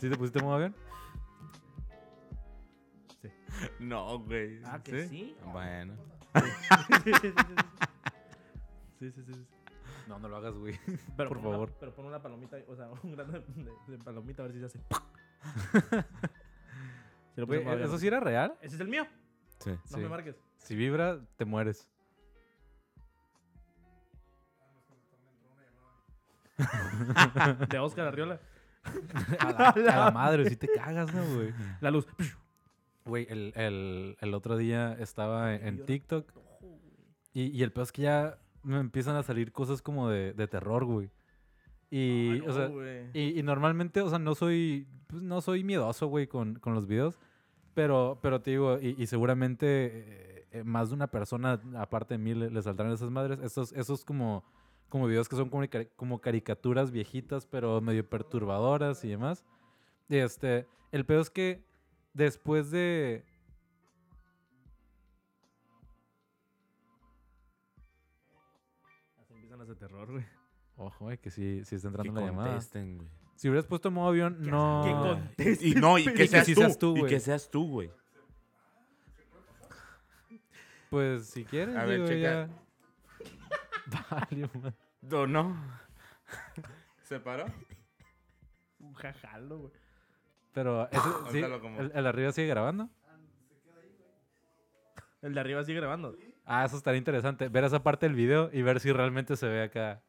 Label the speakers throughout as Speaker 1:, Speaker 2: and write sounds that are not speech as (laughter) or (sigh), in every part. Speaker 1: ¿Sí te pusiste modo avión?
Speaker 2: (laughs) No, güey.
Speaker 3: Ah, que sí.
Speaker 2: Bueno.
Speaker 3: (laughs)
Speaker 1: Sí, sí, sí. sí. No, no lo hagas, güey. Por
Speaker 3: Pero pon una-
Speaker 1: favor.
Speaker 3: pero pon una palomita, o sea, (laughs) un grano de, de palomita a ver si
Speaker 1: (laughs)
Speaker 3: se hace. Se lo puse
Speaker 1: Güey,
Speaker 3: en modo avión.
Speaker 1: ¿Eso sí era real?
Speaker 3: Ese es el mío.
Speaker 2: Sí.
Speaker 3: No
Speaker 1: Sí.
Speaker 3: me marques.
Speaker 1: Si vibra, te mueres.
Speaker 3: De
Speaker 1: (laughs)
Speaker 3: Oscar Arriola.
Speaker 1: A la, (laughs) a la madre, si te cagas, ¿no, güey?
Speaker 3: La luz.
Speaker 1: (laughs) Güey, el, el- el otro día estaba en, en
Speaker 3: Vibra.
Speaker 1: TikTok y, y el peor es que ya me empiezan a salir cosas como de, de terror, güey. Y,
Speaker 3: Ay,
Speaker 1: o sea,
Speaker 3: no, güey.
Speaker 1: Y, y normalmente, o sea, no soy, pues, no soy miedoso, güey, con, con los videos. Pero, pero te digo, y, y seguramente eh, eh, más de una persona, aparte de mí, le, le saltarán esas madres. Esos, esos como, como videos que son como, cari- como caricaturas viejitas, pero medio perturbadoras y demás. Y este, el peor es que después de...
Speaker 3: Así empiezan las de terror, güey. (laughs)
Speaker 1: Ojo, güey, que sí, sí está
Speaker 2: Que
Speaker 1: entrando la llamada.
Speaker 2: contesten, güey.
Speaker 1: Si hubieras puesto modo avión,
Speaker 3: Que-
Speaker 1: no...
Speaker 3: que con-
Speaker 2: Y, y no, y
Speaker 1: Y
Speaker 2: que
Speaker 1: que
Speaker 2: seas,
Speaker 1: sí
Speaker 2: tú,
Speaker 1: seas tú,
Speaker 2: Y
Speaker 1: güey.
Speaker 2: que seas tú, güey.
Speaker 1: Pues si quieres,
Speaker 2: A ver,
Speaker 1: digo, (laughs)
Speaker 2: checa.
Speaker 1: ya. Vale, madre.
Speaker 2: No, no. ¿Se paró?
Speaker 3: Un jajalo, güey.
Speaker 2: (laughs)
Speaker 1: Pero ese- sí,
Speaker 2: Ahorita lo como.
Speaker 1: el, el arriba sigue grabando.
Speaker 3: El de arriba sigue grabando.
Speaker 1: Ah, eso estaría interesante. Ver esa parte del video y ver si realmente se ve acá.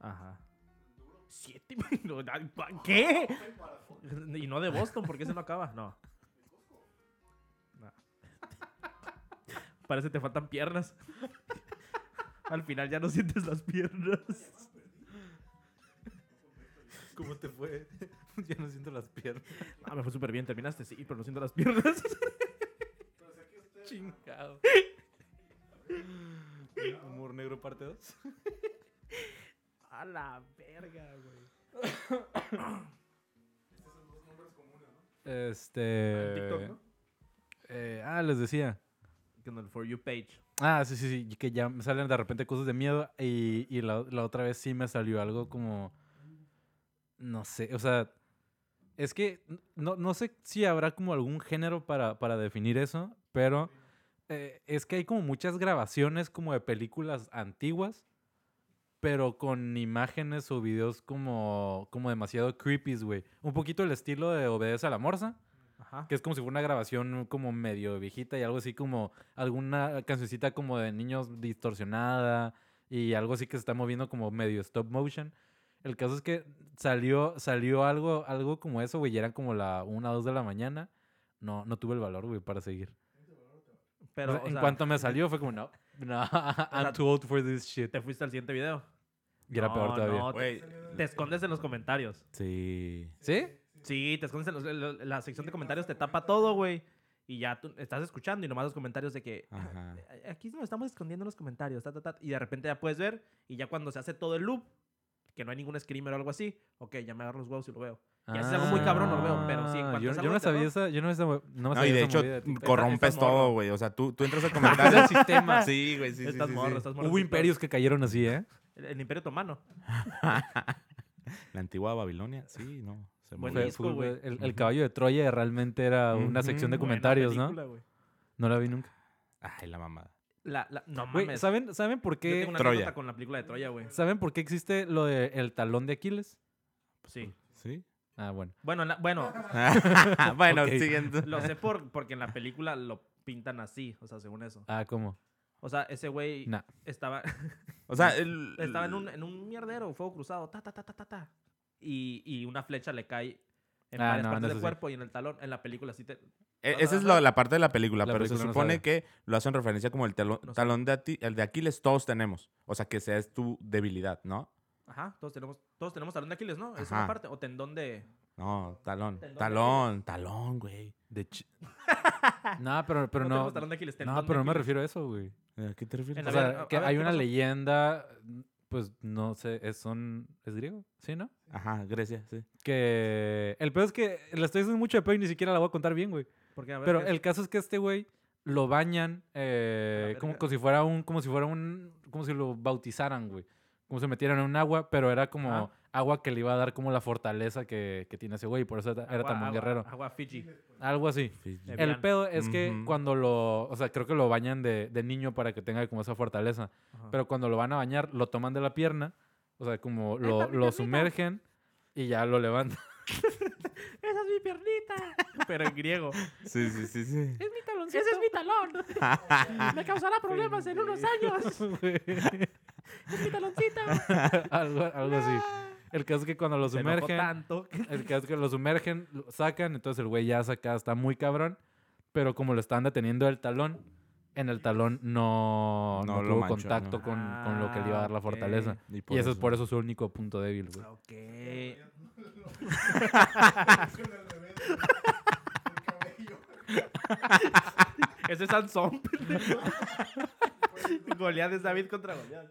Speaker 3: Ajá. Siete (laughs) minutos. Ay, pa- ¿Qué? Y no de Boston, porque ese no acaba. No. No. (laughs) Parece que te faltan piernas. (laughs) Al final ya no sientes las piernas.
Speaker 1: ¿Cómo te fue? (laughs) ya no siento las piernas.
Speaker 3: Ah, me fue súper bien. Terminaste, sí, pero no siento las piernas.
Speaker 1: (laughs) Chingado. Humor negro parte 2.
Speaker 3: A la verga, güey.
Speaker 1: Este.
Speaker 3: Ah, TikTok, ¿no?
Speaker 1: eh, ah, les decía.
Speaker 3: Con el For You page.
Speaker 1: Ah, sí, sí, sí. y Que ya me salen de repente cosas de miedo. Y, y la, la otra vez sí me salió algo como. No sé, o sea. Es que n- no, no sé si habrá como algún género para, para definir eso, pero eh, es que hay como muchas grabaciones como de películas antiguas, pero con imágenes o videos como, como demasiado creepies, güey. Un poquito el estilo de Obedece a la Morsa,
Speaker 3: Ajá.
Speaker 1: que es como si fuera una grabación como medio viejita y algo así como alguna cancioncita como de niños distorsionada y algo así que se está moviendo como medio stop motion. El caso es que salió, salió algo, algo como eso, güey, y eran como la 1 o 2 de la mañana. No, no tuve el valor, güey, para seguir.
Speaker 3: Pero,
Speaker 1: O sea,
Speaker 3: o
Speaker 1: en
Speaker 3: sea,
Speaker 1: cuanto
Speaker 3: (laughs)
Speaker 1: me salió fue como, no, no, (laughs) I'm too old for this shit.
Speaker 3: te fuiste al siguiente video.
Speaker 1: Y era peor
Speaker 3: No,
Speaker 1: todavía.
Speaker 3: no, te-
Speaker 2: Güey.
Speaker 3: te escondes en los comentarios.
Speaker 2: Sí.
Speaker 1: ¿Sí?
Speaker 3: Sí, te escondes en los- en lo- en la sección de comentarios, te tapa todo, güey. Y ya tú estás escuchando y nomás los comentarios de que
Speaker 2: Ajá.
Speaker 3: "A- aquí nos estamos escondiendo en los comentarios, ta, ta, ta", y de repente ya puedes ver. Y ya cuando se hace todo el loop, que no hay ningún screamer o algo así, ok, ya me agarro los huevos y lo veo. Ya si es algo muy cabrón, no lo veo, pero sí, en
Speaker 1: Ah,
Speaker 3: cuanto
Speaker 1: yo,
Speaker 3: es
Speaker 1: yo
Speaker 3: algo
Speaker 1: no
Speaker 3: de
Speaker 1: sabía
Speaker 3: terror-
Speaker 1: esa, yo no, esa- no me
Speaker 2: No, y
Speaker 1: sabía
Speaker 2: de
Speaker 1: esa
Speaker 2: hecho
Speaker 1: movida de TikTok.
Speaker 2: corrompes
Speaker 3: Estás morro.
Speaker 2: todo, güey. O sea, tú, tú entras a
Speaker 1: Es el
Speaker 2: comentarios.
Speaker 1: sistema.
Speaker 2: sí, güey, sí, sí.
Speaker 3: estás
Speaker 2: sí,
Speaker 3: morro,
Speaker 2: sí.
Speaker 3: estás morro.
Speaker 1: Hubo
Speaker 3: sí, claro.
Speaker 1: imperios que cayeron así, ¿eh?
Speaker 3: El, el Imperio Otomano.
Speaker 2: La antigua Babilonia, sí, no. Se
Speaker 3: Buen
Speaker 2: movió.
Speaker 1: Fue-
Speaker 3: disco,
Speaker 1: fue-
Speaker 3: güey.
Speaker 1: el, el caballo de Troya realmente era una sección de
Speaker 3: Buena
Speaker 1: comentarios, ¿no?
Speaker 3: película, güey.
Speaker 1: No la vi nunca.
Speaker 2: Ay, la mamada.
Speaker 3: La, la, no
Speaker 1: Güey,
Speaker 3: mames.
Speaker 1: ¿saben, ¿saben por
Speaker 3: Yo
Speaker 1: qué?
Speaker 3: tengo una
Speaker 2: Troya.
Speaker 3: anécdota con la película de Troya, güey.
Speaker 1: ¿Saben por qué existe lo del talón de Aquiles?
Speaker 3: Sí.
Speaker 2: ¿Sí? (laughs)
Speaker 1: Ah, bueno.
Speaker 3: Bueno, la- bueno,
Speaker 2: bueno,
Speaker 1: Ok.
Speaker 2: siguiente.
Speaker 3: lo sé por, porque en la película lo pintan así, o sea, según eso.
Speaker 1: Ah, ¿cómo?
Speaker 3: O sea, ese güey
Speaker 1: Nah.
Speaker 3: estaba, (laughs)
Speaker 2: O sea, el-
Speaker 3: estaba en, un, en un mierdero, fuego cruzado, ta, ta, ta, ta, ta, ta. Y, y una flecha le cae en
Speaker 1: Ah,
Speaker 3: varias
Speaker 1: no, no,
Speaker 3: partes
Speaker 1: eso
Speaker 3: del
Speaker 1: sí.
Speaker 3: cuerpo y en el talón. En la película sí te...
Speaker 2: e- Esa es la, la parte de la película,
Speaker 1: La
Speaker 2: pero se
Speaker 1: película no
Speaker 2: supone
Speaker 1: sabe.
Speaker 2: que lo hacen referencia como el talo-
Speaker 3: No sé.
Speaker 2: talón de, ati- el de Aquiles, todos tenemos. O sea, que sea es tu debilidad, ¿no?
Speaker 3: Ajá, todos tenemos, todos tenemos talón de Aquiles, ¿no? Es
Speaker 2: Ajá.
Speaker 3: una parte. O tendón de...
Speaker 2: No, talón.
Speaker 3: Tendón de
Speaker 2: Talón, talón, güey.
Speaker 1: De ch- no, pero, pero no.
Speaker 3: Ah. tenemos talón de Aquiles,
Speaker 1: No,
Speaker 3: tendón
Speaker 1: pero no
Speaker 3: de
Speaker 1: me
Speaker 3: Aquiles.
Speaker 1: refiero a eso, güey.
Speaker 2: ¿A qué te refieres?
Speaker 3: En
Speaker 1: O
Speaker 3: A ver,
Speaker 1: sea,
Speaker 3: a-
Speaker 1: que
Speaker 3: a ver,
Speaker 1: hay
Speaker 3: ¿qué
Speaker 1: una
Speaker 3: pasó?
Speaker 1: leyenda, pues no sé, es, son, ¿es griego? ¿Sí, no?
Speaker 2: Ajá, Grecia, sí.
Speaker 1: Que el peor es que la estoy haciendo mucho de pedo y ni siquiera la voy a contar bien, güey.
Speaker 3: Porque, a ver,
Speaker 1: Pero
Speaker 3: ¿qué es?
Speaker 1: el caso es que este güey lo bañan eh,
Speaker 3: la
Speaker 1: como,
Speaker 3: verga.
Speaker 1: como si fuera un, como si fuera un, como si lo bautizaran, güey. Como si lo metieran en un agua, pero era como,
Speaker 3: Ah.
Speaker 1: ah, agua que le iba a dar como la fortaleza que, que tiene ese güey. Por eso era era tan buen guerrero.
Speaker 3: Agua Fiji.
Speaker 1: Algo así.
Speaker 2: Fiji.
Speaker 3: Eh,
Speaker 1: El
Speaker 3: Evian.
Speaker 1: pedo es que
Speaker 2: Ujú.
Speaker 1: cuando lo. O sea, creo que lo bañan de, de niño para que tenga como esa fortaleza.
Speaker 3: Ajá.
Speaker 1: Pero cuando lo van a bañar, lo toman de la pierna. O sea, como lo,
Speaker 3: mi
Speaker 1: lo
Speaker 3: piernita.
Speaker 1: sumergen y ya lo levantan. (laughs)
Speaker 3: ¡Esa es mi piernita! Pero
Speaker 1: (laughs)
Speaker 3: en griego.
Speaker 2: Sí, sí, sí, sí.
Speaker 3: ¡Es mi taloncito! ¡Ese es mi talón! (laughs) ¡Me causará problemas en unos (laughs) años! ¡Es mi taloncito!
Speaker 1: algo, algo
Speaker 3: (laughs)
Speaker 1: así. El caso es que cuando lo
Speaker 3: Se enojó
Speaker 1: sumergen.
Speaker 3: tanto.
Speaker 1: El caso es que lo sumergen, lo sacan, entonces el güey ya saca, está muy cabrón, pero como lo están deteniendo del talón, en el talón no, no,
Speaker 2: No lo
Speaker 1: tuvo
Speaker 2: manchó,
Speaker 1: contacto
Speaker 2: ¿no?
Speaker 1: Con, con lo que le iba a dar la
Speaker 3: Ah,
Speaker 1: fortaleza.
Speaker 3: ok.
Speaker 2: Y,
Speaker 1: Y, eso, es por eso su único punto débil, güey.
Speaker 3: Ok. Ese es Sansón, pendejo. Goliat es David contra Goliat.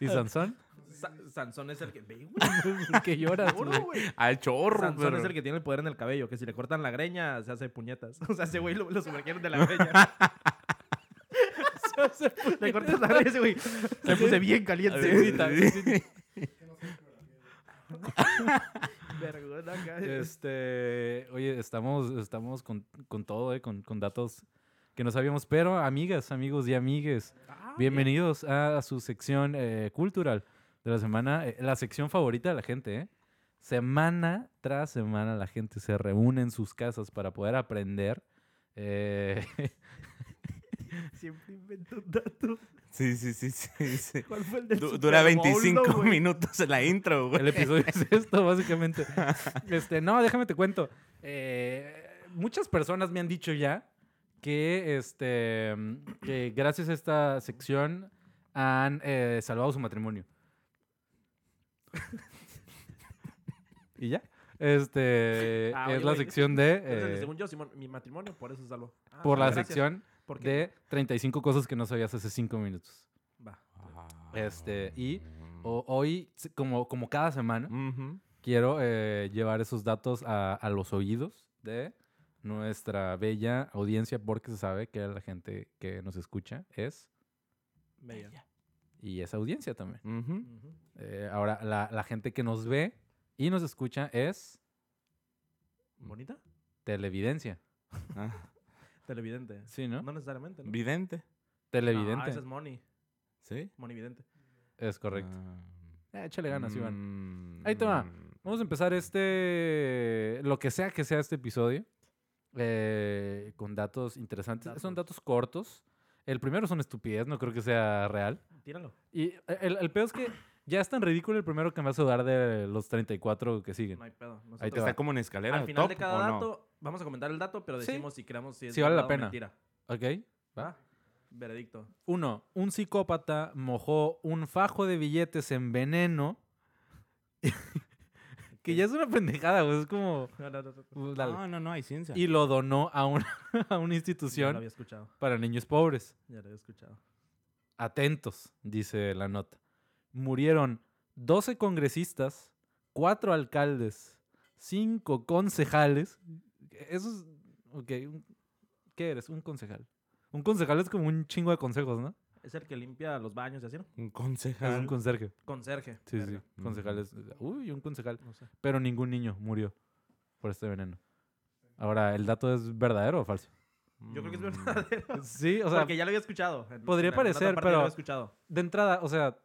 Speaker 1: ¿Y Sansón? (laughs)
Speaker 3: Sa- Sansón es el que. Ve, güey,
Speaker 1: ¿Por qué lloras,
Speaker 3: oro,
Speaker 1: güey?
Speaker 3: güey.
Speaker 2: Al chorro,
Speaker 3: Sansón
Speaker 2: pero-
Speaker 3: es el que tiene el poder en el cabello, que si le cortan la greña se hace puñetas. (laughs) O sea, ese güey lo, lo sumergieron de la (laughs) greña. le cortas la greña ese güey. Se puse bien
Speaker 1: Sí,
Speaker 3: caliente.
Speaker 1: sí, ta- sí, sí, sí.
Speaker 3: Vergüenza, (laughs) acá.
Speaker 1: Este, oye, estamos, estamos con, con todo, eh, con, con datos que no sabíamos, pero amigas, amigos y amigues,
Speaker 3: Ah,
Speaker 1: Bienvenidos a su sección eh, cultural de la semana, eh, la sección favorita de la gente. ¿eh? Semana tras semana la gente se reúne en sus casas para poder aprender. eh,
Speaker 3: Siempre invento un dato.
Speaker 2: (laughs) Sí, sí, sí, sí. (laughs) sí.
Speaker 3: ¿Cuál fue el del
Speaker 2: Du-
Speaker 3: Super
Speaker 2: dura
Speaker 3: Bowl,
Speaker 2: 25
Speaker 3: no, güey?
Speaker 2: minutos la intro, güey.
Speaker 1: el episodio es esto,
Speaker 3: (laughs)
Speaker 1: básicamente. Este, no, déjame te cuento. Eh, muchas personas me han dicho ya que, este, mm, que gracias a esta sección han eh, salvado su matrimonio. y ya. Este
Speaker 3: Ah,
Speaker 1: es
Speaker 3: oye,
Speaker 1: la
Speaker 3: güey.
Speaker 1: sección de.
Speaker 3: Entonces,
Speaker 1: eh,
Speaker 3: según yo, Simón, mi matrimonio, por eso salvo. Ah,
Speaker 1: por la
Speaker 3: gracias.
Speaker 1: sección
Speaker 3: Porque-
Speaker 1: de 35 cosas que no sabías hace 5 minutos.
Speaker 3: Va.
Speaker 2: Ah,
Speaker 1: Este, y
Speaker 3: Mm.
Speaker 1: o- hoy, s- como, como cada semana,
Speaker 2: Ujú.
Speaker 1: quiero eh, llevar esos datos a, a los oídos de nuestra bella audiencia, porque se sabe que la gente que nos escucha es
Speaker 3: Bella.
Speaker 1: y esa audiencia también.
Speaker 2: Ujú.
Speaker 3: Ujú.
Speaker 1: Eh, ahora, la, la gente que nos ve y nos escucha es
Speaker 3: ¿Bonita?
Speaker 1: televidencia,
Speaker 2: Ah,
Speaker 3: Televidente.
Speaker 1: ¿sí, no?
Speaker 3: No necesariamente, ¿no?
Speaker 2: Vidente.
Speaker 1: Televidente,
Speaker 3: Ah, ese es
Speaker 1: es...
Speaker 3: Moni.
Speaker 2: ¿Sí? Ah.
Speaker 3: Monividente.
Speaker 1: correcto. Eh, échale
Speaker 2: Le
Speaker 1: ganas, Iván.
Speaker 2: Mm,
Speaker 1: Ahí te va. Vamos a empezar este, lo que sea que sea este episodio, eh, con datos interesantes. Son
Speaker 3: Datos.
Speaker 1: datos cortos. El primero son estupidez, no creo que sea real.
Speaker 3: Tíralo.
Speaker 1: Y eh, el, el peor es que ya es tan ridículo el primero que me vas a dudar de los 34 que siguen.
Speaker 3: No hay pedo. Nosotros-
Speaker 1: Ahí te va.
Speaker 2: Está como en escalera.
Speaker 3: Al final
Speaker 2: top,
Speaker 3: de
Speaker 2: ¿o
Speaker 3: cada
Speaker 2: no?
Speaker 3: dato, vamos a comentar el dato, pero
Speaker 1: Sí.
Speaker 3: decimos si creamos si es
Speaker 1: Si vale la
Speaker 3: verdad o
Speaker 1: pena.
Speaker 3: mentira.
Speaker 1: ¿Ok?
Speaker 3: ¿Va? Veredicto. (laughs)
Speaker 1: Uno, un psicópata mojó un fajo de billetes en veneno. (laughs) que ya es una pendejada, güey. Es como...
Speaker 3: No, no, no, no, Ah, no.
Speaker 1: uh, dale.
Speaker 2: Ah, No, no, no, hay ciencia.
Speaker 1: Y lo donó a una, (laughs) a una
Speaker 3: Ya lo
Speaker 1: institución
Speaker 3: había escuchado.
Speaker 1: para niños pobres.
Speaker 3: Ya lo había escuchado.
Speaker 1: Atentos, dice la nota. Murieron 12 congresistas, 4 alcaldes, 5 concejales. Eso es. Ok. un- ¿Qué eres? Un concejal. Un concejal es como un chingo de consejos, ¿no?
Speaker 3: Es el que limpia los baños y así, ¿no?
Speaker 2: Un
Speaker 1: Es
Speaker 2: concejal.
Speaker 1: un conserje.
Speaker 3: Conserje.
Speaker 1: Sí, sí.
Speaker 3: Verga.
Speaker 2: Mm.
Speaker 1: Concejales. Uy, un concejal.
Speaker 3: No sé.
Speaker 1: Pero ningún niño murió por este veneno. Ahora, ¿el dato es verdadero o
Speaker 3: (laughs)
Speaker 1: falso?
Speaker 3: Yo creo que es
Speaker 2: Mm.
Speaker 3: verdadero.
Speaker 1: Sí, o sea,
Speaker 3: Porque ya lo había escuchado. en-
Speaker 1: podría
Speaker 3: en alguna otra
Speaker 1: parecer,
Speaker 3: parte ya lo
Speaker 1: pero-
Speaker 3: había escuchado.
Speaker 1: de entrada, o sea,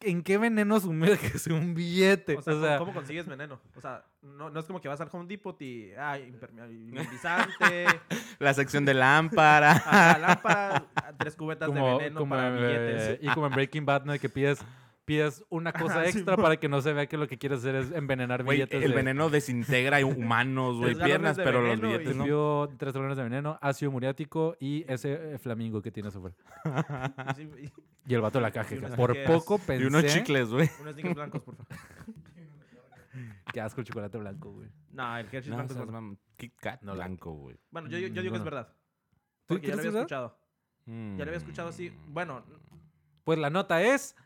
Speaker 1: ¿en qué veneno sumerges un billete?
Speaker 3: O sea, ¿cómo, cómo consigues veneno? O sea, no, no es como que vas al Home Depot y... Ah, impermeabilizante,
Speaker 2: (laughs)
Speaker 3: (laughs)
Speaker 2: La sección de
Speaker 1: (laughs)
Speaker 2: lámpara.
Speaker 3: ajá, lámparas, ah, tres cubetas de veneno para
Speaker 1: en, eh,
Speaker 3: billetes. Ah,
Speaker 1: y como en Breaking Bad, ¿no? De que pides, pides
Speaker 3: (laughs)
Speaker 1: una cosa
Speaker 3: Ajá,
Speaker 1: extra
Speaker 3: Simón.
Speaker 1: para que no se vea que lo que quieres hacer es envenenar
Speaker 2: Güey,
Speaker 1: billetes.
Speaker 2: el
Speaker 1: de-
Speaker 2: veneno desintegra humanos, güey,
Speaker 3: Tres galones
Speaker 2: piernas,
Speaker 3: de
Speaker 2: pero los
Speaker 3: veneno
Speaker 2: billetes
Speaker 1: Te
Speaker 3: y-
Speaker 2: no.
Speaker 1: pidió tres galones de veneno, ácido muriático y ese eh, flamingo que tienes afuera.
Speaker 3: Sí, y-
Speaker 1: Y el vato de la
Speaker 3: Y
Speaker 1: caja.
Speaker 3: unas
Speaker 1: Por
Speaker 3: tijeras.
Speaker 1: poco pensé...
Speaker 2: Y unos chicles,
Speaker 1: (laughs)
Speaker 2: güey.
Speaker 3: Unos sneakers blancos, por favor.
Speaker 1: Qué asco el chocolate blanco, güey.
Speaker 3: No, el Hershey's
Speaker 2: No,
Speaker 3: blanco es
Speaker 2: esas
Speaker 3: bueno.
Speaker 2: mam- Kit Kat
Speaker 1: No,
Speaker 2: blanco, güey.
Speaker 3: Bueno, yo, yo, yo digo que es
Speaker 1: Bueno.
Speaker 3: verdad.
Speaker 1: ¿Tú
Speaker 3: Porque ya
Speaker 1: crees
Speaker 3: lo había
Speaker 1: que es
Speaker 3: escuchado. Ya lo había escuchado así.
Speaker 1: Mm.
Speaker 3: Bueno,
Speaker 1: Pues la nota es...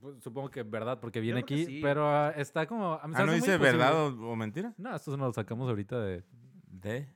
Speaker 1: pues, Supongo que verdad, porque viene
Speaker 3: creo que
Speaker 1: aquí,
Speaker 3: sí.
Speaker 1: pero ah, está como... a mí se
Speaker 2: Ah,
Speaker 1: hace
Speaker 2: ¿no
Speaker 1: muy
Speaker 2: dice
Speaker 1: imposible.
Speaker 2: verdad o, o mentira?
Speaker 1: No, esto nos lo sacamos ahorita de...
Speaker 2: De.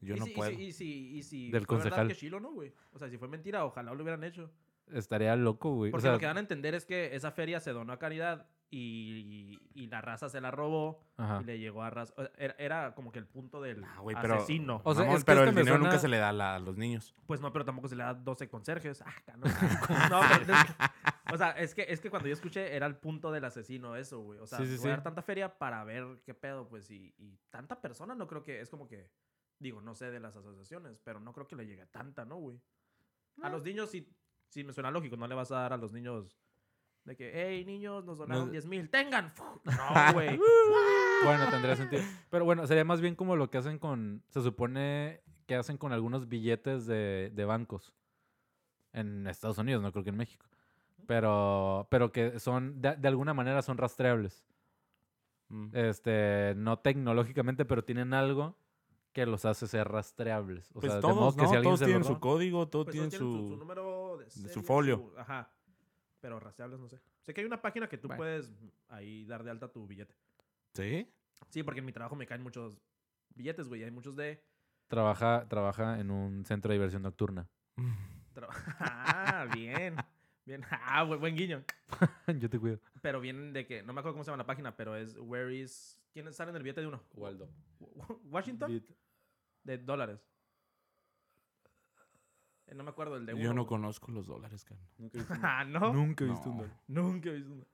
Speaker 2: Yo
Speaker 3: y
Speaker 2: no
Speaker 3: si,
Speaker 2: puedo.
Speaker 3: Y si, y si, y si
Speaker 1: Del
Speaker 3: fue verdad
Speaker 1: concejal.
Speaker 3: que Shilo no, güey. O sea, si fue mentira, ojalá lo hubieran hecho.
Speaker 1: Estaría loco, güey. O
Speaker 3: Porque
Speaker 1: sea,
Speaker 3: lo que dan a entender es que esa feria se donó a caridad y, y la raza se la robó
Speaker 1: ajá.
Speaker 3: y le llegó a raza. o sea, Era, era como que el punto del
Speaker 2: Ah, güey, pero.
Speaker 3: asesino.
Speaker 1: O sea,
Speaker 2: Mamón,
Speaker 1: es que
Speaker 2: pero
Speaker 1: esta
Speaker 2: el dinero
Speaker 1: persona-
Speaker 2: nunca se le da a, la- a los niños.
Speaker 3: Pues no, pero tampoco se le da 12 conserjes. Ah, no. (laughs) No, pero es que- o sea, es que, es que cuando yo escuché era el punto del asesino eso, güey. O sea,
Speaker 1: Sí, sí,
Speaker 3: voy
Speaker 1: sí.
Speaker 3: a dar tanta feria para ver qué pedo, pues. Y, y tanta persona no creo que... Es como que... Digo, no sé de las asociaciones, pero no creo que le llegue a tanta, ¿no, güey? A los niños sí, sí me suena lógico. No le vas a dar a los niños de que, hey, niños, nos donaron
Speaker 1: No-
Speaker 3: 10 mil. ¡Tengan! (laughs) No, güey.
Speaker 1: Bueno, tendría sentido. Pero bueno, sería más bien como lo que hacen con. Se supone que hacen con algunos billetes de, de bancos. En Estados Unidos, no creo que en México. Pero, pero que son, de, de alguna manera son rastreables.
Speaker 2: Mm.
Speaker 1: Este, no tecnológicamente, pero tienen algo que los hace ser rastreables. O
Speaker 2: pues
Speaker 1: sea, de modo
Speaker 2: todos,
Speaker 1: que
Speaker 2: ¿no?
Speaker 1: si alguien
Speaker 2: todos
Speaker 1: se
Speaker 2: tienen
Speaker 1: lo
Speaker 2: su
Speaker 1: roba-
Speaker 2: código, todos
Speaker 3: Pues todos
Speaker 2: tienen
Speaker 3: tienen
Speaker 2: su...
Speaker 3: número de, serie,
Speaker 2: folio.
Speaker 3: su- ajá. Pero rastreables, no sé. Sé que hay una página que tú
Speaker 1: Bueno.
Speaker 3: puedes ahí dar de alta tu billete.
Speaker 2: ¿Sí?
Speaker 3: Sí, porque en mi trabajo me caen muchos billetes, güey. Hay muchos de.
Speaker 1: trabaja, trabaja en un centro de diversión nocturna.
Speaker 3: tra- (laughs) ah, bien. Bien. Ah, bu- buen guiño.
Speaker 1: (laughs) Yo te cuido.
Speaker 3: Pero vienen de que. No me acuerdo cómo se llama la página, pero es Where is. ¿Quiénes salen del billete de uno?
Speaker 1: Waldo.
Speaker 3: Wa- (laughs) Washington. De dólares. Eh, No me acuerdo el de (laughs) uno.
Speaker 2: Yo no
Speaker 3: güey.
Speaker 2: conozco los dólares, carnal.
Speaker 3: Ah, no.
Speaker 1: Nunca he
Speaker 2: No.
Speaker 1: visto un dólar.
Speaker 3: Nunca he visto una.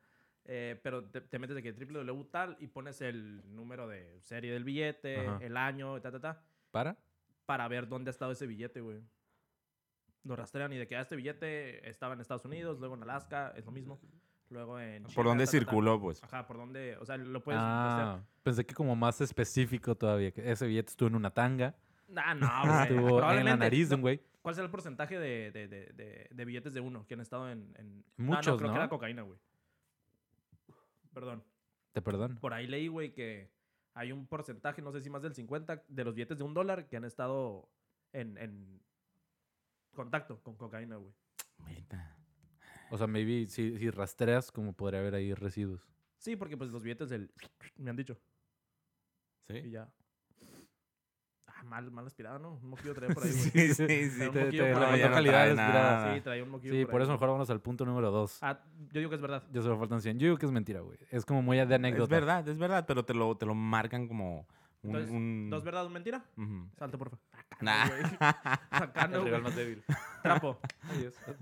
Speaker 3: Eh, pero te, te metes de que www tal y pones el número de serie del billete,
Speaker 1: Ajá.
Speaker 3: el año, ta, ta, ta,
Speaker 1: ¿Para?
Speaker 3: para ver dónde ha estado ese billete, güey. Lo rastrean y de que ah, este billete estaba en Estados Unidos, luego en Alaska, es lo mismo. Luego en.
Speaker 2: ¿Por
Speaker 3: China,
Speaker 2: dónde
Speaker 3: ta, ta, ta.
Speaker 2: circuló, pues?
Speaker 3: Ajá, por dónde. O sea, lo puedes. rastrear.
Speaker 1: ah, pensé que como más específico todavía. Que ese billete estuvo en una tanga.
Speaker 3: Ah, no, güey.
Speaker 1: (laughs) estuvo en
Speaker 3: Probablemente.
Speaker 1: la nariz de un güey.
Speaker 3: ¿Cuál será el porcentaje de, de- de- de- de billetes de uno que han estado en. en- Ah, no,
Speaker 1: Muchos,
Speaker 3: creo
Speaker 1: ¿no?
Speaker 3: que era cocaína, güey. Perdón.
Speaker 1: Te perdono.
Speaker 3: Por ahí leí, güey, que hay un porcentaje, no sé si más del 50, de los billetes de un dólar que han estado en, en contacto con cocaína, güey.
Speaker 2: Meta.
Speaker 1: O sea, maybe si, si rastreas, como podría haber ahí residuos.
Speaker 3: Sí, porque pues los billetes del... (sniffs) Me han dicho. Y
Speaker 2: ¿Sí?
Speaker 3: ya. Ah, mal, mal aspirado, ¿no? Un
Speaker 1: (laughs)
Speaker 3: moquillo traía por ahí, güey.
Speaker 2: (laughs) Sí, sí, sí.
Speaker 3: Pero un
Speaker 1: te-
Speaker 3: moquillo
Speaker 1: te
Speaker 3: por
Speaker 2: levantó
Speaker 3: ahí.
Speaker 2: calidad
Speaker 3: Sí,
Speaker 2: la
Speaker 3: traía- Sí, traía un moquillo
Speaker 1: Sí,
Speaker 3: por
Speaker 1: por
Speaker 3: ahí,
Speaker 1: eso
Speaker 3: güey.
Speaker 1: mejor vamos al punto número dos.
Speaker 3: Ah, yo digo que es verdad.
Speaker 1: Ya solo faltan 100. Yo digo que es mentira, güey. Es como muy de anécdota. (laughs)
Speaker 2: Es verdad, es verdad, pero te lo, te lo marcan como un...
Speaker 3: Entonces,
Speaker 1: Mm.
Speaker 2: un-
Speaker 3: ¿Dos verdad, dos mentira?
Speaker 2: Ujú.
Speaker 3: Salte, porfa. Acá no,
Speaker 1: (laughs)
Speaker 2: Nah.
Speaker 3: güey. Acá no, güey.
Speaker 1: débil.
Speaker 3: Trapo.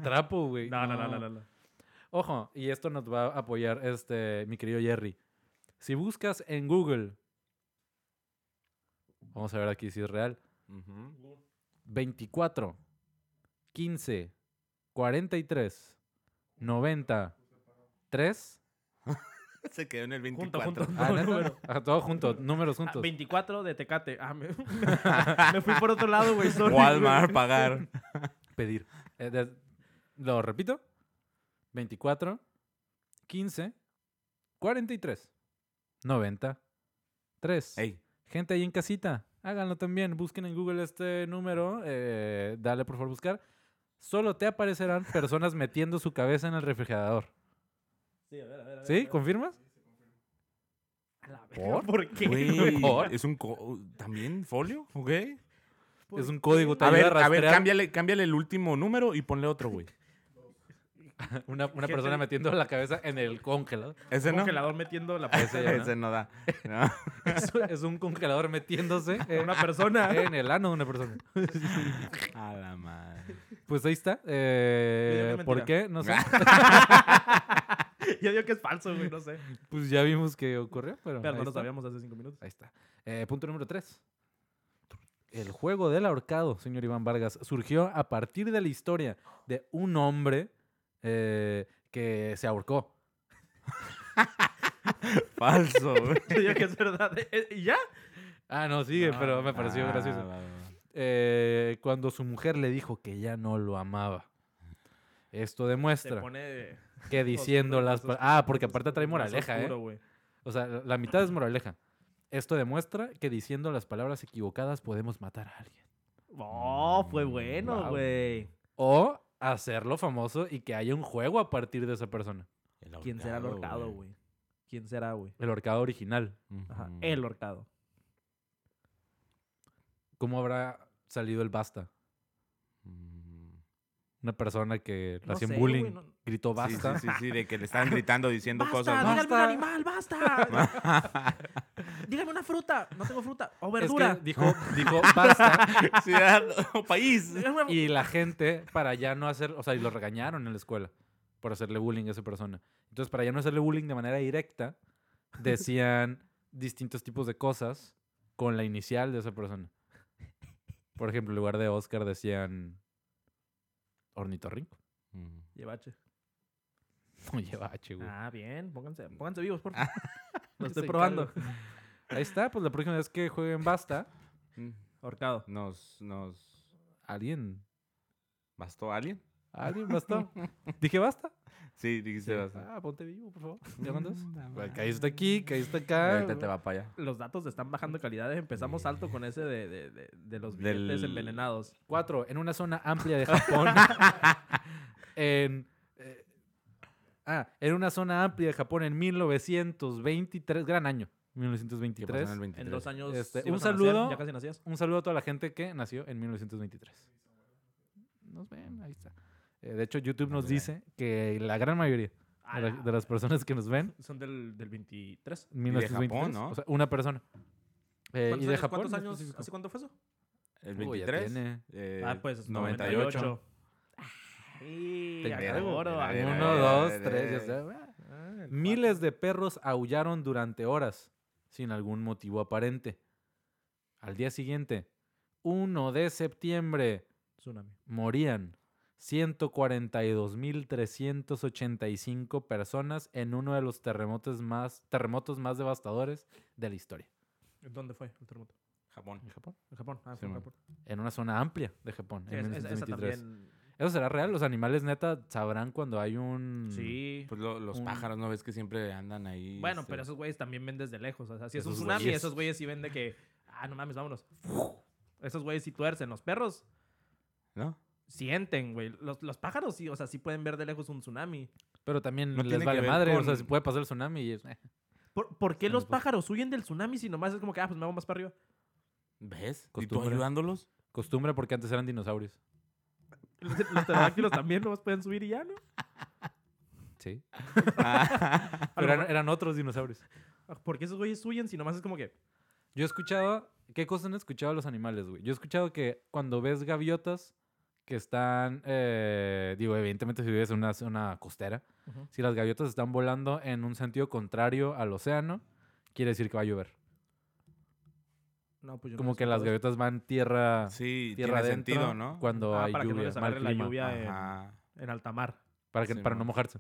Speaker 1: Trapo, güey.
Speaker 3: No, no, no, no, no, no.
Speaker 1: Ojo, y esto nos va a apoyar este, mi querido Jerry. Si buscas en Google, vamos a ver aquí si es real,
Speaker 2: (laughs) Ujú.
Speaker 1: 24, 15, 43, 90, 3.
Speaker 2: Se quedó en el
Speaker 3: Junto,
Speaker 2: 24.
Speaker 1: (laughs)
Speaker 3: junto.
Speaker 2: (laughs)
Speaker 1: Ah,
Speaker 3: No,
Speaker 1: ¿neta?
Speaker 3: número.
Speaker 1: Ajá, todo junto, números
Speaker 3: Ah,
Speaker 1: juntos.
Speaker 3: 24 de Tecate. Ah,
Speaker 1: (laughs)
Speaker 3: me, me fui por otro lado, güey. sorry, güey.
Speaker 2: Walmart, pagar.
Speaker 1: Pedir. Eh, de- lo repito. 24, 15, 43, 90, 3.
Speaker 2: Ey,
Speaker 1: Gente ahí en casita, háganlo también. Busquen en Google este número. eh, dale por favor buscar. Solo te aparecerán personas metiendo su cabeza en el refrigerador.
Speaker 3: Sí, a ver, a ver. a ver, a
Speaker 1: ¿Sí?
Speaker 3: ver.
Speaker 1: ¿Confirmas?
Speaker 3: A la verga,
Speaker 1: ¿Por?
Speaker 3: ¿Por qué?
Speaker 2: güey,
Speaker 1: Mejor.
Speaker 2: ¿es un... co- ¿También folio? ¿Ok?
Speaker 3: ¿Por
Speaker 1: es un
Speaker 3: qué?
Speaker 1: código, te
Speaker 2: A
Speaker 1: ayuda
Speaker 2: ver, a ver,
Speaker 1: rastrear
Speaker 2: cámbiale, cámbiale el último número y ponle otro, güey.
Speaker 1: Una, una
Speaker 3: Gente-
Speaker 1: persona metiendo la cabeza en el congelador.
Speaker 2: Ese no.
Speaker 3: Congelador metiendo la
Speaker 1: Ese ya, ¿no?
Speaker 2: (laughs) Ese no da. No.
Speaker 1: Es, es un congelador metiéndose
Speaker 3: a
Speaker 1: en,
Speaker 3: (laughs) una
Speaker 1: (laughs)
Speaker 3: persona.
Speaker 1: en el ano de una
Speaker 3: (laughs)
Speaker 1: persona.
Speaker 2: A la madre.
Speaker 1: Pues ahí está. eh,
Speaker 3: Yo digo que es
Speaker 1: ¿Por
Speaker 3: mentira.
Speaker 1: qué?
Speaker 3: (laughs)
Speaker 1: No sé.
Speaker 3: Yo digo que es falso, güey, no sé.
Speaker 1: Pues ya vimos que ocurrió, pero.
Speaker 3: Pero
Speaker 1: ahí
Speaker 3: no lo
Speaker 1: está.
Speaker 3: sabíamos hace cinco minutos. (laughs)
Speaker 1: Ahí está. Eh, punto número 3. El juego del ahorcado, señor Iván Vargas, surgió a partir de la historia de un hombre eh, que se ahorcó.
Speaker 2: Falso, güey.
Speaker 3: Yo digo que es verdad. Eh, eh, ¿Y ya?
Speaker 1: Ah, no, sigue,
Speaker 3: No,
Speaker 1: pero me (laughs) pareció
Speaker 2: Ah,
Speaker 1: gracioso.
Speaker 2: va, va, va.
Speaker 1: Eh, cuando su mujer le dijo que ya no lo amaba. Esto
Speaker 3: Se
Speaker 1: demuestra
Speaker 3: pone...
Speaker 1: que diciendo las...
Speaker 3: oscuro,
Speaker 1: pa- Ah, porque aparte trae
Speaker 3: más
Speaker 1: moraleja, ¿eh?
Speaker 3: oscuro, güey.
Speaker 1: O sea, la la mitad es moraleja. Esto demuestra que diciendo las palabras equivocadas podemos matar a alguien.
Speaker 3: Oh, fue bueno,
Speaker 1: Wow.
Speaker 3: güey.
Speaker 1: O hacerlo famoso y que haya un juego a partir de esa persona.
Speaker 2: El
Speaker 3: ¿Quién será el horcado, güey? ¿Quién será, güey?
Speaker 1: El horcado original.
Speaker 3: Ajá,
Speaker 1: Mm.
Speaker 2: Ujú.
Speaker 3: el horcado.
Speaker 1: ¿Cómo habrá salido el basta?
Speaker 2: Mm.
Speaker 1: una persona que la
Speaker 3: No
Speaker 1: hacía
Speaker 3: sé, güey,
Speaker 1: bullying,
Speaker 3: no-
Speaker 1: gritó
Speaker 2: Sí,
Speaker 1: basta.
Speaker 2: sí, sí, sí, de que
Speaker 3: (laughs)
Speaker 2: le estaban gritando diciendo
Speaker 3: ¡Basta!
Speaker 2: cosas.
Speaker 3: ¡Dígame
Speaker 2: ¿no?
Speaker 3: un
Speaker 1: Basta.
Speaker 3: animal!
Speaker 1: (laughs)
Speaker 3: ¡Basta! Dígame una fruta. No tengo fruta. O
Speaker 1: Es
Speaker 3: verdura.
Speaker 1: que dijo, dijo basta
Speaker 2: (laughs) Ciudad o país.
Speaker 3: Dígame una-
Speaker 1: y la gente para ya no hacer, o sea, y lo regañaron en la escuela por hacerle bullying a esa persona. Entonces, para ya no hacerle bullying de manera directa, decían distintos tipos de cosas con la inicial de esa persona. Por ejemplo, en lugar de Oscar decían ornitorrinco. (laughs)
Speaker 3: Llevache.
Speaker 1: Oye, bache, güey.
Speaker 3: Ah, bien. Pónganse,
Speaker 1: Mm.
Speaker 3: pónganse vivos, por
Speaker 1: Ah.
Speaker 3: favor. Lo
Speaker 2: pues
Speaker 1: Se
Speaker 3: estoy
Speaker 1: encarga.
Speaker 3: probando.
Speaker 1: Ahí está, pues la próxima vez que jueguen basta,
Speaker 3: Ahorcado.
Speaker 2: Mm. Nos, nos
Speaker 1: alguien,
Speaker 2: bastó alguien.
Speaker 1: alguien
Speaker 2: (laughs)
Speaker 1: basta. Dije basta.
Speaker 2: Sí, dijiste bastó.
Speaker 1: Ah, ponte vivo, por favor. ¿Ya mandas?
Speaker 2: Mm,
Speaker 1: Bueno, Caíste aquí, caíste acá.
Speaker 2: Ahorita te va para allá.
Speaker 3: Los datos están bajando de calidad. Empezamos alto con ese de, de- de- de los billetes
Speaker 2: Del-
Speaker 3: envenenados.
Speaker 1: Cuatro, en una zona amplia
Speaker 2: (laughs)
Speaker 1: de Japón. en, eh, ah, en una zona amplia de Japón en 1923, gran año,
Speaker 2: ¿Qué pasó
Speaker 1: 1923.
Speaker 2: en el 23?
Speaker 3: En dos años.
Speaker 1: Este,
Speaker 3: ibas
Speaker 1: un
Speaker 3: a nacer,
Speaker 1: saludo.
Speaker 3: ya casi nacías.
Speaker 1: Un saludo a toda la gente que nació en 1923. Nos ven, ahí está. Eh, de hecho, YouTube nos
Speaker 2: Ándale. Ah,
Speaker 1: dice que la gran mayoría de, la- de las personas que nos ven,
Speaker 3: Ah, Son del, del 23.
Speaker 1: 1923,
Speaker 2: Japón, ¿no?
Speaker 1: o sea, una persona. Eh, y
Speaker 3: ¿Cuántos
Speaker 1: de
Speaker 3: años-
Speaker 1: Japón.
Speaker 3: ¿Cuántos
Speaker 1: en
Speaker 3: años?
Speaker 1: específico.
Speaker 3: ¿Hace cuánto fue eso?
Speaker 2: El
Speaker 1: Uy, ya
Speaker 2: 23.
Speaker 1: tiene.
Speaker 2: eh,
Speaker 3: ah, pues
Speaker 2: 98.
Speaker 3: 98. Ay,
Speaker 1: Te
Speaker 3: acá
Speaker 1: entero,
Speaker 3: de oro,
Speaker 2: mira,
Speaker 3: acá de
Speaker 2: mira,
Speaker 1: Uno,
Speaker 3: oro.
Speaker 2: mira.
Speaker 1: dos, tres, ya está.
Speaker 3: Ah,
Speaker 1: Miles de perros aullaron durante horas, sin algún motivo aparente. Al día siguiente, 1 de septiembre,
Speaker 3: Tsunami.
Speaker 1: morían 142.385 personas en uno de los terremotos más, terremotos más devastadores de la historia.
Speaker 3: ¿Dónde fue el terremoto?
Speaker 2: Japón.
Speaker 1: ¿En Japón?
Speaker 3: En Japón. Ah,
Speaker 2: Sí,
Speaker 3: fue en
Speaker 2: man.
Speaker 3: Japón.
Speaker 1: En una zona amplia de Japón,
Speaker 3: Sí,
Speaker 1: en
Speaker 3: es- es- esa
Speaker 1: 1923.
Speaker 3: también-
Speaker 1: ¿Eso será real? ¿Los animales neta sabrán cuando hay un...
Speaker 3: Sí.
Speaker 2: Pues lo- los
Speaker 1: Un-
Speaker 2: pájaros, ¿no ves que siempre andan ahí?
Speaker 3: Bueno,
Speaker 2: este,
Speaker 3: pero esos güeyes también ven desde lejos. O sea, si es un
Speaker 1: Esos
Speaker 3: tsunami,
Speaker 1: güeyes.
Speaker 3: esos güeyes sí ven de que, ah, no mames, vámonos. Esos güeyes sí tuercen. Los perros
Speaker 2: ¿No?
Speaker 3: sienten, güey. Los, los pájaros sí, o sea, sí pueden ver de lejos un tsunami.
Speaker 1: Pero también
Speaker 2: No tiene
Speaker 1: les
Speaker 2: que
Speaker 1: vale
Speaker 2: ver
Speaker 1: madre, o sea,
Speaker 2: con-
Speaker 1: si puede pasar el tsunami y... es, eh.
Speaker 3: ¿Por, por qué
Speaker 1: Sí,
Speaker 3: los
Speaker 1: pues.
Speaker 3: pájaros huyen del tsunami si nomás es como que, ah, pues me hago más para arriba? (laughs)
Speaker 2: ¿Ves? ¿Y tú
Speaker 1: Costumbre.
Speaker 2: ayudándolos?
Speaker 1: Costumbre porque antes eran dinosaurios.
Speaker 3: Los, los pterodáctilos también nomás pueden subir y ya, ¿no? (laughs)
Speaker 1: Sí.
Speaker 2: Ah,
Speaker 1: Pero eran, eran otros dinosaurios.
Speaker 3: Ah, ¿Por qué esos güeyes huyen si nomás es como que,
Speaker 1: Yo he escuchado... ¿Qué cosas han escuchado los animales, güey? Yo he escuchado que cuando ves gaviotas que están... eh, digo, evidentemente si vives en una zona costera,
Speaker 3: Ujú.
Speaker 1: si las gaviotas están volando en un sentido contrario al océano, quiere decir que va a llover.
Speaker 3: no, pues yo no
Speaker 1: Como
Speaker 3: he
Speaker 1: que las
Speaker 3: escuchado eso.
Speaker 1: gaviotas van tierra...
Speaker 2: sí,
Speaker 1: Tierra
Speaker 2: tiene
Speaker 1: adentro
Speaker 2: sentido, ¿no?
Speaker 1: Cuando
Speaker 3: Ah,
Speaker 1: hay
Speaker 3: para que no
Speaker 1: lluvia,
Speaker 3: les
Speaker 1: mal
Speaker 3: agarre la
Speaker 1: clima.
Speaker 3: lluvia en-
Speaker 2: Ajá.
Speaker 3: en alta mar.
Speaker 1: Para, que,
Speaker 2: Sí,
Speaker 1: para no
Speaker 2: mon.
Speaker 1: mojarse.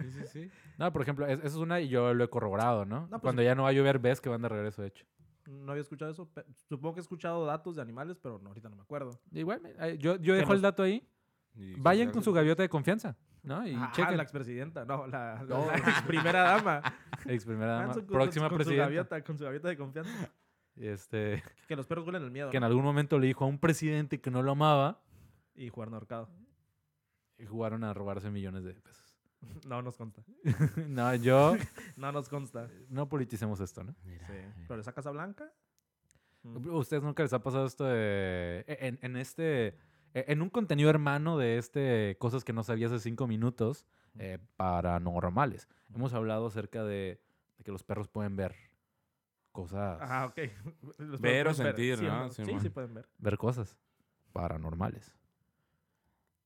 Speaker 2: Sí, sí, sí.
Speaker 1: No, por ejemplo, es- eso es una y yo lo he corroborado, ¿no?
Speaker 3: pues-
Speaker 1: Cuando ya no va a llover, ves que van de regreso, de hecho.
Speaker 3: No había escuchado eso. pe- Supongo que he escuchado datos de animales, pero no, ahorita no me acuerdo.
Speaker 1: Igual, me- eh, yo, yo
Speaker 3: Que
Speaker 1: dejo el
Speaker 3: nos-
Speaker 1: dato ahí.
Speaker 2: Y
Speaker 1: Vayan
Speaker 2: quizás-
Speaker 1: con su gaviota de confianza, ¿no? Y
Speaker 3: Ah,
Speaker 1: chequen. (laughs)
Speaker 3: la expresidenta, no, la, la- la (laughs) primera dama.
Speaker 1: Ex primera
Speaker 3: Vayan
Speaker 1: dama,
Speaker 3: su- con-
Speaker 1: próxima
Speaker 3: con Su
Speaker 1: presidenta.
Speaker 3: gaviota, con su gaviota de confianza.
Speaker 1: Y Este,
Speaker 3: Que los perros huelen el miedo.
Speaker 1: que en
Speaker 3: ¿no?
Speaker 1: algún momento le dijo a un presidente que no lo amaba
Speaker 3: Y jugar ahorcado.
Speaker 1: y jugaron a robarse millones de pesos. (laughs)
Speaker 3: No nos consta.
Speaker 1: no, yo...
Speaker 3: No nos consta.
Speaker 1: No politicemos esto, ¿no?
Speaker 2: Mira,
Speaker 3: eh. Sí.
Speaker 2: mira.
Speaker 3: Pero esa Casa Blanca. mm,
Speaker 1: ¿A ¿Ustedes nunca les ha pasado esto de... En, en este... En un contenido hermano de este... Cosas que no sabías hace cinco minutos. eh, paranormales. Hemos hablado acerca de, de que los perros pueden ver cosas...
Speaker 3: Ah, ok. (laughs) Los perros
Speaker 2: Ver o
Speaker 3: pueden
Speaker 2: sentir,
Speaker 3: Sí,
Speaker 2: ¿no?
Speaker 3: ¿no? Sí, sí,
Speaker 2: Simón.
Speaker 3: pueden ver.
Speaker 1: ver cosas paranormales.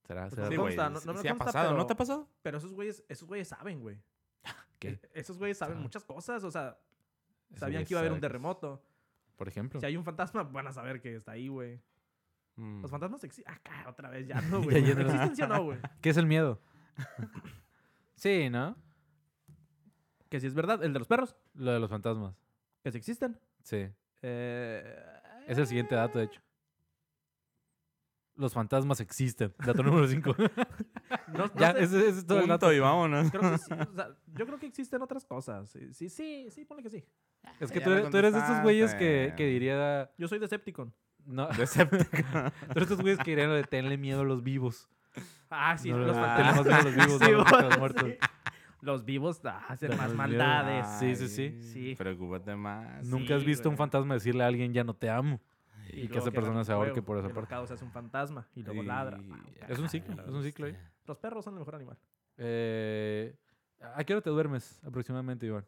Speaker 1: ¿Será? será-
Speaker 3: Sí, Pues
Speaker 2: Sí,
Speaker 3: no
Speaker 2: güey.
Speaker 3: consta, no- no me
Speaker 2: sí ha
Speaker 3: consta,
Speaker 2: pasado,
Speaker 3: pero-
Speaker 2: ¿no te ha pasado?
Speaker 3: Pero esos güeyes, esos güeyes saben, güey.
Speaker 1: (laughs) ¿Qué?
Speaker 3: E- Esos güeyes saben
Speaker 1: Saben.
Speaker 3: muchas cosas. O sea,
Speaker 1: Esos
Speaker 3: sabían
Speaker 1: güeyes
Speaker 3: que iba a haber un
Speaker 1: saben que es-
Speaker 3: terremoto.
Speaker 1: Por ejemplo.
Speaker 3: Si hay un fantasma, van a saber que está ahí, güey. Los
Speaker 2: Mm.
Speaker 3: fantasmas existen. Acá, otra vez, ya no, güey.
Speaker 1: (laughs) Ya lleno.
Speaker 3: ¿Existen sí o no, güey?
Speaker 1: ¿Qué es el miedo? (laughs) sí, ¿no?
Speaker 3: Que si es verdad, el de los perros,
Speaker 1: Lo de los fantasmas.
Speaker 3: que si existen.
Speaker 1: Sí.
Speaker 3: Eh,
Speaker 1: Es el siguiente dato, de hecho. Los fantasmas existen. Dato
Speaker 3: (laughs)
Speaker 1: número 5.
Speaker 3: No, no
Speaker 1: ya,
Speaker 3: sé,
Speaker 1: ese, ese es todo el dato.
Speaker 2: Punto
Speaker 3: (laughs)
Speaker 2: y vámonos.
Speaker 3: creo que sí, o sea, yo creo que existen otras cosas. Sí, sí, sí, sí ponle que sí.
Speaker 1: Es que
Speaker 2: Ya
Speaker 1: tú
Speaker 2: me
Speaker 1: eres, tú eres de esos güeyes que,
Speaker 2: contestaste.
Speaker 1: que diría...
Speaker 3: Yo soy Decepticon. (laughs)
Speaker 1: No, (laughs) tú
Speaker 2: Decepticon.
Speaker 1: eres de esos güeyes que dirían lo de tenle miedo a los vivos.
Speaker 3: Ah, sí,
Speaker 1: No,
Speaker 3: los
Speaker 1: los
Speaker 2: ah,
Speaker 3: fantasmas.
Speaker 1: fantasmas de los
Speaker 3: (laughs)
Speaker 1: vivos,
Speaker 3: Sí,
Speaker 1: no los de los
Speaker 3: vos,
Speaker 1: muertos.
Speaker 3: sí. Los vivos ah, hacen
Speaker 1: Los
Speaker 3: más
Speaker 1: vivos. ah,
Speaker 3: maldades.
Speaker 1: Sí, sí, sí.
Speaker 2: Ay,
Speaker 3: Sí.
Speaker 2: Preocúpate más.
Speaker 1: Nunca has
Speaker 3: Sí,
Speaker 1: visto un
Speaker 3: güey.
Speaker 1: fantasma decirle a alguien ya no te amo. Y que esa persona se ahorque por esa
Speaker 3: El
Speaker 1: parte.
Speaker 3: mercado se hace un fantasma y luego
Speaker 2: Y-
Speaker 3: ladra.
Speaker 1: Es un ciclo, es un ciclo ahí.
Speaker 3: Los perros son el mejor animal.
Speaker 1: Eh, ¿A qué hora te duermes aproximadamente, Iván?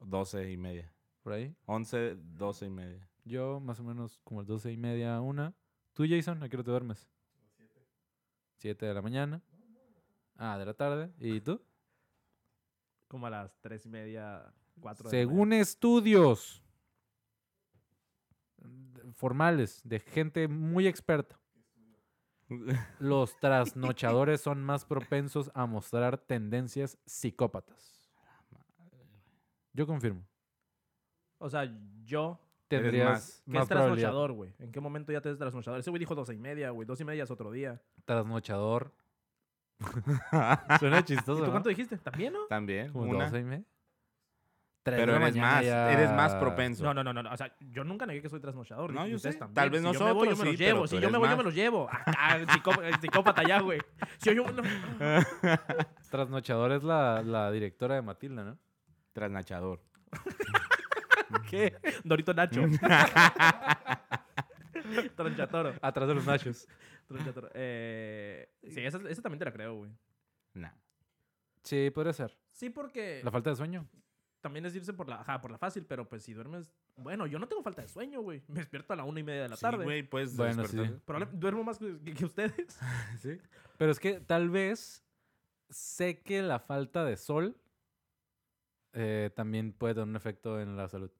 Speaker 2: 12 y media.
Speaker 1: ¿Por ahí?
Speaker 2: 11, 12 y media. (laughs)
Speaker 1: Yo más o menos como las doce y media, una. ¿Tú, Jason, a qué hora te duermes? Siete de la mañana. Ah, de la tarde. ¿Y tú?
Speaker 3: Como a las tres y media, (laughs) cuatro. de la mañana.
Speaker 1: Según estudios de- formales de gente muy experta,
Speaker 3: (laughs)
Speaker 1: los trasnochadores son más propensos a mostrar tendencias psicópatas. Yo confirmo.
Speaker 3: O sea, yo.
Speaker 2: Eres
Speaker 1: Tendrías
Speaker 2: más-
Speaker 3: ¿Qué
Speaker 1: más
Speaker 3: es
Speaker 1: probabilidad.
Speaker 3: trasnochador, güey? ¿En qué momento ya te es trasnochador? Ese güey dijo dos y media, güey. Dos y media es otro día.
Speaker 1: Trasnochador. Suena
Speaker 3: ¿Y
Speaker 1: chistoso.
Speaker 3: tú
Speaker 1: ¿no?
Speaker 3: cuánto dijiste? ¿También, no?
Speaker 2: También.
Speaker 1: Como
Speaker 2: una.
Speaker 1: doce y media. Tres de
Speaker 2: Pero
Speaker 1: la
Speaker 2: eres
Speaker 1: mañana
Speaker 2: más,
Speaker 1: ya-
Speaker 2: eres más propenso.
Speaker 3: No, no, no, no, no. O sea, yo nunca negué que soy trasnochador.
Speaker 2: No,
Speaker 3: y
Speaker 2: yo
Speaker 3: ustedes
Speaker 2: sé.
Speaker 3: también.
Speaker 2: Tal vez
Speaker 3: si yo me voy, yo
Speaker 2: nosotros
Speaker 3: me los
Speaker 2: sí, pero
Speaker 3: llevo.
Speaker 2: tú
Speaker 3: Si yo
Speaker 2: eres
Speaker 3: me voy, yo me
Speaker 2: más.
Speaker 3: los llevo. Acá, el psicó- el psicópata ya, güey. Si yo, yo- no. (laughs)
Speaker 1: Trasnochador es la, la directora de Matilda, ¿no?
Speaker 2: Trasnachador.
Speaker 1: ¿Qué?
Speaker 3: Dorito Nacho.
Speaker 2: (laughs)
Speaker 3: Tronchatoro.
Speaker 1: Atrás de los nachos.
Speaker 3: Tronchatoro. Eh, sí, esa, esa también te la creo, güey.
Speaker 2: Nah.
Speaker 1: Sí, podría ser.
Speaker 3: Sí, porque
Speaker 1: La falta de sueño.
Speaker 3: también es irse por la, ajá, por la fácil, pero pues si duermes... Bueno, yo no tengo falta de sueño, güey. Me despierto a la una y media de la
Speaker 2: Sí,
Speaker 3: tarde.
Speaker 2: güey, puedes
Speaker 1: Bueno,
Speaker 2: despertar.
Speaker 3: Probable- duermo más que, que ustedes.
Speaker 1: Sí. Pero es que tal vez sé que la falta de sol eh, también puede tener un efecto en la salud.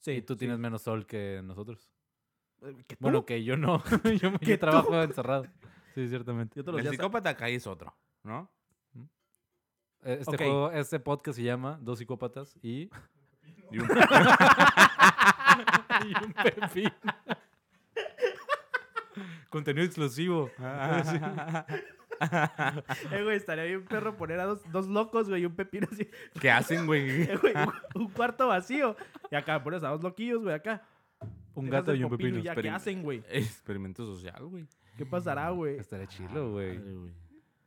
Speaker 3: Sí,
Speaker 1: y tú tienes menos sol que nosotros.
Speaker 3: ¿Qué tú?
Speaker 1: Bueno, que yo no. (laughs) yo, yo
Speaker 3: ¿Que tú?
Speaker 1: trabajo encerrado. Sí, ciertamente.
Speaker 3: yo todos los
Speaker 2: El
Speaker 3: días...
Speaker 2: psicópata acá es otro, ¿no?
Speaker 1: Eh, Este,
Speaker 3: Ok.
Speaker 1: juego- este podcast se llama Dos psicópatas y...
Speaker 2: Y un- (laughs)
Speaker 1: y un pepino. (laughs) Contenido exclusivo.
Speaker 2: Ah.
Speaker 3: Eh, güey, estaría bien perro poner a dos, dos locos, güey, y un pepino así. (laughs)
Speaker 2: ¿Qué hacen, güey?
Speaker 3: Eh, güey, un, un cuarto vacío. Y acá pones a dos loquillos, güey, acá.
Speaker 1: Un
Speaker 3: Dejas
Speaker 1: gato
Speaker 3: el
Speaker 1: y un
Speaker 3: popillo
Speaker 1: pepino.
Speaker 3: y ya, ¿Qué
Speaker 2: Experim-
Speaker 3: hacen, güey?
Speaker 2: Experimento social, güey.
Speaker 3: ¿Qué pasará,
Speaker 1: Mm,
Speaker 3: güey?
Speaker 1: Estaría chilo, güey.
Speaker 2: Ah, Madre, güey.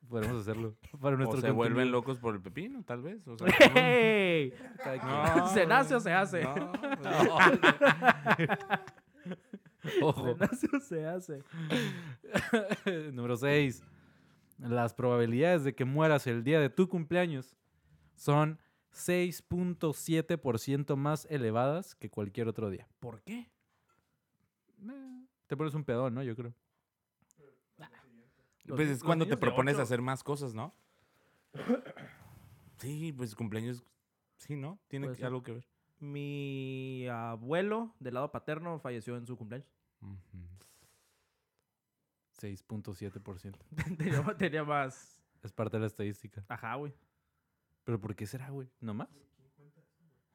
Speaker 1: Podemos hacerlo. Para
Speaker 2: O se
Speaker 1: nuestro
Speaker 2: vuelven
Speaker 1: contenido.
Speaker 2: locos por el pepino, tal vez. O (laughs) sea,
Speaker 3: ¡Ey!
Speaker 1: Cada quien.
Speaker 2: No,
Speaker 3: (laughs) ¿Se nace o se hace?
Speaker 2: no, (laughs)
Speaker 1: Ojo. (laughs)
Speaker 3: (laughs) ¿Se nace o se hace?
Speaker 1: Número 6. Las probabilidades de que mueras el día de tu cumpleaños son 6.7% más elevadas que cualquier otro día.
Speaker 3: ¿Por qué?
Speaker 1: Eh, Te pones un pedón, ¿no? Yo creo.
Speaker 2: no. Pues es
Speaker 3: Los
Speaker 2: cuando te
Speaker 3: niños de
Speaker 2: propones
Speaker 3: ocho.
Speaker 2: hacer más cosas, ¿no? Sí, pues cumpleaños. Sí, ¿no? Tiene
Speaker 3: Puede
Speaker 2: que-
Speaker 3: ser.
Speaker 2: algo que ver.
Speaker 3: Mi abuelo, del lado paterno, falleció en su cumpleaños. (laughs)
Speaker 2: Ujú.
Speaker 1: 6.7%.
Speaker 3: tenía, más- tenía más...
Speaker 1: Es parte de la estadística.
Speaker 3: Ajá, güey.
Speaker 1: ¿Pero por qué será, güey? ¿No más?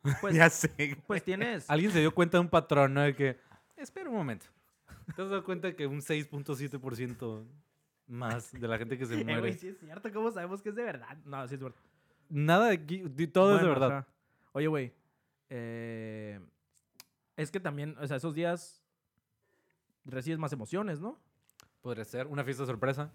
Speaker 1: (laughs)
Speaker 3: Pues,
Speaker 2: ya sé.
Speaker 3: pues tienes...
Speaker 1: Alguien se dio cuenta de un patrón, ¿no? De que, espera un momento. ¿Te has dado cuenta que un 6.7% más de la gente
Speaker 2: (laughs)
Speaker 1: que se
Speaker 3: Eh, güey,
Speaker 1: muere?
Speaker 3: sí es cierto. ¿Cómo sabemos que es de verdad? No, sí es verdad.
Speaker 1: Nada de aquí, de- todo es de
Speaker 3: Bueno,
Speaker 1: verdad.
Speaker 3: ajá. Oye, güey. eh, es que también, o sea, esos días recibes más emociones, ¿no? (laughs)
Speaker 1: Podría ser una fiesta sorpresa.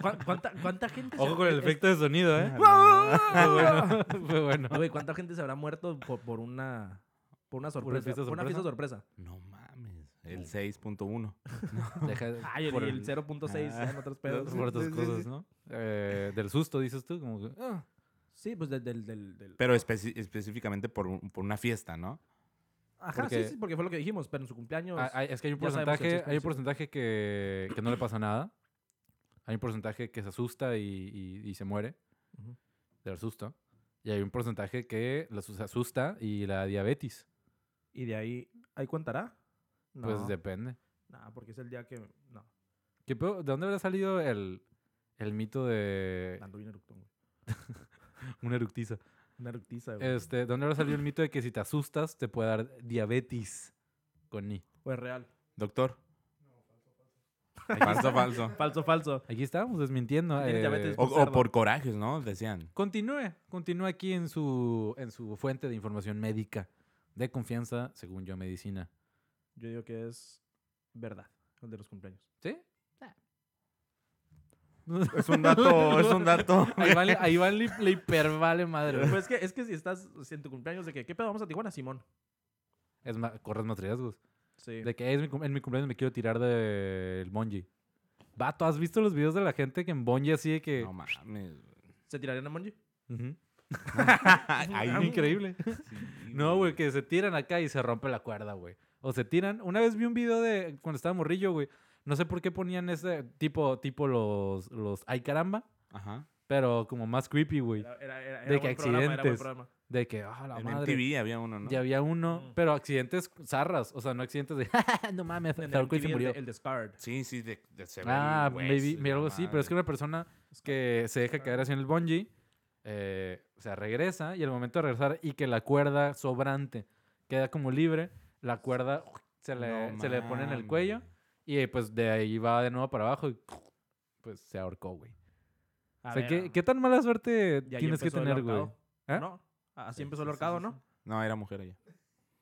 Speaker 3: ¿Cuán- ¿Cuánta, cuánta gente se-
Speaker 1: Ojo con el
Speaker 3: es-
Speaker 1: efecto de sonido, (laughs) ¿eh? Fue bueno, fue bueno. (laughs)
Speaker 3: No, güey, ¿cuánta gente se habrá muerto por, por una por una sorpresa?
Speaker 1: fiesta
Speaker 3: Por una fiesta sorpresa.
Speaker 2: No mames. El 6.1.
Speaker 1: Deja
Speaker 3: Ay, el,
Speaker 1: por
Speaker 3: el 0.6
Speaker 2: Ah.
Speaker 3: en otros pedos.
Speaker 1: por otras
Speaker 2: Sí, sí,
Speaker 1: cosas,
Speaker 2: sí.
Speaker 1: ¿no? Eh, del susto, dices tú, como que, ah,
Speaker 3: Sí, pues del... del, del, del-
Speaker 2: Pero especi- específicamente por, un- por una fiesta, ¿no?
Speaker 3: Ajá,
Speaker 1: porque-
Speaker 3: sí, sí, porque fue lo que dijimos, pero en su cumpleaños...
Speaker 1: ah, hay- es que hay un
Speaker 3: ya sabemos que sí
Speaker 1: porcentaje,
Speaker 3: es
Speaker 1: hay un
Speaker 3: posible.
Speaker 1: porcentaje que, que no le pasa nada. Hay un porcentaje que se asusta y, y- y se muere
Speaker 3: Ujú.
Speaker 1: del susto. Y hay un porcentaje que la sus- asusta y la diabetes.
Speaker 3: Y de ahí... ¿Ahí cuentará? No,
Speaker 1: Pues depende.
Speaker 3: no, porque es el día que... No,
Speaker 1: ¿Qué pedo? ¿De dónde habrá salido el, el mito (laughs) de
Speaker 3: ando bien eructón, güey.
Speaker 1: una eructiza?
Speaker 3: Una eructiza, güey.
Speaker 1: Este, ¿de ¿dónde habrá salido el mito de que si te asustas te puede dar diabetes con I?
Speaker 3: O es real.
Speaker 2: Doctor. Falso, falso.
Speaker 3: Falso, falso.
Speaker 1: Aquí estábamos desmintiendo.
Speaker 3: Tienes
Speaker 1: eh,
Speaker 3: diabetes.
Speaker 2: O,
Speaker 3: Un cerdo.
Speaker 2: o por corajes, ¿no? Decían.
Speaker 1: Continúe, continúe aquí en su, en su fuente de información médica de confianza, según yo, medicina.
Speaker 3: Yo digo que es verdad, el de los cumpleaños.
Speaker 1: ¿Sí? (laughs)
Speaker 2: Es un dato, es un dato.
Speaker 1: A Iván, le- a Iván le, le hipervale madre. güey.
Speaker 3: Pues es que, es que si estás si en tu cumpleaños de que, ¿qué pedo vamos a Tijuana, Simón?
Speaker 1: es ma- corres más riesgos.
Speaker 3: Sí.
Speaker 1: De que "Es mi cum- en mi cumpleaños me quiero tirar del bungee. Vato, ¿has visto los videos de la gente que en bungee así de que...
Speaker 2: No mames. güey.
Speaker 3: ¿Se tirarían a Monji?
Speaker 1: Ujú.
Speaker 2: (laughs) Ahí-
Speaker 1: Increíble.
Speaker 2: Sí,
Speaker 1: No, güey, que se tiran acá y se rompe la cuerda, güey. O se tiran. Una vez vi un video de cuando estaba morrillo, güey. No sé por qué ponían ese tipo, tipo los, los, ay caramba,
Speaker 2: Ajá.
Speaker 1: pero como más creepy, güey.
Speaker 3: Era, era, era,
Speaker 1: De
Speaker 3: de
Speaker 1: que
Speaker 3: que programa, era buen
Speaker 1: accidentes.
Speaker 3: programa.
Speaker 1: De que, ah, la
Speaker 2: En
Speaker 1: madre.
Speaker 2: MTV había uno, ¿no?
Speaker 1: Ya había uno,
Speaker 3: Mm.
Speaker 1: pero accidentes zarras. O sea, no accidentes de, (laughs) no mames,
Speaker 3: En
Speaker 1: Saúl Coy
Speaker 3: MTV,
Speaker 1: se murió.
Speaker 3: El, de- el de Scarred.
Speaker 2: Sí, sí, de, de se ve el
Speaker 1: Ah,
Speaker 2: hueso
Speaker 1: maybe,
Speaker 2: y
Speaker 1: maybe
Speaker 2: la
Speaker 1: algo así, pero es que
Speaker 2: madre.
Speaker 1: una persona que se deja caer así en el bungee, eh, o sea, regresa y al momento de regresar y que la cuerda sobrante queda como libre, la cuerda se le,
Speaker 2: No
Speaker 1: se le pone en el
Speaker 2: mames.
Speaker 1: cuello y eh, pues de ahí va de nuevo para abajo y pues se ahorcó, güey.
Speaker 3: A
Speaker 1: O sea,
Speaker 3: ver,
Speaker 1: ¿qué,
Speaker 3: ah,
Speaker 1: qué tan mala suerte
Speaker 3: y ahí
Speaker 1: tienes que
Speaker 3: empezó el
Speaker 1: tener, güey?
Speaker 3: ahorcado.
Speaker 1: ¿Eh?
Speaker 3: ¿No? Así
Speaker 2: Sí,
Speaker 3: empezó el
Speaker 2: sí, sí,
Speaker 3: horcado,
Speaker 2: sí,
Speaker 3: ¿no?
Speaker 2: sí. No, era mujer
Speaker 1: (laughs)
Speaker 2: ella.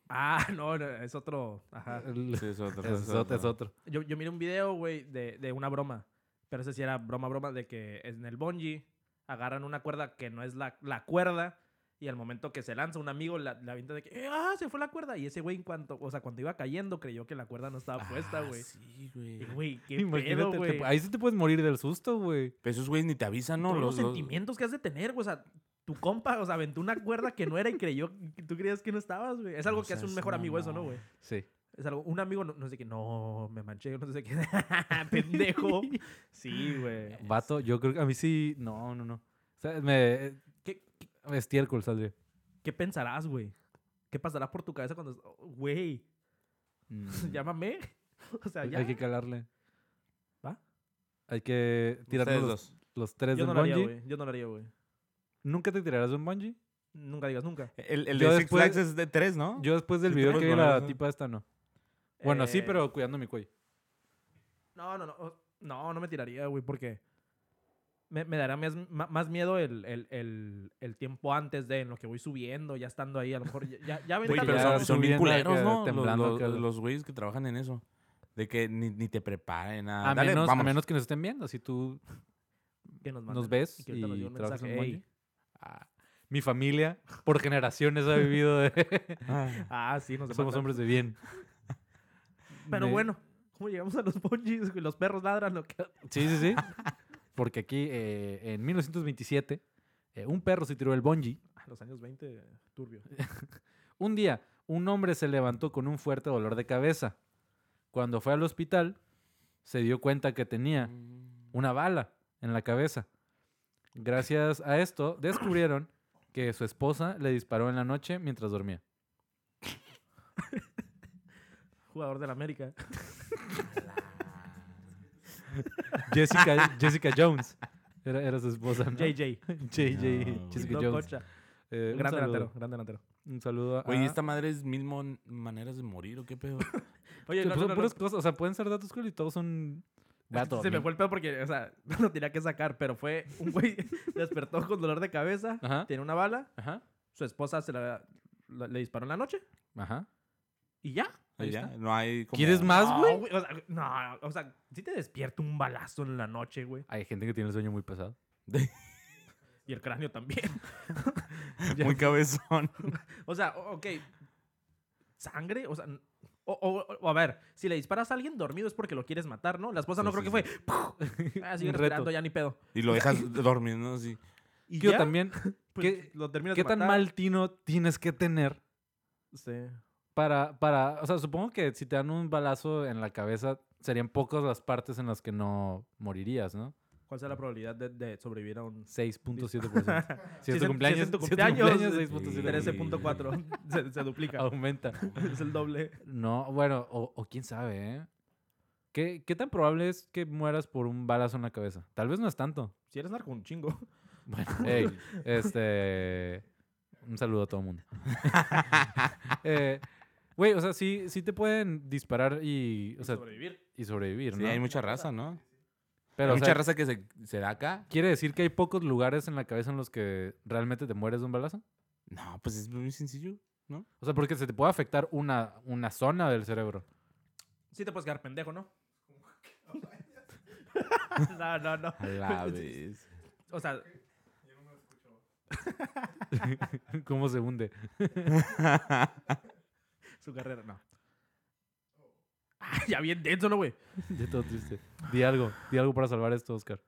Speaker 3: Ah, (laughs) no, no, es otro. Ajá.
Speaker 1: El-
Speaker 2: Sí, es otro.
Speaker 1: Es, ot- es otro.
Speaker 3: Yo, yo miré un video, güey, de, de una broma. Pero ese sí era broma, broma, de que en el bungee agarran una cuerda que no es la, la cuerda. Y al momento que se lanza, un amigo la, la avienta de que, "Eh, ¡ah! Se fue la cuerda. Y ese güey, en cuanto, o sea, cuando iba cayendo, creyó que la cuerda no estaba puesta, güey.
Speaker 2: Ah, Sí, güey.
Speaker 3: Y, Güey, qué pedo,
Speaker 1: Imagínate, te-
Speaker 3: güey.
Speaker 1: ahí sí te puedes morir del susto, güey.
Speaker 2: Pero esos güeyes ni te avisan, ¿no?
Speaker 3: Todos los,
Speaker 2: Los, los-
Speaker 3: sentimientos que has de tener, güey. O sea, tu compa, o sea, aventó una cuerda que no era y creyó, que tú creías que no estabas, güey. Es algo
Speaker 2: No
Speaker 3: que hace un
Speaker 2: seas
Speaker 3: mejor amigo eso, ¿no,
Speaker 2: mamón.
Speaker 3: güey?
Speaker 1: Sí.
Speaker 3: Es algo, un amigo no, no sé qué, no, me manché, no sé qué, (laughs) pendejo. Eh, Sí, güey.
Speaker 1: Vato, yo creo que a mí sí. No, no, no. O sea, me. eh,
Speaker 3: ¿Qué-
Speaker 1: Estiércol
Speaker 3: (laughs)
Speaker 1: saldría.
Speaker 3: ¿Qué pensarás, güey? ¿Qué pasará por tu cabeza cuando... es- oh,
Speaker 1: (laughs)
Speaker 3: Güey,
Speaker 1: Mm.
Speaker 3: llámame. (laughs) O sea, ya.
Speaker 1: Hay que calarle.
Speaker 3: ¿Va?
Speaker 1: Hay que tirarnos
Speaker 2: Ustedes
Speaker 1: los,
Speaker 2: dos.
Speaker 1: los tres de
Speaker 3: Yo
Speaker 1: un
Speaker 3: no lo haría,
Speaker 1: bungee.
Speaker 3: güey. Yo no lo haría, güey.
Speaker 1: ¿Nunca te tirarás de un bungee?
Speaker 3: Nunca digas nunca.
Speaker 2: El, el de
Speaker 1: Yo
Speaker 2: Six
Speaker 1: después-
Speaker 2: Flags es de tres, ¿no?
Speaker 1: Yo después del
Speaker 2: Sí,
Speaker 1: video
Speaker 2: te
Speaker 1: que vi
Speaker 2: puedes
Speaker 1: la
Speaker 2: volar, ¿no?
Speaker 1: tipa esta, no. Bueno, sí,
Speaker 3: Eh,
Speaker 1: pero cuidando mi cuello.
Speaker 3: No, no, no. o- No, no me tiraría, güey, porque me, me dará más, ma- más miedo el, el, el, el tiempo antes de en lo que voy subiendo, ya estando ahí, a lo mejor ya, ya, ya
Speaker 2: Güey,
Speaker 1: Ahorita
Speaker 2: pero
Speaker 3: aventando-
Speaker 1: ya
Speaker 2: son, son
Speaker 1: subiendo
Speaker 2: bien culeros,
Speaker 1: acá,
Speaker 2: ¿no? Los-
Speaker 1: temblando
Speaker 2: Los
Speaker 1: acá.
Speaker 2: los güeyes que trabajan en eso. De que ni, ni te preparen nada.
Speaker 1: A,
Speaker 2: Dale,
Speaker 1: menos, a
Speaker 2: vámonos.
Speaker 1: menos que nos estén viendo. Si tú
Speaker 3: que nos,
Speaker 1: nos
Speaker 3: manden,
Speaker 1: ves
Speaker 3: que ahorita nos
Speaker 1: y
Speaker 3: llegue un
Speaker 1: trabajas en
Speaker 3: mensaje, "Ey".
Speaker 1: bungee. Ah, mi familia, por generaciones, ha vivido
Speaker 3: (laughs)
Speaker 1: de. (laughs)
Speaker 2: Ah,
Speaker 3: Ah, sí, nos
Speaker 1: Somos
Speaker 3: mandan.
Speaker 1: hombres de bien.
Speaker 3: Pero
Speaker 1: Me-
Speaker 3: bueno, ¿cómo llegamos a los bungees? güey? Los perros ladran lo que...
Speaker 1: Sí, sí, sí. Porque aquí, eh, en 1927, eh, un perro se tiró del bungee.
Speaker 3: Ah, Los años 20, turbio.
Speaker 1: Un día, un hombre se levantó con un fuerte dolor de cabeza. Cuando fue al hospital, se dio cuenta que tenía una bala en la cabeza. Gracias a esto, descubrieron que su esposa le disparó en la noche mientras dormía.
Speaker 3: Jugador del
Speaker 1: (laughs)
Speaker 3: América. (laughs)
Speaker 1: Jessica, Jessica Jones era, era su esposa. ¿no?
Speaker 3: JJ.
Speaker 1: JJ,
Speaker 2: No,
Speaker 1: Jessica
Speaker 3: No
Speaker 1: Jones.
Speaker 3: Cocha.
Speaker 1: Eh, un
Speaker 3: Gran delantero,
Speaker 1: saludo-
Speaker 3: gran delantero.
Speaker 1: Un saludo a...
Speaker 2: Güey, ¿y esta madre es mil mon- maneras de morir o qué pedo?
Speaker 3: Oye,
Speaker 1: Sí, pues
Speaker 3: no, no,
Speaker 1: son
Speaker 3: no, no.
Speaker 1: puras cosas. O sea, pueden ser datos cool y todos son.
Speaker 3: Es
Speaker 1: (laughs)
Speaker 3: que
Speaker 1: Vato,
Speaker 3: se me
Speaker 1: mi-
Speaker 3: fue el pedo porque, o sea, (laughs) no lo tenía que sacar, pero fue un güey (laughs) despertó con dolor de cabeza,
Speaker 1: Ajá.
Speaker 3: tiene una bala,
Speaker 1: Ajá.
Speaker 3: su esposa se la, la- le disparó en la noche
Speaker 1: Ajá.
Speaker 3: y ya. ahí
Speaker 2: Ya,
Speaker 3: está.
Speaker 2: No hay como...
Speaker 1: ¿Quieres más,
Speaker 3: No,
Speaker 1: ¿Ah, güey?
Speaker 3: O sea, no, o sea, si te despierta un balazo en la noche, güey.
Speaker 1: Hay gente que tiene el sueño muy pesado.
Speaker 3: Y el cráneo también.
Speaker 2: Muy cabezón.
Speaker 3: O sea, o- ok. Sangre, o sea. n- O, o- o- a ver, si le disparas a alguien dormido es porque lo quieres matar, ¿no? La esposa
Speaker 2: Sí,
Speaker 3: no creo
Speaker 2: sí,
Speaker 3: que
Speaker 1: (laughs)
Speaker 3: fue. Ah, sigue
Speaker 1: Un reto.
Speaker 3: respirando, ya ni pedo.
Speaker 2: (laughs) Y lo dejas durmiendo así.
Speaker 3: Y
Speaker 1: Yo
Speaker 3: ya,
Speaker 1: también.
Speaker 3: pues,
Speaker 1: ¿qué-
Speaker 3: lo terminas de
Speaker 1: ¿Qué tan
Speaker 3: matar.
Speaker 1: mal tino tienes que tener
Speaker 3: Sí.
Speaker 1: para, para. O sea, supongo que si te dan un balazo en la cabeza, serían pocas las partes en las que no morirías, ¿no?
Speaker 3: ¿Cuál será la probabilidad de, de sobrevivir
Speaker 1: (laughs)
Speaker 3: a un (laughs)
Speaker 1: 6.7%. Si es
Speaker 3: en-
Speaker 1: tu cumpleaños,
Speaker 3: Si es en tu
Speaker 1: si es Oh.
Speaker 3: cumpleaños,
Speaker 2: sí.
Speaker 1: 6.7%.
Speaker 3: 13.4. (laughs) Se, se
Speaker 1: (laughs)
Speaker 3: duplica.
Speaker 1: Aumenta.
Speaker 3: es el doble.
Speaker 1: No, bueno, o, o quién sabe, ¿eh? ¿Qué, ¿Qué tan probable es que mueras por un balazo en la cabeza? Tal vez no es tanto.
Speaker 3: Si eres narco, un chingo.
Speaker 2: (laughs)
Speaker 1: Bueno, ey, este. Un saludo a todo el mundo. Eh, Güey, o sea, sí, sí te pueden disparar y, o sea,
Speaker 3: sobrevivir.
Speaker 1: y sobrevivir,
Speaker 2: Sí,
Speaker 1: ¿no?
Speaker 2: hay mucha raza, ¿no?
Speaker 1: Pero, o
Speaker 2: hay mucha
Speaker 1: sea,
Speaker 2: raza que se, se da acá.
Speaker 1: ¿quiere decir que hay pocos lugares en la cabeza en los que realmente te mueres de un balazo?
Speaker 2: No, pues es muy sencillo.
Speaker 1: O sea, porque se te puede afectar una, una zona del cerebro.
Speaker 3: Sí te puedes quedar
Speaker 1: (laughs)
Speaker 3: pendejo, ¿no? (laughs) no, no, no.
Speaker 2: A la vez.
Speaker 3: O sea,
Speaker 1: ¿Cómo se hunde?
Speaker 3: Su carrera, no. Ah, ya bien denso, ¿no, güey?
Speaker 1: Ya todo triste. Di algo, di algo para salvar esto, Oscar.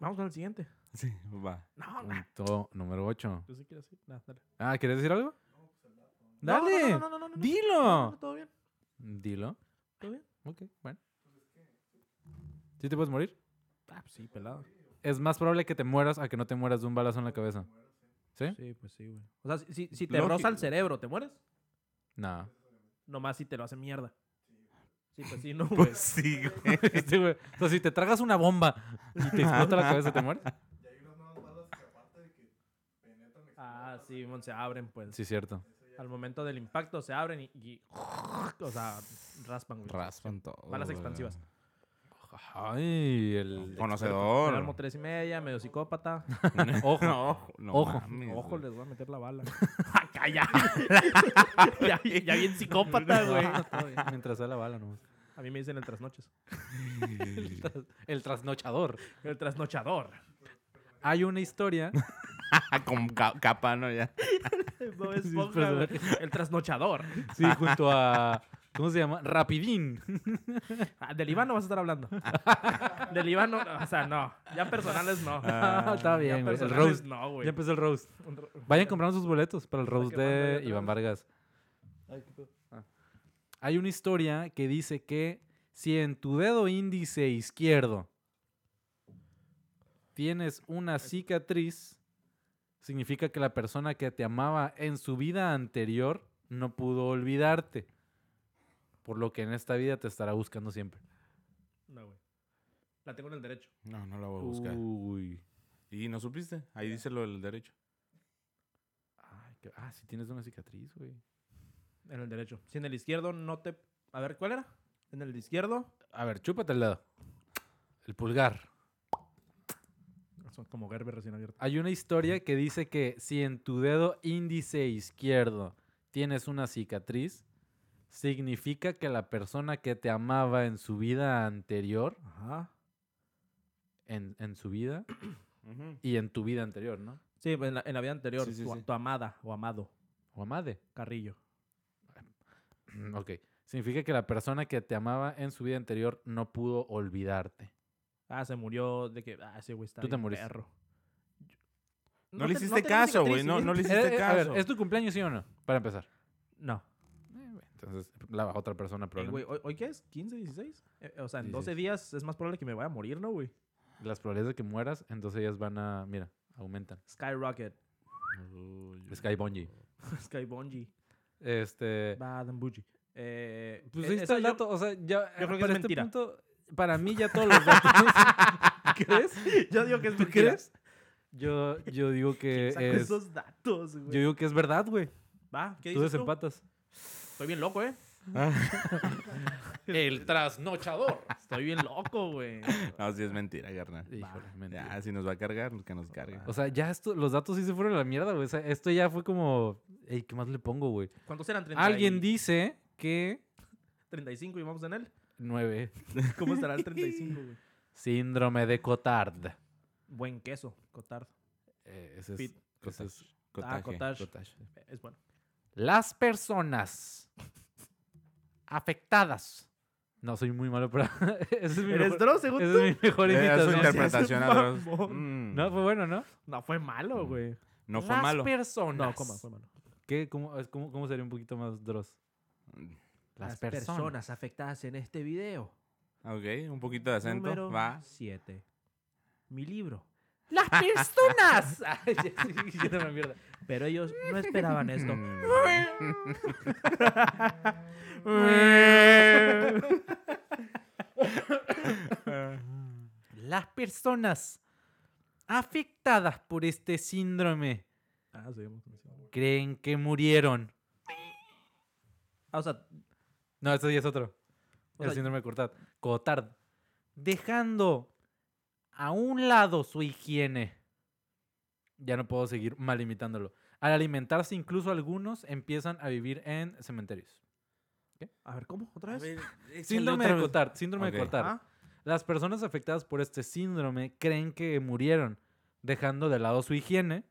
Speaker 3: Vamos con el siguiente.
Speaker 2: (laughs) Sí, va.
Speaker 3: No, no.
Speaker 1: Punto número 8.
Speaker 3: ¿Tú sí quieres decir? Nah, dale.
Speaker 1: Ah, ¿quieres decir algo?
Speaker 3: No, no, no,
Speaker 1: Dale,
Speaker 3: no, no, no, no, no, no. No, no,
Speaker 1: dilo.
Speaker 3: todo bien,
Speaker 1: Dilo.
Speaker 3: todo bien.
Speaker 1: Ok, bueno. ¿Sí te puedes morir?
Speaker 3: Ah, pues sí, pelado.
Speaker 1: Es más probable que te mueras a que no te mueras de un balazo en la cabeza. ¿Sí?
Speaker 3: Sí, pues sí, güey. O sea, si- si, si te
Speaker 2: Lógico.
Speaker 3: roza el cerebro, ¿te mueres?
Speaker 1: Nah.
Speaker 3: Nomás si te lo hace mierda. Sí, pues sí, no, güey.
Speaker 2: Pues sí, güey.
Speaker 1: (laughs) Este güey. O sea, si te tragas una bomba y te explota la cabeza, ¿te mueres?
Speaker 3: Ah, sí, mon, se abren, pues.
Speaker 1: Sí, cierto.
Speaker 3: Al momento del impacto se abren y... y- o sea, raspan, güey.
Speaker 2: Raspan todo.
Speaker 3: Balas
Speaker 2: güey.
Speaker 3: expansivas.
Speaker 1: Ay, el...
Speaker 3: Me (laughs)
Speaker 2: Conocedor.
Speaker 3: tres y media, medio psicópata.
Speaker 1: Ojo.
Speaker 2: Ojo. (laughs) No
Speaker 1: Ojo.
Speaker 2: mames,
Speaker 3: Ojo,
Speaker 2: güey.
Speaker 3: les voy a meter la (laughs) bala. Acá ya. (laughs) ya, bien- ya bien psicópata, güey.
Speaker 1: Ah, todo bien. Mientras da la bala nomás.
Speaker 3: A mí me dicen el trasnoches. (laughs)
Speaker 1: El trasnochador.
Speaker 3: El trasnochador.
Speaker 1: Hay una historia.
Speaker 2: Ah, Con ca- capa, ¿no? Ya.
Speaker 3: Bob
Speaker 1: Sí, es
Speaker 3: Esponja, pues, güey.
Speaker 1: personaje.
Speaker 3: El trasnochador.
Speaker 1: Sí, junto a. ¿Cómo se llama? Rapidín.
Speaker 3: Ah, del Iván no vas a estar (laughs) hablando. Del Iván no, o sea, no. Ya personales
Speaker 1: (laughs)
Speaker 3: no.
Speaker 1: Está
Speaker 3: Ya
Speaker 1: bien, güey. El
Speaker 3: personales
Speaker 1: roast.
Speaker 3: no, güey.
Speaker 1: Ya empezó el roast.
Speaker 3: Un ro-
Speaker 1: Vayan comprando sus boletos para el roast
Speaker 3: quemando ahí
Speaker 1: de
Speaker 3: atrás.
Speaker 1: Iván Vargas. Ah. Hay una historia que dice que si en tu dedo índice izquierdo tienes una cicatriz, significa que la persona que te amaba en su vida anterior no pudo olvidarte. Por lo que en esta vida te estará buscando siempre.
Speaker 3: No, güey. La tengo en el derecho.
Speaker 2: No, no la voy a buscar.
Speaker 1: Uy.
Speaker 2: Uh. ¿Y no supiste? Ahí dice lo del derecho.
Speaker 1: Ay, qué- Ah, si tienes una cicatriz, güey.
Speaker 3: En el derecho. Si en el izquierdo no te. A ver, ¿cuál era? En el izquierdo.
Speaker 1: A ver, chúpate el dedo. El pulgar.
Speaker 3: Son como Gerber recién abierto.
Speaker 1: Hay una historia que dice que si en tu dedo índice izquierdo tienes una cicatriz, significa que la persona que te amaba en su vida anterior,
Speaker 3: Ajá.
Speaker 1: en, en su vida y en tu vida anterior, ¿no?
Speaker 3: Sí, pues, en la, en la vida anterior.
Speaker 2: Sí, sí,
Speaker 3: tu,
Speaker 2: sí.
Speaker 3: tu amada o amado.
Speaker 1: O amade.
Speaker 3: Carrillo.
Speaker 1: Mm, Ok. Significa que la persona que te amaba en su vida anterior no pudo olvidarte.
Speaker 3: Ah, se murió de que. Ah, ese güey está.
Speaker 1: Tú te
Speaker 3: bien
Speaker 1: moriste.
Speaker 3: perro.
Speaker 2: No, le
Speaker 3: te-
Speaker 2: hiciste
Speaker 3: tenía
Speaker 2: caso, güey.
Speaker 3: cicatriz,
Speaker 2: No, no le
Speaker 3: ¿sí?
Speaker 1: Eh,
Speaker 2: hiciste
Speaker 1: eh, a ver,
Speaker 2: caso.
Speaker 1: ¿es tu cumpleaños, sí o no? Para empezar.
Speaker 3: No.
Speaker 1: Entonces, la otra persona
Speaker 3: Ey,
Speaker 1: problema.
Speaker 3: güey, ¿hoy, hoy qué es? ¿15, 16? Eh, o sea, en 12
Speaker 1: 16.
Speaker 3: días es más probable que me vaya a morir, ¿no, güey?
Speaker 1: Las probabilidades de que mueras, entonces ellas van a, mira, aumentan.
Speaker 3: Skyrocket. (laughs)
Speaker 2: Uy,
Speaker 1: Sky Bungie.
Speaker 3: Sky Bungie.
Speaker 1: Este.
Speaker 3: Baden Bungie. Eh,
Speaker 1: Pues
Speaker 3: e-
Speaker 1: ahí está
Speaker 3: esa
Speaker 1: el
Speaker 3: yo- (laughs)
Speaker 1: dato. O sea, ya.
Speaker 3: creo que es
Speaker 1: para
Speaker 3: mentira.
Speaker 1: Este punto, para mí, ya todos los datos.
Speaker 3: (laughs)
Speaker 1: ¿Crees?
Speaker 3: Yo digo que es
Speaker 1: ¿Tú
Speaker 3: mentira.
Speaker 1: crees? Yo, yo digo que
Speaker 3: Saco
Speaker 1: es.
Speaker 3: esos datos,
Speaker 1: Yo
Speaker 3: güey.
Speaker 1: digo que es verdad, güey.
Speaker 3: Va, ¿qué
Speaker 1: Tú
Speaker 3: dices tú?
Speaker 1: desempatas.
Speaker 3: Estoy bien loco, ¿eh?
Speaker 1: El trasnochador.
Speaker 3: Estoy bien loco, güey.
Speaker 2: No, sí es mentira, carnal.
Speaker 1: (laughs) Híjole, mentira.
Speaker 2: Ya, si nos va a cargar, que nos cargue.
Speaker 1: O sea, ya esto, los datos sí se fueron a la mierda, güey. O sea, esto ya fue como. Ey, ¿qué más le pongo, güey?
Speaker 3: ¿Cuántos eran? 30
Speaker 1: Alguien
Speaker 3: y...
Speaker 1: dice que.
Speaker 3: 35 y vamos en él.
Speaker 1: Nueve.
Speaker 3: ¿Cómo estará el 35, güey?
Speaker 1: Síndrome de Cotard.
Speaker 3: Buen queso, Cotard.
Speaker 1: Eh, ese es.
Speaker 3: Fit.
Speaker 1: ese es-
Speaker 3: Ah, Cottage.
Speaker 1: Cottage.
Speaker 3: Es bueno.
Speaker 1: Las personas afectadas. No, soy muy malo para. (laughs) Ese es mi
Speaker 3: ¿Eres
Speaker 1: mejor,
Speaker 3: Dross, según
Speaker 1: esa
Speaker 3: tú?
Speaker 1: es mi mejor
Speaker 2: Eh, es su
Speaker 1: imitación.
Speaker 2: interpretación a los-
Speaker 3: mamón.
Speaker 2: Mm.
Speaker 1: No, pues, fue bueno, ¿no?
Speaker 3: No, fue malo, güey.
Speaker 2: No fue
Speaker 1: Las
Speaker 2: malo.
Speaker 1: personas.
Speaker 3: No, coma, fue malo.
Speaker 1: ¿Qué? ¿Cómo, es- cómo- cómo sería un poquito más Dross? Las, personas.
Speaker 3: afectadas en este video.
Speaker 2: Ok, un poquito de acento.
Speaker 3: Número
Speaker 2: Va.
Speaker 3: 7. Mi libro.
Speaker 2: (laughs)
Speaker 1: ¡Las
Speaker 3: (laughs)
Speaker 1: personas! Ay, ya, sí, ya era una mierda.
Speaker 3: Pero ellos no esperaban esto.
Speaker 2: Mm.
Speaker 1: Las personas afectadas por este síndrome
Speaker 3: Ah, seguimos con eso.
Speaker 1: creen que murieron.
Speaker 3: Ah, o sea,
Speaker 1: No, eso ya es otro.
Speaker 3: O
Speaker 1: el
Speaker 3: sea,
Speaker 1: síndrome de Cotard. Cotard. Dejando a un lado su higiene. Ya no puedo seguir mal imitándolo. Al alimentarse, incluso algunos empiezan a vivir en cementerios.
Speaker 3: a ver, ¿cómo? ¿Otra
Speaker 2: A
Speaker 3: vez?
Speaker 2: ver, échale
Speaker 1: Síndrome
Speaker 2: otra
Speaker 1: de
Speaker 2: vez.
Speaker 1: Cotard. Síndrome de
Speaker 2: Ok.
Speaker 1: Cotard.
Speaker 3: Ah,
Speaker 1: Las personas afectadas por este síndrome creen que murieron, dejando de lado su higiene,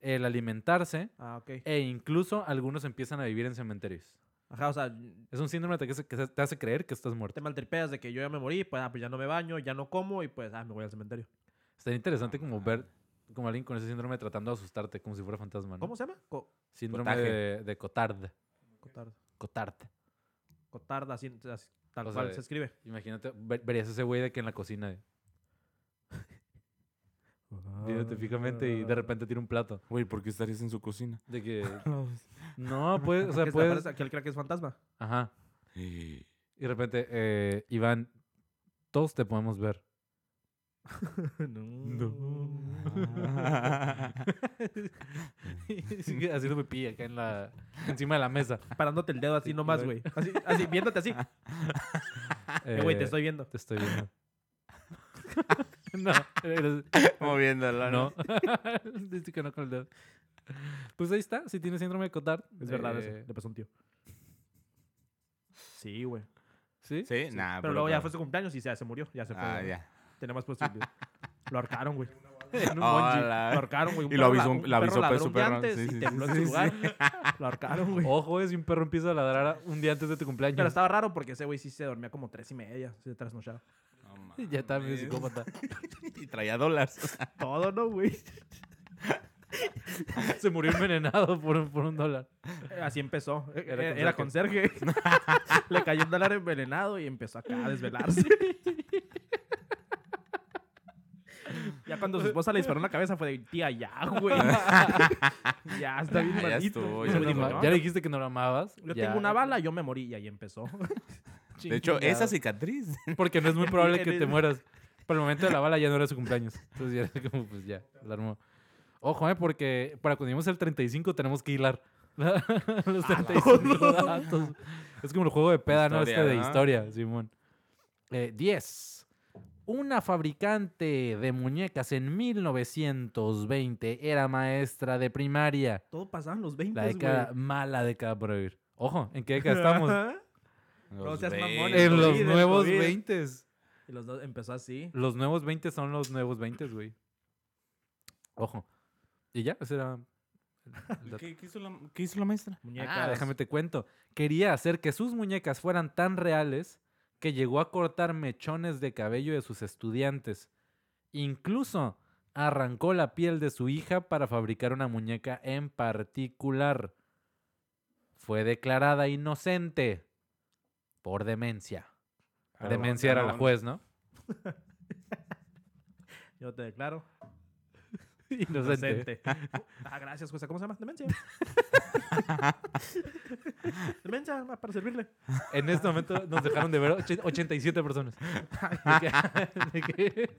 Speaker 1: el alimentarse
Speaker 3: Ah, ok.
Speaker 1: e incluso algunos empiezan a vivir en cementerios.
Speaker 3: Ajá, o sea,
Speaker 1: Es un síndrome que se- que se- te hace creer que estás muerto.
Speaker 3: te maltripeas de que yo ya me morí, pues, ah, pues ya no me baño, ya no como y pues, ah, me voy al cementerio.
Speaker 1: Está interesante
Speaker 2: Ah,
Speaker 1: como ver como alguien con ese síndrome tratando de asustarte como si fuera fantasma, ¿no?
Speaker 3: ¿Cómo se llama? Co-
Speaker 1: Síndrome
Speaker 2: Cotaje.
Speaker 1: de, de Cotard.
Speaker 3: Cotard.
Speaker 1: Cotard.
Speaker 3: Cotard, así, así, tal
Speaker 1: O sea,
Speaker 3: cual
Speaker 1: de-
Speaker 3: se escribe.
Speaker 1: Imagínate, ver- verías ese güey de que en la cocina, eh, viéndote fijamente y de
Speaker 3: (laughs)
Speaker 1: repente tira un plato.
Speaker 2: Güey, ¿por qué estarías en su cocina?
Speaker 1: De que, (laughs) no, (laughs) pues, o sea,
Speaker 3: que
Speaker 1: puedes...
Speaker 3: Que él cree que es fantasma.
Speaker 1: Ajá.
Speaker 2: Eh,
Speaker 1: Y de repente, eh, Iván, todos te podemos (laughs) ver. Haciendo pipí acá en la, (laughs) encima de la (laughs) mesa.
Speaker 3: (laughs) Parándote el dedo así
Speaker 1: Sí,
Speaker 3: nomás,
Speaker 1: igual.
Speaker 3: güey. Así, así, viéndote
Speaker 2: (laughs)
Speaker 3: así. Eh, güey,
Speaker 1: Eh,
Speaker 3: te estoy viendo.
Speaker 1: Te estoy viendo. (laughs) no, eres-
Speaker 2: Moviéndola,
Speaker 1: no. (laughs) Dice que no con el dedo. Pues ahí está, si tienes síndrome de Cotard.
Speaker 3: Es verdad eso.
Speaker 1: eh,
Speaker 3: Le pasó a un tío. Sí, güey.
Speaker 2: Ah,
Speaker 1: ¿Sí?
Speaker 2: Sí, nada.
Speaker 3: Pero luego ya fue su cumpleaños y ya se murió. Ya se fue.
Speaker 2: Ah,
Speaker 3: güey.
Speaker 2: ya.
Speaker 3: Tenía más
Speaker 2: (laughs)
Speaker 3: posibilidades. Lo ahorcaron, güey.
Speaker 1: En un bungee.
Speaker 2: Hola.
Speaker 3: Lo ahorcaron, güey.
Speaker 2: Y lo avisó-
Speaker 3: la-
Speaker 2: la avisó,
Speaker 3: perro ladró
Speaker 2: pues, su
Speaker 3: un día
Speaker 2: perro.
Speaker 3: antes
Speaker 2: Sí,
Speaker 3: y
Speaker 2: sí,
Speaker 3: tembló en
Speaker 2: sí,
Speaker 3: su
Speaker 2: sí,
Speaker 3: lugar. (laughs) Lo ahorcaron,
Speaker 2: (laughs)
Speaker 3: güey.
Speaker 1: Ojo, eh, si un perro empieza a ladrar a- un día antes de tu cumpleaños.
Speaker 3: Pero estaba raro porque ese güey sí se dormía como tres y media. Se trasnochaba.
Speaker 1: Ya está medio
Speaker 2: mames.
Speaker 1: psicópata.
Speaker 2: (laughs) Y traía dólares.
Speaker 3: Todo, ¿no, güey?
Speaker 1: Se murió envenenado por un, por un dólar.
Speaker 3: Así empezó. E- e-
Speaker 1: Era
Speaker 3: Era, (laughs) conserje. Le cayó un dólar envenenado y empezó acá a desvelarse. ya cuando su esposa le disparó en la cabeza fue de tía, ya, (laughs) güey. ya, está bien
Speaker 2: Ya, ya
Speaker 3: malito.
Speaker 2: estuvo,
Speaker 3: Y
Speaker 2: ya
Speaker 3: me dijo,
Speaker 2: nomás.
Speaker 3: "No,
Speaker 1: ya le dijiste que no lo amabas.
Speaker 3: Yo
Speaker 1: ya.
Speaker 3: tengo una bala, yo me morí. Y ahí empezó.
Speaker 2: De hecho, esa
Speaker 1: Chingado.
Speaker 2: cicatriz.
Speaker 1: Porque
Speaker 3: (laughs)
Speaker 1: no es muy probable que
Speaker 3: En
Speaker 1: te
Speaker 3: el-
Speaker 1: mueras. Para el momento de la bala ya no era su cumpleaños. Entonces ya era como, pues ya, la armó. Ojo, eh, porque para cuando lleguemos al 35 tenemos que hilar. (laughs)
Speaker 3: Ah,
Speaker 1: Los 35 datos. Es como el juego de peda, ¿no? Este
Speaker 2: Historia,
Speaker 1: de
Speaker 2: ¿no?
Speaker 1: historia, Simón. Eh, 10. Una fabricante de muñecas en 1920 era maestra de primaria.
Speaker 3: Todo pasaba en los 20,
Speaker 1: La
Speaker 3: güey.
Speaker 1: década mala década por vivir. Ojo, ¿en qué
Speaker 3: (laughs)
Speaker 1: década estamos?
Speaker 3: No seas
Speaker 2: Los
Speaker 3: mamón,
Speaker 2: ve-
Speaker 3: el
Speaker 1: en los
Speaker 3: COVID, el
Speaker 1: nuevos
Speaker 3: COVID.
Speaker 1: 20s.
Speaker 3: Y los dos empezó así.
Speaker 1: Los nuevos 20 son los nuevos 20, güey. Ojo. Y ya, ese era. el- el dato.
Speaker 2: ¿Qué, qué hizo la, qué hizo la maestra?
Speaker 3: Muñecas.
Speaker 1: Ah, déjame te cuento. Quería hacer que sus muñecas fueran tan reales que llegó a cortar mechones de cabello de sus estudiantes. Incluso arrancó la piel de su hija para fabricar una muñeca en particular. Fue declarada inocente por demencia.
Speaker 2: Ah,
Speaker 1: Demencia
Speaker 2: bueno,
Speaker 1: era la
Speaker 2: bueno.
Speaker 1: juez, ¿no?
Speaker 3: Yo te declaro.
Speaker 1: (laughs) Inocente. (laughs)
Speaker 3: Inocente. ah, gracias, jueza. ¿Cómo se llama? Demencia. Demencia, ah, para servirle.
Speaker 1: En este momento nos dejaron de ver och- 87 personas. De que- (laughs) de que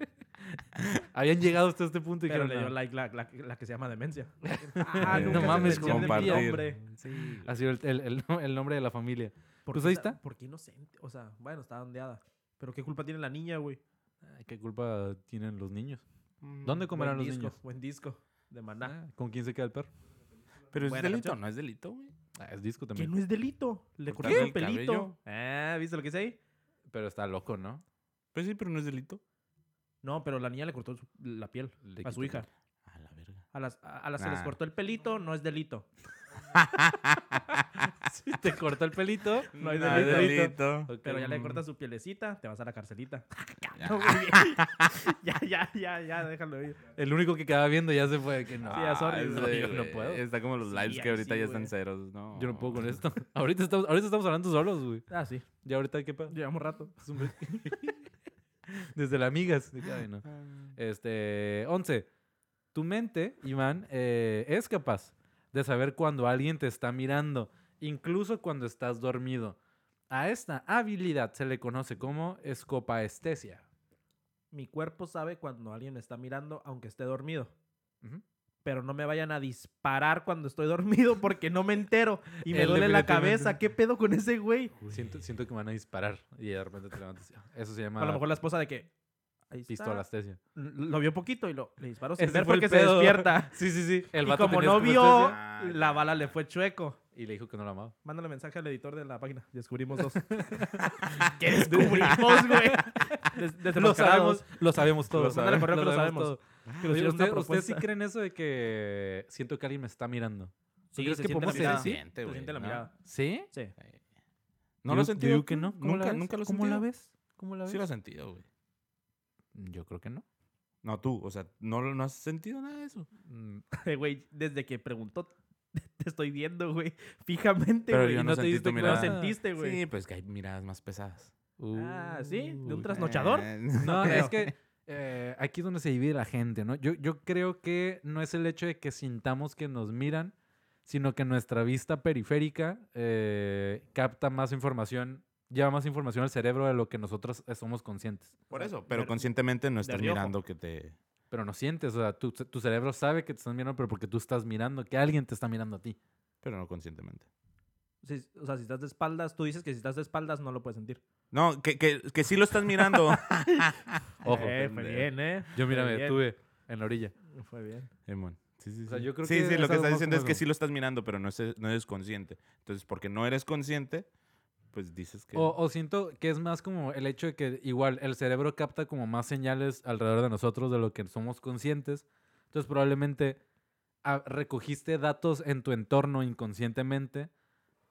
Speaker 1: habían llegado hasta este punto y
Speaker 3: Pero
Speaker 1: dijeron,
Speaker 3: le dio
Speaker 1: "No,
Speaker 3: like la, la- la que se llama
Speaker 1: (laughs)
Speaker 3: Demencia. Ah,
Speaker 2: Eh,
Speaker 1: no
Speaker 2: se
Speaker 1: mames,
Speaker 2: entendió el
Speaker 1: compartir.
Speaker 3: nombre.
Speaker 1: ha sido el, el- el (laughs) no- el nombre de la familia.
Speaker 3: ¿Por
Speaker 1: Pues
Speaker 3: qué
Speaker 1: ahí
Speaker 3: ta-
Speaker 1: está.
Speaker 3: ¿Por qué inocente? O sea, bueno, está ondeada. Pero ¿qué culpa tiene la niña, güey?
Speaker 1: Ay, ¿Qué culpa tienen los niños? Mm, ¿Dónde comerán
Speaker 3: Buen
Speaker 1: los
Speaker 3: disco,
Speaker 1: niños?
Speaker 3: Buen disco de Maná.
Speaker 1: Ah, ¿Con quién se queda el perro?
Speaker 2: Pero es
Speaker 3: Buena
Speaker 2: delito,
Speaker 3: canción.
Speaker 2: no es delito, güey.
Speaker 1: Ah, es disco
Speaker 3: Que
Speaker 1: también.
Speaker 3: no es delito. Le
Speaker 2: Cortarse
Speaker 3: cortaron el
Speaker 2: el
Speaker 3: pelito.
Speaker 2: cabello.
Speaker 3: Ah, ¿viste lo que dice ahí?
Speaker 1: Pero está loco, ¿no?
Speaker 2: Pues sí, pero no es delito.
Speaker 3: No, pero la niña le cortó su- la piel
Speaker 1: Le
Speaker 3: a su
Speaker 1: quitó-
Speaker 3: hija.
Speaker 2: A la verga.
Speaker 3: A las, a, a las que les
Speaker 1: Ah.
Speaker 2: Nah.
Speaker 3: cortó el pelito, no es delito.
Speaker 1: Si (laughs) te cortó el (laughs) pelito,
Speaker 3: No hay
Speaker 2: No hay
Speaker 3: delito.
Speaker 2: delito.
Speaker 1: ok,
Speaker 3: Pero ya le
Speaker 1: mm, Ah,
Speaker 3: cortas su pielecita, te vas a
Speaker 1: (laughs)
Speaker 3: la carcelita.
Speaker 2: Ya.
Speaker 3: No, güey. (laughs) ya, ya, ya, ya, déjalo ir.
Speaker 1: El único que quedaba viendo ya se fue. Que no,
Speaker 3: Sí, ya, sorry,
Speaker 2: Ay,
Speaker 1: no,
Speaker 2: sí,
Speaker 1: yo no
Speaker 2: güey.
Speaker 1: puedo.
Speaker 2: Está como los
Speaker 3: Sí,
Speaker 2: lives que
Speaker 3: ahí
Speaker 2: ahorita
Speaker 3: sí, güey.
Speaker 2: ya están ceros, ¿no?
Speaker 1: Yo no puedo con esto. (laughs) Ahorita estamos, ahorita estamos hablando solos, güey.
Speaker 3: Ah, sí.
Speaker 1: ¿Y ahorita qué pasa?
Speaker 3: Llevamos rato.
Speaker 1: Desde la amigas. de que, ay, no.
Speaker 2: Ah.
Speaker 1: Este, 11. Tu mente, Iván, eh, es capaz de saber cuando alguien te está mirando, incluso cuando estás dormido. A esta habilidad se le conoce como escopaestesia.
Speaker 3: Mi cuerpo sabe cuando alguien me está mirando, aunque esté dormido.
Speaker 1: Ujú.
Speaker 3: Pero no me vayan a disparar cuando estoy (laughs) dormido porque no me entero y me
Speaker 1: Él
Speaker 3: duele la
Speaker 1: definitivamente-
Speaker 3: cabeza. ¿Qué pedo con ese güey?
Speaker 1: Siento, siento que me van a disparar y de repente te levantas. Eso se llama
Speaker 3: A lo mejor la esposa de que. Ahí está.
Speaker 1: pistolastesia.
Speaker 3: Lo vio poquito y lo, le disparó sin
Speaker 1: Ese
Speaker 3: ver
Speaker 1: fue el
Speaker 3: porque se
Speaker 1: pedo.
Speaker 3: despierta.
Speaker 1: Sí, sí, sí. El
Speaker 3: y
Speaker 1: vato
Speaker 3: como
Speaker 1: tenía
Speaker 3: no vio,
Speaker 1: escopaestesia
Speaker 2: Ah,
Speaker 3: la bala le fue chueco.
Speaker 1: Y le dijo que no la amaba.
Speaker 3: Mándale mensaje al editor de la página. Descubrimos dos. (laughs) ¿Qué descubrimos, güey? Des-
Speaker 1: Lo
Speaker 3: (laughs) desenmascarados.
Speaker 1: sabemos, lo sabemos todos.
Speaker 3: Mándale correo que lo sabemos. Ah,
Speaker 1: todo.
Speaker 3: Que nos
Speaker 1: Oye,
Speaker 3: hicieron una
Speaker 1: ¿usted- ¿Ustedes sí
Speaker 3: propuesta.
Speaker 1: creen eso de que siento que alguien me está mirando?
Speaker 3: Sí,
Speaker 1: crees
Speaker 3: se
Speaker 1: que
Speaker 3: siente la
Speaker 1: podemos
Speaker 3: mirada.
Speaker 1: decir?
Speaker 2: Siente,
Speaker 3: Se
Speaker 2: güey,
Speaker 3: siente la
Speaker 2: ¿no?
Speaker 3: mirada. (laughs)
Speaker 1: ¿Sí?
Speaker 3: Sí.
Speaker 2: ¿No lo
Speaker 1: Yo-
Speaker 2: has sentido?
Speaker 1: yo digo que no. ¿Cómo la
Speaker 2: Nunca,
Speaker 1: ves?
Speaker 2: nunca lo has
Speaker 1: ¿Cómo la
Speaker 2: sentido?
Speaker 1: ves? ¿Cómo la ves?
Speaker 2: Sí lo has sentido, güey.
Speaker 1: Yo creo que no.
Speaker 2: No, tú, o sea, no, lo- no has sentido nada de eso.
Speaker 1: Mm,
Speaker 3: Eh, Güey, desde que preguntó, (laughs) te estoy viendo, güey. Fijamente,
Speaker 2: Pero
Speaker 3: güey.
Speaker 2: yo
Speaker 3: y te
Speaker 2: no sentí
Speaker 3: diste
Speaker 2: tu
Speaker 3: cuenta,
Speaker 2: mirada.
Speaker 3: sentiste, güey.
Speaker 2: Sí, pues que hay miradas más pesadas.
Speaker 1: Uh,
Speaker 3: Ah, ¿sí? ¿De un
Speaker 1: uy.
Speaker 3: trasnochador?
Speaker 2: Eh,
Speaker 1: (laughs) No,
Speaker 3: creo.
Speaker 1: es que eh, aquí es donde se divide la gente, ¿no? Yo, yo creo que no es el hecho de que sintamos que nos miran, sino que nuestra vista periférica eh, capta más información, lleva más información al cerebro de lo que nosotros eh, somos conscientes.
Speaker 2: Por
Speaker 3: sea,
Speaker 2: eso, pero
Speaker 3: de-
Speaker 2: conscientemente no
Speaker 3: de
Speaker 2: estás
Speaker 3: reojo.
Speaker 2: mirando que te...
Speaker 1: Pero no sientes, o sea, tu, ce- tu cerebro sabe que te están mirando, pero porque tú estás mirando, que alguien te está mirando a ti.
Speaker 2: Pero no conscientemente.
Speaker 3: Sí, o sea, si estás de espaldas, tú dices que si estás de espaldas no lo puedes sentir.
Speaker 2: No, que, que, que sí lo estás mirando.
Speaker 1: Ojo.
Speaker 3: Eh, fue
Speaker 2: pendejo.
Speaker 3: bien, ¿eh?
Speaker 1: Yo, mira,
Speaker 3: Muy
Speaker 1: me
Speaker 3: bien.
Speaker 1: detuve en la orilla.
Speaker 3: Fue bien.
Speaker 2: Simón. Sí, sí,
Speaker 1: O sea,
Speaker 2: sí.
Speaker 1: yo creo
Speaker 2: sí,
Speaker 1: que
Speaker 2: sí,
Speaker 1: es
Speaker 2: lo
Speaker 1: algo
Speaker 2: que estás
Speaker 1: más
Speaker 2: diciendo es
Speaker 1: como
Speaker 2: que
Speaker 1: eso.
Speaker 2: sí lo estás mirando, pero no, es- no eres consciente. Entonces, porque no eres consciente, pues dices que...
Speaker 1: O, o siento que es más como el hecho de que igual el cerebro capta como más señales alrededor de nosotros de lo que somos conscientes. Entonces probablemente ah, recogiste datos en tu entorno inconscientemente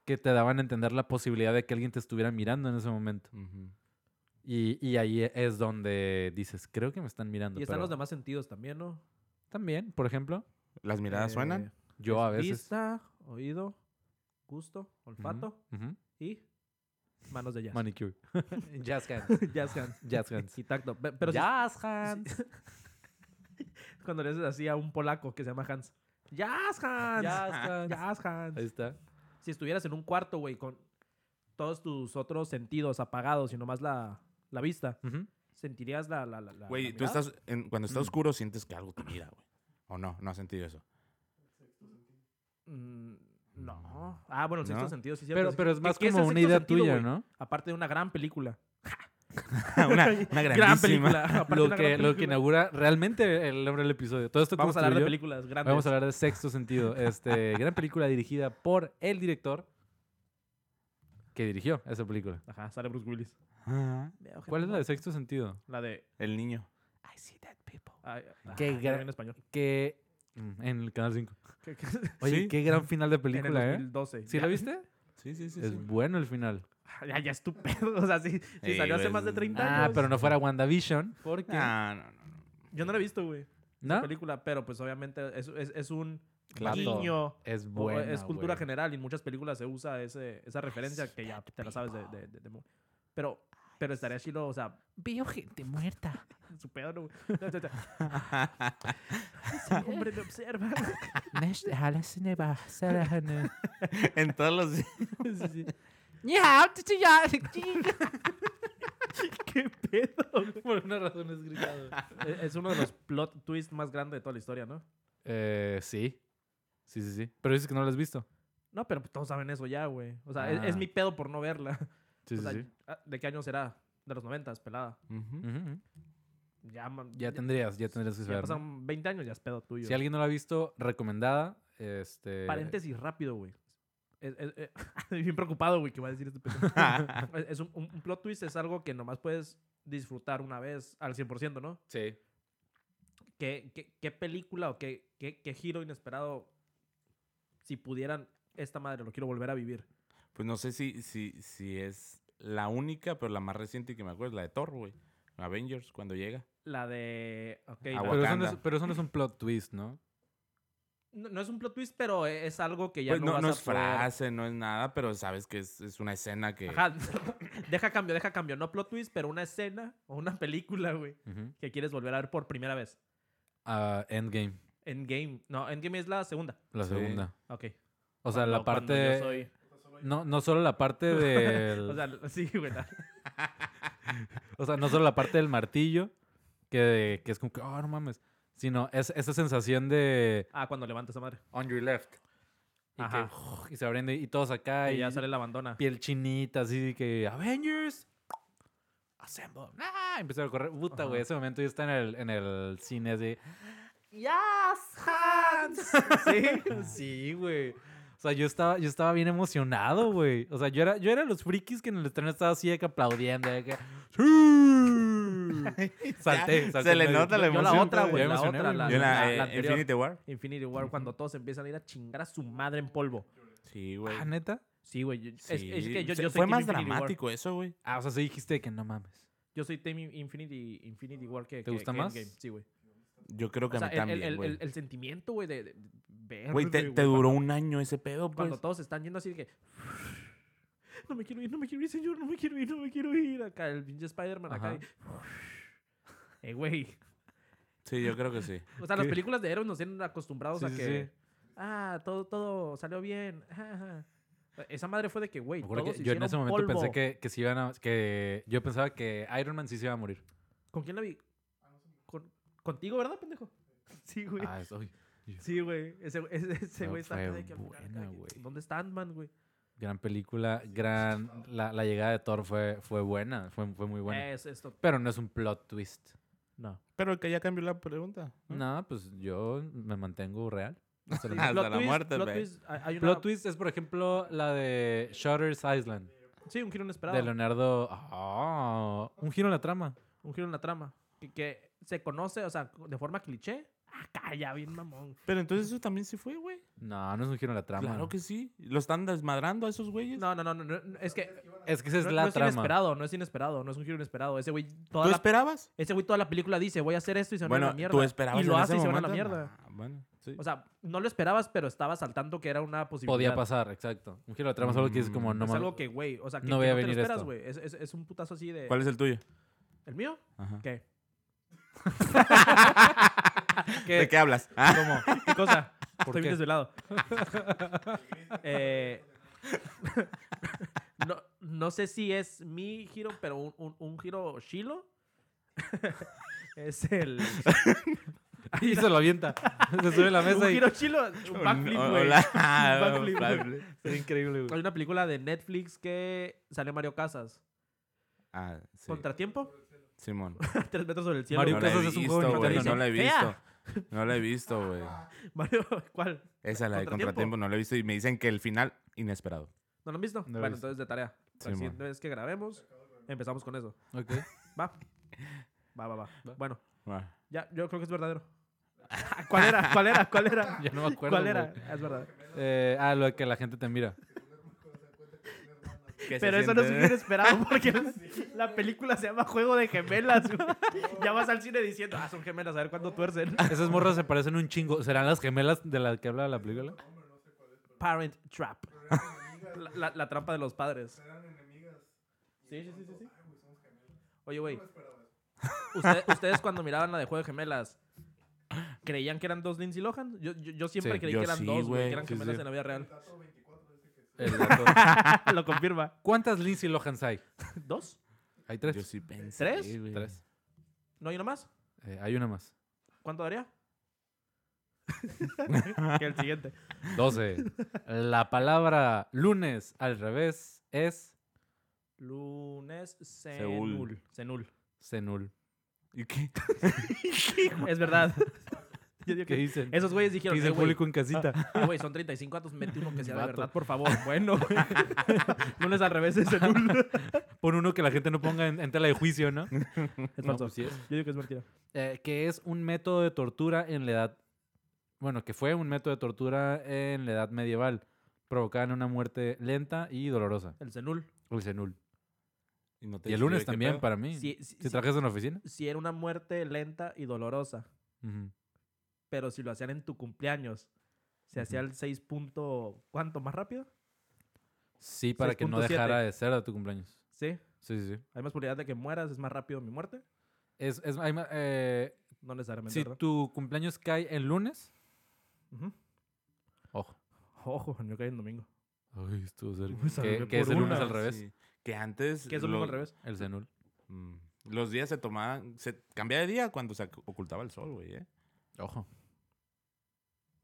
Speaker 1: que te daban a entender la posibilidad de que alguien te estuviera mirando en ese momento.
Speaker 2: Ujú.
Speaker 1: Y, y ahí e- es donde dices, creo que me están mirando.
Speaker 3: Y están
Speaker 1: pero
Speaker 3: los demás sentidos también, ¿no?
Speaker 1: También, por ejemplo,
Speaker 2: ¿Las miradas
Speaker 3: Eh,
Speaker 2: suenan?
Speaker 1: yo a
Speaker 3: es
Speaker 1: veces...
Speaker 3: Vista, oído, gusto,
Speaker 1: Ujú,
Speaker 3: olfato
Speaker 1: ujú.
Speaker 3: y manos de jazz. (laughs)
Speaker 1: Manicure. Jazz hands.
Speaker 3: jazz hands.
Speaker 1: Jazz hands.
Speaker 3: Y tacto. Pe- Pero si-
Speaker 1: Jazz hands.
Speaker 3: (laughs) cuando le haces así a un polaco que se llama Hans. ¡Jazz Hans! (laughs)
Speaker 1: Jazz hands.
Speaker 3: ¡Jazz
Speaker 1: Ahí
Speaker 3: Hans!
Speaker 1: está.
Speaker 3: Si estuvieras en un cuarto, güey, con todos tus otros sentidos apagados y nomás la, la vista,
Speaker 1: Ujú.
Speaker 3: ¿sentirías la... la, la, la-
Speaker 2: Güey,
Speaker 3: la
Speaker 2: tú
Speaker 3: mirada?
Speaker 2: estás... en- cuando está
Speaker 1: Mm.
Speaker 2: oscuro sientes que algo te mira, güey. ¿O no? ¿No has sentido eso? (laughs)
Speaker 3: Mm, no. Ah, bueno, el sexto
Speaker 2: ¿No?
Speaker 3: sentido sí cierto,
Speaker 1: Pero,
Speaker 3: sí.
Speaker 1: pero es
Speaker 3: ¿Qué-
Speaker 1: más
Speaker 3: qué el
Speaker 1: como una
Speaker 3: sexto
Speaker 1: idea
Speaker 3: sentido,
Speaker 1: tuya,
Speaker 3: güey?
Speaker 1: ¿no?
Speaker 3: Aparte de una gran película.
Speaker 2: (laughs) una, una
Speaker 3: (laughs) Gran
Speaker 2: grandísima. (laughs)
Speaker 3: película. Aparte de
Speaker 1: lo
Speaker 3: una
Speaker 1: que,
Speaker 3: gran
Speaker 1: lo que
Speaker 3: película.
Speaker 1: inaugura realmente el nombre del episodio. Todo esto
Speaker 3: Vamos a hablar de
Speaker 1: construyó-
Speaker 3: películas grandes.
Speaker 1: Vamos a hablar de Sexto Sentido. Este, gran película dirigida por el director que dirigió esa película.
Speaker 3: Ajá, sale Bruce Willis.
Speaker 2: Ajá.
Speaker 1: ¿Cuál es la de Sexto Sentido?
Speaker 3: La de...
Speaker 2: El niño.
Speaker 1: I see dead people.
Speaker 3: Ay, ah,
Speaker 1: Qué
Speaker 3: yo
Speaker 1: gran-
Speaker 3: en español.
Speaker 1: Que mm, en el canal 5.
Speaker 3: Que- que-
Speaker 1: Oye, (laughs)
Speaker 2: Sí.
Speaker 1: qué gran final de
Speaker 3: en el
Speaker 1: película, ¿eh?
Speaker 3: 2012.
Speaker 1: ¿Sí
Speaker 3: ya,
Speaker 1: la
Speaker 3: (laughs)
Speaker 1: viste?
Speaker 2: Sí, sí, sí.
Speaker 1: es
Speaker 2: sí.
Speaker 1: bueno el final.
Speaker 3: Ya, ya estupendo. O sea, sí, sí
Speaker 2: Ey,
Speaker 3: salió hace
Speaker 2: güey,
Speaker 3: más de
Speaker 2: es-
Speaker 3: 30 años.
Speaker 1: Ah, pero no fuera WandaVision.
Speaker 3: Porque
Speaker 2: Ah, (laughs) no, no, (laughs) no.
Speaker 3: yo no la he visto, güey.
Speaker 1: ¿No?
Speaker 3: Película, pero pues obviamente es, es, es un
Speaker 1: ¿Ah? Claro.
Speaker 3: niño.
Speaker 1: Es
Speaker 3: o-
Speaker 1: buena,
Speaker 3: es cultura
Speaker 1: güey.
Speaker 3: general y en muchas películas se usa ese, esa referencia que ya te la sabes de, de, de- de mu- Pero, pero estaría chilo, o sea,
Speaker 1: Veo gente muerta.
Speaker 3: su pedo,
Speaker 1: (laughs)
Speaker 3: no, güey. No, no, no. Ese hombre me observa.
Speaker 1: Nesh de Halasene Bahasarahane.
Speaker 2: En todos los...
Speaker 3: Sí, (laughs) sí.
Speaker 1: ¿Qué pedo? Por una razón es gritado.
Speaker 3: (laughs) E, Es es uno de los plot twists más grandes de toda la historia, ¿no?
Speaker 1: Eh, sí. Sí, sí, sí. Pero dices que no lo has visto.
Speaker 3: No, pero pues todos saben eso ya, güey. O sea, es, es
Speaker 1: Ah.
Speaker 3: mi pedo por no verla.
Speaker 1: Sí,
Speaker 3: O
Speaker 1: sí,
Speaker 3: sea,
Speaker 1: sí.
Speaker 3: ah, ¿De qué año será? De los 90, pelada.
Speaker 2: Ujú.
Speaker 1: Ujú, ujú.
Speaker 3: Ya, man,
Speaker 1: Ya tendrías, ya tendrías que
Speaker 3: ya
Speaker 1: saber. ¿no?
Speaker 3: pasaron 20 años, ya es pedo tuyo.
Speaker 1: Si alguien no lo ha visto, recomendada. Este.
Speaker 3: Paréntesis rápido, güey. Es- es- eh, (laughs) bien preocupado, güey, que va a decir este pedo.
Speaker 1: (laughs)
Speaker 3: Es- es un, un- un plot twist es algo que nomás puedes disfrutar una vez al 100%, ¿no?
Speaker 1: Sí.
Speaker 3: ¿Qué, qué, qué película o qué, qué, qué giro inesperado, si pudieran, esta madre, lo quiero volver a vivir?
Speaker 2: Pues no sé si, si, si es la única, pero la más reciente que me acuerdo es la de Thor, güey. Avengers, cuando llega.
Speaker 3: La de... ok,
Speaker 2: Ah,
Speaker 1: Pero
Speaker 3: la-
Speaker 1: eso, no es,
Speaker 2: Wakanda.
Speaker 1: pero eso no es un plot twist, ¿no?
Speaker 3: no, no es un plot twist, pero e, es algo que ya
Speaker 2: Pues
Speaker 3: no,
Speaker 2: no,
Speaker 3: vas
Speaker 2: no
Speaker 3: a
Speaker 2: es
Speaker 3: poder-
Speaker 2: frase, no es nada, pero sabes que es, es una escena que...
Speaker 3: Ajá, (laughs) deja cambio, deja cambio. No plot twist, pero una escena o una película, güey,
Speaker 1: Ujú.
Speaker 3: que quieres volver a ver por primera vez.
Speaker 1: Ah, Endgame,
Speaker 3: Endgame. No, Endgame es la segunda.
Speaker 1: la
Speaker 2: Sí.
Speaker 1: segunda.
Speaker 3: Ok.
Speaker 1: O sea, la
Speaker 3: Cuando- cuando
Speaker 1: parte.
Speaker 3: yo soy-
Speaker 1: No, no solo la parte del.
Speaker 3: O sea, sí, güey. la-
Speaker 1: O sea, no solo la parte del martillo, que, que es como que, oh, no mames. Sino es, esa sensación de.
Speaker 3: Ah, cuando levanta esa madre.
Speaker 1: On your left. Y, que,
Speaker 3: Ajá.
Speaker 1: y se abriendo y todos acá.
Speaker 3: Y
Speaker 1: Y
Speaker 3: ya sale la abandona.
Speaker 1: piel chinita, así que. Avengers. Assemble. ¡Ah! Empezó a correr. Puta,
Speaker 3: Ajá.
Speaker 1: güey. Ese momento yo estaba en el, en el cine así.
Speaker 3: ¡Yes, Hans! (laughs) sí.
Speaker 1: Sí, güey. O sea, yo estaba, yo estaba bien emocionado, (laughs) güey. O sea, yo era, yo era los frikis que en el estreno estaba así de que aplaudiendo. de que, ¡Sí!
Speaker 2: Mm.
Speaker 1: Salté, salté.
Speaker 2: Se le
Speaker 1: medio.
Speaker 2: nota la
Speaker 1: Yo- yo
Speaker 2: emoción.
Speaker 3: la otra,
Speaker 1: güey,
Speaker 3: güey.
Speaker 1: ya
Speaker 3: La
Speaker 1: emocioné,
Speaker 3: otra,
Speaker 1: güey.
Speaker 3: la,
Speaker 2: Y en la,
Speaker 3: la-
Speaker 2: eh,
Speaker 3: la anterior.
Speaker 2: Infinity War.
Speaker 3: Infinity War, cuando todos empiezan a ir a chingar a su madre en polvo.
Speaker 2: Sí, güey.
Speaker 1: Ah, ¿neta?
Speaker 3: Sí, güey. yo- es-
Speaker 2: Sí,
Speaker 3: Es, que yo,
Speaker 2: se-
Speaker 3: yo soy
Speaker 2: Fue
Speaker 3: Team
Speaker 2: más
Speaker 3: Infinity War.
Speaker 2: dramático eso, güey.
Speaker 1: Ah, o sea, sí dijiste de que no mames.
Speaker 3: Yo soy Team Infinity, Infinity War que.
Speaker 1: ¿Te
Speaker 3: que-
Speaker 1: gusta
Speaker 3: que
Speaker 1: más?
Speaker 3: Endgame, Sí, güey.
Speaker 2: Yo creo que
Speaker 3: O sea,
Speaker 2: a mí
Speaker 3: el, el-
Speaker 2: también,
Speaker 3: el,
Speaker 2: güey.
Speaker 3: el- el sentimiento, güey, de, de- de- ver,
Speaker 2: Güey, te,
Speaker 3: güey,
Speaker 2: te
Speaker 3: cuando-
Speaker 2: duró un año ese pedo, pues.
Speaker 3: Cuando todos están yendo así de que. No me quiero ir, no me quiero ir, señor, no me quiero ir, no me quiero ir. Acá el pinche Spider-Man acá.
Speaker 1: Ajá.
Speaker 3: y- Eh, güey.
Speaker 2: Sí, yo creo que sí.
Speaker 3: O sea, las
Speaker 1: ¿Qué?
Speaker 3: películas de héroes nos tienen acostumbrados
Speaker 1: Sí,
Speaker 3: a
Speaker 1: sí,
Speaker 3: que.
Speaker 1: sí.
Speaker 3: Ah, todo, todo salió bien. ajá, ajá". Esa madre fue de que, güey,
Speaker 1: Me acuerdo
Speaker 3: todos
Speaker 1: que yo en ese
Speaker 3: hicieron
Speaker 1: momento pensé
Speaker 3: polvo.
Speaker 1: que, que se iban a... Que yo pensaba que Iron Man sí se iba a morir.
Speaker 3: ¿Con quién la vi? Con- contigo, ¿verdad, pendejo? (laughs) Sí, güey.
Speaker 1: Ah, es- uy,
Speaker 3: Sí, güey. Ese güey ese- ese
Speaker 1: No,
Speaker 3: güey está
Speaker 1: fue
Speaker 3: acá de que
Speaker 1: buena,
Speaker 3: acá de que,
Speaker 1: güey.
Speaker 3: ¿Dónde está Ant-Man, güey?
Speaker 1: Gran película, gran... La, la llegada de Thor fue, fue buena, fue, fue muy buena.
Speaker 3: Es esto.
Speaker 1: Pero no es un plot twist.
Speaker 3: No.
Speaker 2: Pero que ya cambió la pregunta.
Speaker 3: Mm.
Speaker 1: No, pues yo me mantengo real. (laughs) Hasta la
Speaker 2: Hasta
Speaker 3: Plot
Speaker 2: la
Speaker 3: twist,
Speaker 2: muerte,
Speaker 3: plot
Speaker 2: güey.
Speaker 3: twist, hay- hay una-
Speaker 1: Plot twist es, por ejemplo, la de Shutter's Island,
Speaker 3: Sí, un giro inesperado.
Speaker 1: de Leonardo... Ah, un giro en la trama.
Speaker 3: Un giro en la trama. Que, que se conoce, o sea, de forma cliché. Ah, calla, bien mamón.
Speaker 2: Pero entonces eso también sí fue, güey.
Speaker 1: No, no es un giro en la trama.
Speaker 2: Claro que sí. Lo están desmadrando a esos güeyes.
Speaker 3: No, no, no, no, no, no, es que
Speaker 1: Es que esa es
Speaker 3: no,
Speaker 1: la
Speaker 3: no es
Speaker 1: trama.
Speaker 3: inesperado, no es inesperado, no es un giro inesperado. Ese güey toda
Speaker 2: ¿Tú
Speaker 3: la-
Speaker 2: esperabas?
Speaker 3: ese güey toda la película dice, voy a hacer esto y se van a
Speaker 2: Bueno,
Speaker 3: la mierda.
Speaker 2: tú esperabas.
Speaker 3: y lo
Speaker 2: en
Speaker 3: hace y
Speaker 2: ese
Speaker 3: se van a la
Speaker 2: momento?
Speaker 3: mierda.
Speaker 2: Nah, bueno, sí.
Speaker 3: O sea, no lo esperabas, pero estabas saltando que era una posibilidad.
Speaker 1: Podía pasar, exacto. Un giro de trama solo que es como
Speaker 2: Mm,
Speaker 1: no
Speaker 3: es
Speaker 1: mames.
Speaker 3: algo que, güey, o sea, que
Speaker 1: no
Speaker 3: que
Speaker 1: veía
Speaker 3: te lo
Speaker 1: venir
Speaker 3: esperas,
Speaker 1: esto.
Speaker 3: güey. Es, es- es un putazo así de...
Speaker 2: ¿Cuál es el tuyo?
Speaker 3: ¿El mío?
Speaker 2: Ajá.
Speaker 3: ¿Qué?
Speaker 2: (laughs) ¿De qué hablas? Ah,
Speaker 3: ¿Cómo?
Speaker 2: (laughs)
Speaker 3: ¿Qué cosa?
Speaker 1: (laughs) ¿Por
Speaker 3: Estoy
Speaker 1: qué?
Speaker 3: bien desvelado. (laughs) Eh, (laughs) no, no sé si es mi giro, pero un, un- un giro chilo. (laughs) es el...
Speaker 1: (laughs) Y se lo avienta. Se sube a la
Speaker 3: (laughs) un
Speaker 1: mesa y
Speaker 3: giro chilo, un backflip,
Speaker 2: o-
Speaker 3: güey.
Speaker 2: hola. (laughs) Ah,
Speaker 3: Un backflip,
Speaker 2: backflip.
Speaker 1: (laughs) es increíble,
Speaker 3: Hay
Speaker 1: güey.
Speaker 3: una película de Netflix que salió Mario Casas.
Speaker 2: Ah, sí.
Speaker 3: ¿Contratiempo? (laughs)
Speaker 2: Simón.
Speaker 3: Tres metros sobre el cielo.
Speaker 1: Mario
Speaker 2: No la he
Speaker 1: Casas es un joven
Speaker 2: visto, güey.
Speaker 1: cantante,
Speaker 2: No
Speaker 1: ¿no?
Speaker 2: la he visto.
Speaker 3: Fea.
Speaker 2: No la he visto, güey.
Speaker 3: (laughs) Mario, ¿cuál?
Speaker 2: Esa es la de
Speaker 3: ¿Contratiempo?
Speaker 2: contratiempo. No la he visto. Y me dicen que el final, inesperado.
Speaker 3: ¿No lo han visto?
Speaker 1: No lo he
Speaker 3: bueno,
Speaker 1: visto.
Speaker 3: entonces de tarea. Pues
Speaker 2: Sí,
Speaker 3: la
Speaker 2: mon.
Speaker 3: siguiente vez que grabemos, empezamos con eso.
Speaker 1: Ok.
Speaker 3: ¿Va? Va, va, va. Bueno,
Speaker 2: Ah.
Speaker 3: ya, yo creo que es verdadero. (laughs) ¿Cuál era? ¿Cuál era? ¿Cuál
Speaker 1: (laughs)
Speaker 3: era?
Speaker 1: (laughs) Ya no me acuerdo.
Speaker 3: ¿Cuál era?
Speaker 1: güey.
Speaker 3: Es verdad.
Speaker 1: Eh, ah, lo de que la gente te mira.
Speaker 2: ¿Qué se
Speaker 3: Pero eso no es un
Speaker 2: siente?
Speaker 3: giro esperado
Speaker 2: (laughs)
Speaker 3: porque la, la película se llama Juego de Gemelas. güey. ya vas al cine diciendo, ah, son gemelas, a ver cuándo tuercen.
Speaker 1: Esas morras se parecen un chingo. ¿Serán las gemelas de las que habla la
Speaker 3: (laughs)
Speaker 1: película?
Speaker 3: Parent Trap. La, la- la trampa de los padres. Sí, sí, sí, sí. sí. Oye, güey. Usted- ustedes cuando miraban la de Juego de Gemelas, ¿creían que eran dos Lindsay Lohan? Yo, yo, yo siempre
Speaker 1: Sí,
Speaker 3: creí
Speaker 2: yo
Speaker 3: que eran
Speaker 2: sí,
Speaker 3: dos, güey,
Speaker 2: güey.
Speaker 3: que eran
Speaker 1: Sí,
Speaker 3: gemelas
Speaker 1: sí.
Speaker 3: en la vida real.
Speaker 1: El gato.
Speaker 2: (laughs)
Speaker 3: Lo confirma.
Speaker 1: ¿Cuántas Lindsay Lohan hay?
Speaker 3: ¿Dos?
Speaker 1: Hay
Speaker 2: Yo
Speaker 1: tres.
Speaker 2: sí pensé.
Speaker 3: ¿Tres?
Speaker 2: güey.
Speaker 1: Tres.
Speaker 3: ¿No hay una más?
Speaker 1: Eh, hay una más.
Speaker 3: ¿Cuánto daría? (laughs) que el siguiente.
Speaker 1: 12. La palabra lunes al revés es
Speaker 3: Lunes,
Speaker 2: Seúl.
Speaker 3: Senul. Senul.
Speaker 1: cenul.
Speaker 2: ¿Y qué?
Speaker 1: (laughs)
Speaker 3: Es verdad. Yo digo
Speaker 1: ¿Qué
Speaker 3: que-
Speaker 1: dicen?
Speaker 3: Esos güeyes
Speaker 1: ¿Qué
Speaker 3: dijeron,
Speaker 1: dice
Speaker 3: "Eh,
Speaker 1: el
Speaker 3: güey,
Speaker 1: público en casita?
Speaker 3: Ah, Güey, son 35 datos, mete uno que sea de
Speaker 1: Vato.
Speaker 3: verdad, por favor.
Speaker 1: (laughs)
Speaker 3: Bueno, güey. lunes al revés es el lunes.
Speaker 1: Ah. Pon uno que la gente no ponga en, en tela de juicio, (laughs) ¿no?
Speaker 3: Es
Speaker 1: No,
Speaker 3: falso.
Speaker 1: pues sí es.
Speaker 3: Yo digo que es mentira.
Speaker 1: eh, que es un método de tortura en la edad, bueno, que fue un método de tortura en la edad medieval, provocaban una muerte lenta y dolorosa.
Speaker 3: El Zenul.
Speaker 1: El cenul.
Speaker 2: Y, no te
Speaker 1: Y el
Speaker 2: escribe
Speaker 1: lunes
Speaker 2: qué
Speaker 1: también
Speaker 2: pedo.
Speaker 1: para mí.
Speaker 3: Si,
Speaker 1: Si,
Speaker 3: si- si-
Speaker 1: trabajas en la oficina.
Speaker 3: si era una muerte lenta y dolorosa,
Speaker 1: Ujú.
Speaker 3: pero si lo hacían en tu cumpleaños, se hacía el 6 punto... ¿Cuánto? ¿Más rápido?
Speaker 1: Sí, para que no
Speaker 3: 6.7.
Speaker 1: dejara de ser a tu cumpleaños.
Speaker 3: Sí.
Speaker 1: Sí, sí, sí.
Speaker 3: Hay más probabilidad de que mueras, es más rápido mi muerte.
Speaker 1: Es, es- hay ma- eh,
Speaker 3: No necesariamente,
Speaker 1: si
Speaker 3: ¿verdad?
Speaker 1: tu cumpleaños cae el lunes,
Speaker 3: Ujú.
Speaker 1: ojo.
Speaker 3: Ojo, yo caí en domingo.
Speaker 1: Ay, estuvo cerca.
Speaker 3: Pues,
Speaker 1: Que-
Speaker 3: por
Speaker 1: que es el lunes
Speaker 3: una,
Speaker 1: al revés.
Speaker 2: Sí. Que antes.
Speaker 3: ¿Qué es domingo
Speaker 2: lo-
Speaker 3: al revés?
Speaker 1: El cenul.
Speaker 2: Mm. Los días se tomaban. Se cambiaba de día cuando se ac- ocultaba el sol, güey. ¿eh?
Speaker 1: Ojo.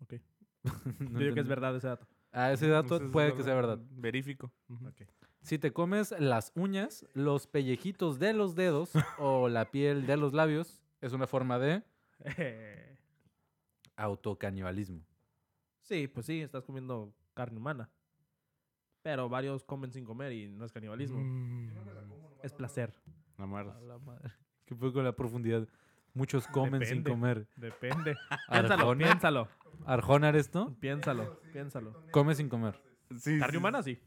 Speaker 3: Ok.
Speaker 1: (laughs) (laughs) No
Speaker 3: yo digo que es
Speaker 1: entendí.
Speaker 3: verdad ese dato. (laughs)
Speaker 1: Ah, ese dato
Speaker 2: Entonces,
Speaker 1: puede que sea verdad.
Speaker 2: Verifico. Ujú.
Speaker 3: Ok.
Speaker 1: Si te comes las uñas, los pellejitos de los (laughs) dedos o la piel de los labios, es una forma de autocanibalismo.
Speaker 3: Sí, pues sí, estás comiendo carne humana. Pero
Speaker 1: Mm.
Speaker 3: varios comen sin comer y no es canibalismo.
Speaker 2: Mm.
Speaker 3: Es placer. Pues
Speaker 2: No muerdas.
Speaker 1: ¿Qué fue con la profundidad? Muchos comen sin (laughs)
Speaker 4: Depende.
Speaker 1: comer.
Speaker 3: (laughs)
Speaker 4: Depende.
Speaker 1: Arjona.
Speaker 4: Piénsalo, piénsalo.
Speaker 1: Arjona eres, ¿no?
Speaker 4: Piénsalo, piénsalo.
Speaker 1: Come sin comer.
Speaker 2: Sí,
Speaker 3: Carne
Speaker 2: sí,
Speaker 3: humana, sí.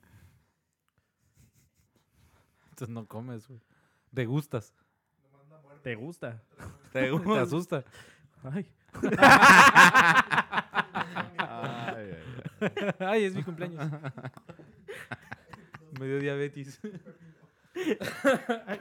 Speaker 1: Entonces no comes, güey. Degustas.
Speaker 4: ¿Te gusta?
Speaker 2: (laughs) Te
Speaker 1: Te (laughs)
Speaker 2: gusta.
Speaker 1: asusta. (laughs)
Speaker 4: Ay.
Speaker 2: Ay, ay, ay.
Speaker 1: Ay, es mi cumpleaños. Me dio diabetes.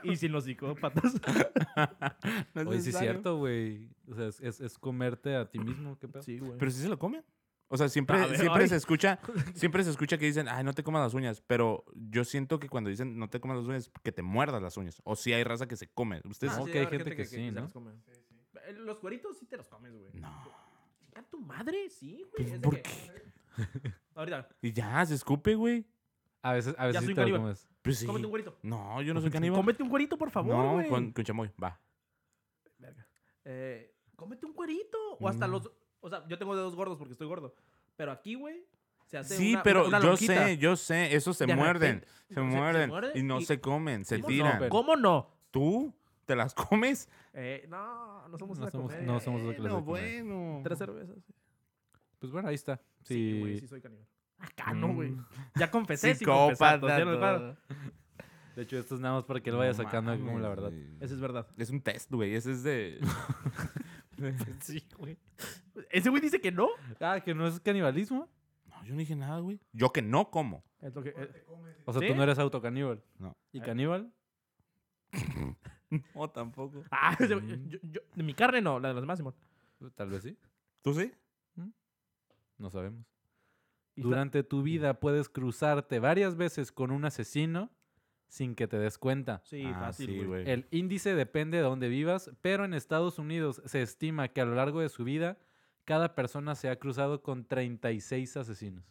Speaker 4: Y sin los
Speaker 1: (laughs)
Speaker 4: psicópatas.
Speaker 2: No
Speaker 1: Oye, sí es
Speaker 2: necesario.
Speaker 1: cierto, güey. O sea, es, es- es comerte a ti mismo. ¿Qué pedo?
Speaker 4: Sí, güey.
Speaker 2: Pero sí se lo comen. O sea, siempre,
Speaker 4: A ver,
Speaker 2: siempre
Speaker 4: ay.
Speaker 2: se escucha, siempre se escucha que dicen, ay, no te comas las uñas. Pero yo siento que cuando dicen no te comas las uñas, que te muerdas las uñas. O sí hay raza que se come. Ustedes.
Speaker 1: Ah,
Speaker 3: No,
Speaker 1: sí.
Speaker 2: No,
Speaker 1: ok, hay
Speaker 3: habrá
Speaker 1: gente que sí,
Speaker 3: se
Speaker 1: ¿no?
Speaker 3: las come. Eh, Los cueritos sí te los comes, güey. Chinga tu madre, sí,
Speaker 1: Pues,
Speaker 3: güey. es de
Speaker 2: ¿Por
Speaker 3: que-
Speaker 2: qué?
Speaker 3: (laughs) Ahorita,
Speaker 2: Y ya, se escupe, güey.
Speaker 1: A veces, a veces
Speaker 3: soy
Speaker 1: sí te lo
Speaker 3: caníbal.
Speaker 1: comes.
Speaker 2: Pero sí.
Speaker 3: cómete un cuerito.
Speaker 2: No, yo no soy caníbal.
Speaker 4: Cómete un güerito, por favor,
Speaker 2: no,
Speaker 4: güey.
Speaker 2: con, con chamoy, va.
Speaker 3: Verga. Eh, cómete un cuerito. O hasta
Speaker 2: Mm.
Speaker 3: los. O sea, yo tengo dedos gordos porque estoy gordo. Pero aquí, güey, se hace.
Speaker 2: Sí,
Speaker 3: una-
Speaker 2: pero
Speaker 3: una- una
Speaker 2: yo
Speaker 3: lonjita.
Speaker 2: sé, yo sé. Esos se
Speaker 3: De
Speaker 2: muerden.
Speaker 3: repente-
Speaker 2: Se muerden.
Speaker 3: muerde
Speaker 2: y no
Speaker 3: y-
Speaker 2: se comen, se
Speaker 3: ¿Cómo no?
Speaker 2: tiran.
Speaker 1: Pero-
Speaker 3: ¿Cómo no?
Speaker 2: ¿Tú te las comes?
Speaker 3: Eh, no, no somos
Speaker 1: No
Speaker 3: una
Speaker 1: somos-
Speaker 3: comedia.
Speaker 1: no somos- Vamos a clase de
Speaker 2: Bueno,
Speaker 1: comer.
Speaker 2: bueno.
Speaker 3: Tres cervezas.
Speaker 1: Pues bueno, ahí está. Sí.
Speaker 3: Sí, güey, sí, soy caníbal. Acá no, Ah, güey.
Speaker 2: Mm.
Speaker 3: Ya confesé, sí,
Speaker 2: Psicópata,
Speaker 3: confesando, ya no es para-
Speaker 2: todo.
Speaker 1: De hecho, esto es nada más para que él vaya
Speaker 2: No
Speaker 1: sacando como la
Speaker 2: mames,
Speaker 1: verdad.
Speaker 2: güey.
Speaker 4: Esa es verdad.
Speaker 2: Es un test, güey. Ese es de. (laughs)
Speaker 4: Sí, güey.
Speaker 3: Ese güey dice que no.
Speaker 1: Ah, que no es canibalismo.
Speaker 2: No, yo no dije nada, güey. Yo que no como.
Speaker 3: Es lo que. eh,
Speaker 1: O sea,
Speaker 3: ¿Sí?
Speaker 1: tú no eres autocaníbal.
Speaker 2: No.
Speaker 1: ¿Y caníbal?
Speaker 2: No, tampoco.
Speaker 3: (laughs) Ah, ese güey,
Speaker 1: Mm.
Speaker 3: yo- yo- de mi carne no, la de los demás, Simón.
Speaker 1: Pues, Tal vez sí.
Speaker 2: ¿Tú sí?
Speaker 1: No sabemos.
Speaker 3: Y está-
Speaker 1: Durante tu vida puedes cruzarte varias veces con un asesino sin que te des cuenta.
Speaker 3: Sí,
Speaker 2: Ah,
Speaker 3: fácil,
Speaker 2: sí,
Speaker 3: güey.
Speaker 2: güey.
Speaker 1: El índice depende de dónde vivas, pero en Estados Unidos se estima que a lo largo de su vida cada persona se ha cruzado con 36 asesinos.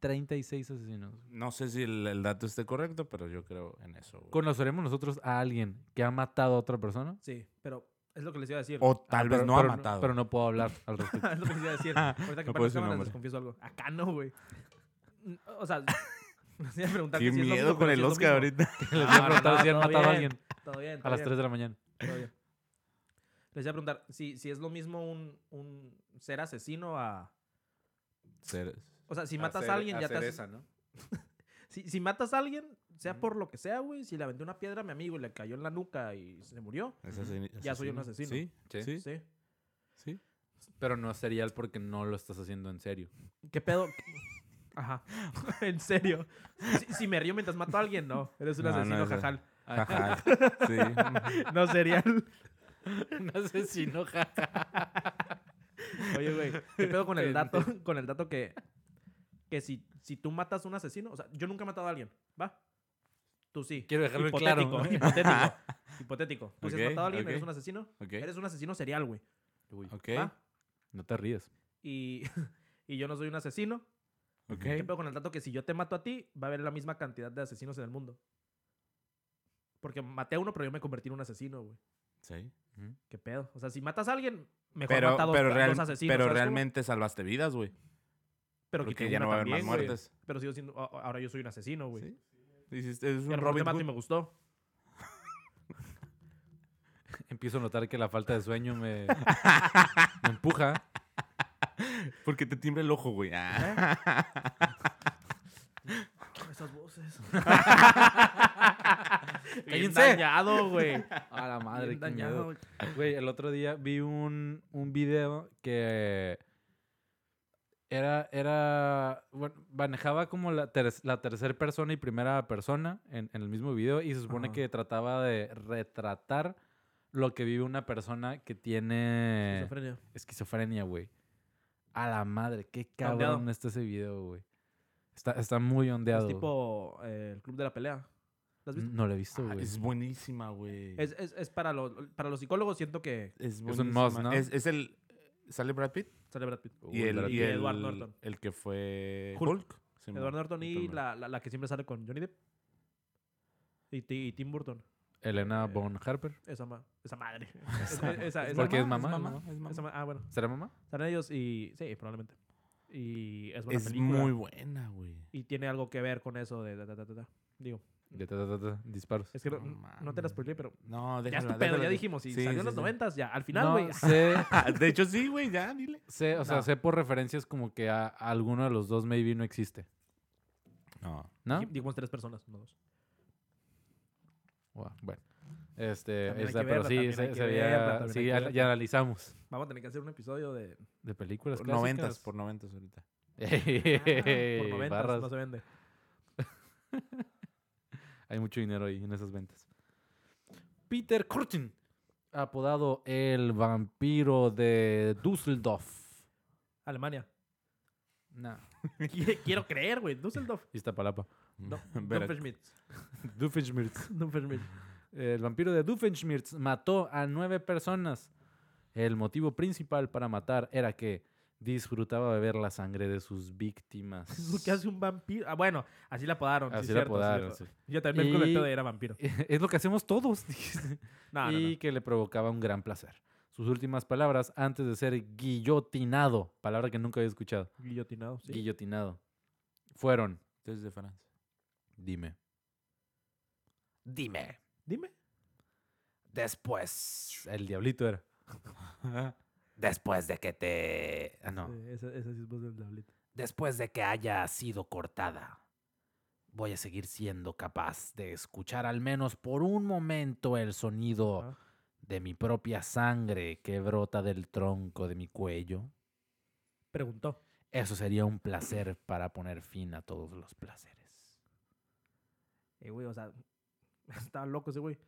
Speaker 1: 36 asesinos.
Speaker 2: No sé si el, el dato esté correcto, pero yo creo en eso. güey.
Speaker 1: ¿Conoceremos nosotros a alguien que ha matado a otra persona?
Speaker 3: Sí, pero es lo que les iba a decir.
Speaker 2: O tal
Speaker 1: Ah,
Speaker 2: vez
Speaker 1: pero-
Speaker 2: no ha
Speaker 1: pero
Speaker 2: matado.
Speaker 1: pero no puedo hablar al
Speaker 2: (laughs)
Speaker 1: respecto. (laughs)
Speaker 3: (laughs) es lo que les iba a decir. Ahorita que
Speaker 2: Ah, No
Speaker 3: no
Speaker 2: puedo decir
Speaker 3: cámaras
Speaker 2: nombre.
Speaker 3: les confieso algo. Acá no, güey. N- O
Speaker 2: (laughs)
Speaker 3: sea, les iba a preguntar
Speaker 2: Qué
Speaker 3: que si es lo
Speaker 2: miedo
Speaker 3: mismo,
Speaker 2: con
Speaker 3: pero
Speaker 2: el
Speaker 3: si es lo
Speaker 2: Oscar
Speaker 3: mismo.
Speaker 2: (laughs) ahorita.
Speaker 1: Les iba a
Speaker 3: no,
Speaker 1: preguntar
Speaker 3: no,
Speaker 1: si han
Speaker 3: todo
Speaker 1: matado a
Speaker 3: bien,
Speaker 1: alguien
Speaker 3: Todo bien,
Speaker 1: a
Speaker 3: todo
Speaker 1: las
Speaker 3: bien,
Speaker 1: 3 de la mañana.
Speaker 3: todo bien. Les iba a preguntar si, si es lo mismo un, un ser asesino a... O sea, si matas a alguien, ya te haces...
Speaker 1: ¿no?
Speaker 3: (laughs) Si, si matas a alguien, sea por lo que sea, güey, si le aventé una piedra a mi amigo y le cayó en la nuca y se murió,
Speaker 2: Es asesino-
Speaker 3: Ya soy un asesino.
Speaker 2: Sí,
Speaker 1: Sí.
Speaker 2: sí,
Speaker 3: sí.
Speaker 2: sí.
Speaker 1: Pero no es serial porque no lo estás haciendo en serio.
Speaker 3: ¿Qué pedo? (laughs) Ajá. (laughs) en serio. Si, si me río mientras mato a alguien, no. Eres un
Speaker 2: No, no
Speaker 3: asesino
Speaker 2: es-
Speaker 3: jajal.
Speaker 2: Ajá. Sí.
Speaker 3: (laughs) No serial.
Speaker 1: (laughs) Un asesino,
Speaker 3: Oye, güey, ¿qué pedo con el dato, (laughs) con el dato que, que si, si tú matas a un asesino, o sea, yo nunca he matado a alguien, ¿va? Tú sí.
Speaker 1: Quiero dejarlo en claro.
Speaker 3: hipotético,
Speaker 2: (laughs)
Speaker 3: hipotético, hipotético. Tú si
Speaker 2: Ok,
Speaker 3: has matado a alguien, eres
Speaker 2: ok.
Speaker 3: un asesino,
Speaker 2: Ok.
Speaker 3: eres un asesino serial, güey.
Speaker 2: Ok.
Speaker 3: ¿va?
Speaker 1: No te ríes.
Speaker 3: Y, (laughs) y yo no soy un asesino.
Speaker 2: Ok.
Speaker 3: ¿Qué pedo con el dato que si yo te mato a ti, va a haber la misma cantidad de asesinos en el mundo? Porque maté a uno, pero yo me convertí en un asesino, güey.
Speaker 2: Sí.
Speaker 3: ¿Qué pedo? O sea, si matas a alguien, mejor
Speaker 2: Pero,
Speaker 3: mata a dos,
Speaker 2: pero,
Speaker 3: a
Speaker 2: real-
Speaker 3: dos asesinos.
Speaker 2: pero
Speaker 3: ¿sabes cómo?
Speaker 2: realmente salvaste vidas, güey.
Speaker 3: Pero
Speaker 2: Porque
Speaker 3: quité
Speaker 2: ya
Speaker 3: una
Speaker 2: no va a haber más
Speaker 3: también, güey.
Speaker 2: muertes.
Speaker 3: Pero sigo siendo, a- ahora yo soy un asesino, güey.
Speaker 2: Sí. Dices, Es
Speaker 3: Y a
Speaker 2: un
Speaker 3: lo mejor te
Speaker 2: Robin
Speaker 3: mato y
Speaker 2: Hood.
Speaker 3: me gustó.
Speaker 1: Empiezo a notar que la falta de sueño (laughs) me, me empuja.
Speaker 2: Porque te tiembla el ojo, güey. Ah.
Speaker 3: Esas (laughs) voces.
Speaker 1: ¡Cállense!
Speaker 3: dañado, (laughs)
Speaker 2: Eh,
Speaker 3: güey.
Speaker 1: A la
Speaker 3: Bien
Speaker 1: qué miedo.
Speaker 3: dañado.
Speaker 1: Güey, el otro día vi un, un video que era, era, bueno, manejaba como la, ter- la tercera persona y primera persona en, en el mismo video y se supone
Speaker 2: Ajá.
Speaker 1: que trataba de retratar lo que vive una persona que tiene
Speaker 3: Esquizofrenia.
Speaker 1: esquizofrenia, güey. A la madre, qué cabrón
Speaker 3: Ondeado.
Speaker 1: está ese video, güey. Está, está muy ondeado.
Speaker 3: Es tipo eh, el club de la pelea. ¿Lo has visto?
Speaker 1: No lo he visto,
Speaker 2: Ah,
Speaker 1: güey.
Speaker 2: es buenísima, güey.
Speaker 3: Es, es- es para, los, para los psicólogos, siento que
Speaker 2: Es,
Speaker 1: un
Speaker 2: buenísima.
Speaker 1: must, ¿no?
Speaker 2: Es, es el... ¿Sale Brad Pitt?
Speaker 3: sale Brad Pitt.
Speaker 1: Uy,
Speaker 2: Y el,
Speaker 1: Brad
Speaker 2: y
Speaker 1: Pitt.
Speaker 2: el,
Speaker 3: Edward Norton.
Speaker 2: el que fue
Speaker 3: Hulk.
Speaker 2: Hulk. Simón.
Speaker 3: Edward Norton y
Speaker 2: Superman.
Speaker 3: la, la, la que siempre sale con Johnny Depp. Y, Ti- y Tim Burton.
Speaker 1: Elena Bon Harper.
Speaker 3: Esa, ma- esa madre. (laughs) Esa, esa- esa
Speaker 1: Porque es
Speaker 3: ma-
Speaker 1: mamá.
Speaker 2: mamá,
Speaker 1: ¿no?
Speaker 2: es mamá.
Speaker 3: esa ma- ah, bueno.
Speaker 1: ¿Será mamá?
Speaker 3: Salen ellos y... Sí, probablemente. Y es buena
Speaker 2: Es
Speaker 3: película.
Speaker 2: muy buena, güey.
Speaker 3: Y tiene algo que ver con eso de... ta, ta, ta, ta, ta. Digo,
Speaker 1: Ya, ta, ta, ta, ta, disparos.
Speaker 3: Es que no,
Speaker 2: No
Speaker 3: no te la
Speaker 2: mames.
Speaker 3: spoileé, pero
Speaker 2: No,
Speaker 3: ya es
Speaker 2: déjala.
Speaker 3: tu pedo,
Speaker 2: déjala,
Speaker 3: ya
Speaker 2: déjala.
Speaker 3: dijimos. Si
Speaker 2: Sí,
Speaker 3: salió
Speaker 2: sí,
Speaker 3: en los
Speaker 2: sí.
Speaker 3: noventas, ya. Al final,
Speaker 1: No,
Speaker 2: (laughs)
Speaker 3: güey. (laughs)
Speaker 1: sé,
Speaker 2: De hecho, sí, güey, ya, dile.
Speaker 1: sé, o sea,
Speaker 3: No.
Speaker 1: sé por referencias como que a, a alguno de los dos maybe no existe,
Speaker 2: No.
Speaker 1: ¿no?
Speaker 3: Dij- Dijimos tres personas, no dos.
Speaker 1: Guau, Bueno, este,
Speaker 3: También hay
Speaker 1: esta,
Speaker 3: que
Speaker 1: pero
Speaker 3: verla,
Speaker 1: sí,
Speaker 3: también hay
Speaker 1: se,
Speaker 3: que
Speaker 1: se veía-
Speaker 3: verla, también hay
Speaker 1: sí,
Speaker 3: que
Speaker 1: ya-
Speaker 3: verla.
Speaker 1: ya analizamos
Speaker 3: Vamos a tener que hacer un episodio
Speaker 2: (laughs)
Speaker 3: de.
Speaker 1: de películas
Speaker 2: Por
Speaker 1: clásicas.
Speaker 2: noventas,
Speaker 1: (laughs)
Speaker 2: por noventas ahorita.
Speaker 3: ah, por
Speaker 1: Ey,
Speaker 3: noventas,
Speaker 1: barras.
Speaker 3: no se vende.
Speaker 1: Hay mucho dinero ahí en esas ventas. Peter Curtin, apodado el vampiro de Düsseldorf.
Speaker 3: Alemania.
Speaker 1: No. Nah.
Speaker 3: Quiero creer, güey. Düsseldorf.
Speaker 1: Iztapalapa.
Speaker 2: (laughs)
Speaker 3: No,
Speaker 2: Vera-
Speaker 3: Doofenshmirtz.
Speaker 1: Doofenshmirtz.
Speaker 3: Doofenshmirtz.
Speaker 1: El vampiro de Doofenshmirtz mató a nueve personas. El motivo principal para matar era que disfrutaba beber la sangre de sus víctimas.
Speaker 3: Es (laughs) lo que hace un vampiro. Ah, bueno, así la podaron.
Speaker 1: Así
Speaker 3: sí,
Speaker 1: la
Speaker 3: cierto, sí,
Speaker 1: apodaron,
Speaker 3: cierto.
Speaker 1: sí.
Speaker 3: Yo también me con el
Speaker 1: Y-
Speaker 3: pedo de era vampiro.
Speaker 1: (laughs) Es lo que hacemos todos. (laughs) dijiste.
Speaker 3: Ah, No, no,
Speaker 1: y
Speaker 3: no.
Speaker 1: que le provocaba un gran placer. Sus últimas palabras antes de ser guillotinado, palabra que nunca había escuchado,
Speaker 3: Guillotinado, sí.
Speaker 1: guillotinado, fueron,
Speaker 2: Desde Francia.
Speaker 1: dime,
Speaker 2: Dime.
Speaker 3: Dime.
Speaker 2: Después.
Speaker 1: el diablito
Speaker 3: (laughs)
Speaker 1: era.
Speaker 2: Después de que te. Ah, no.
Speaker 3: Sí, Eh, esa, esa sí es voz del diablito.
Speaker 1: Después de que haya sido cortada, voy a seguir siendo capaz de escuchar al menos por un momento el sonido
Speaker 3: Ajá.
Speaker 1: de mi propia sangre que brota del tronco de mi cuello.
Speaker 3: Preguntó.
Speaker 1: Eso sería un placer para poner fin a todos los placeres.
Speaker 3: Eh, güey, o sea, (laughs) estaba loco ese güey.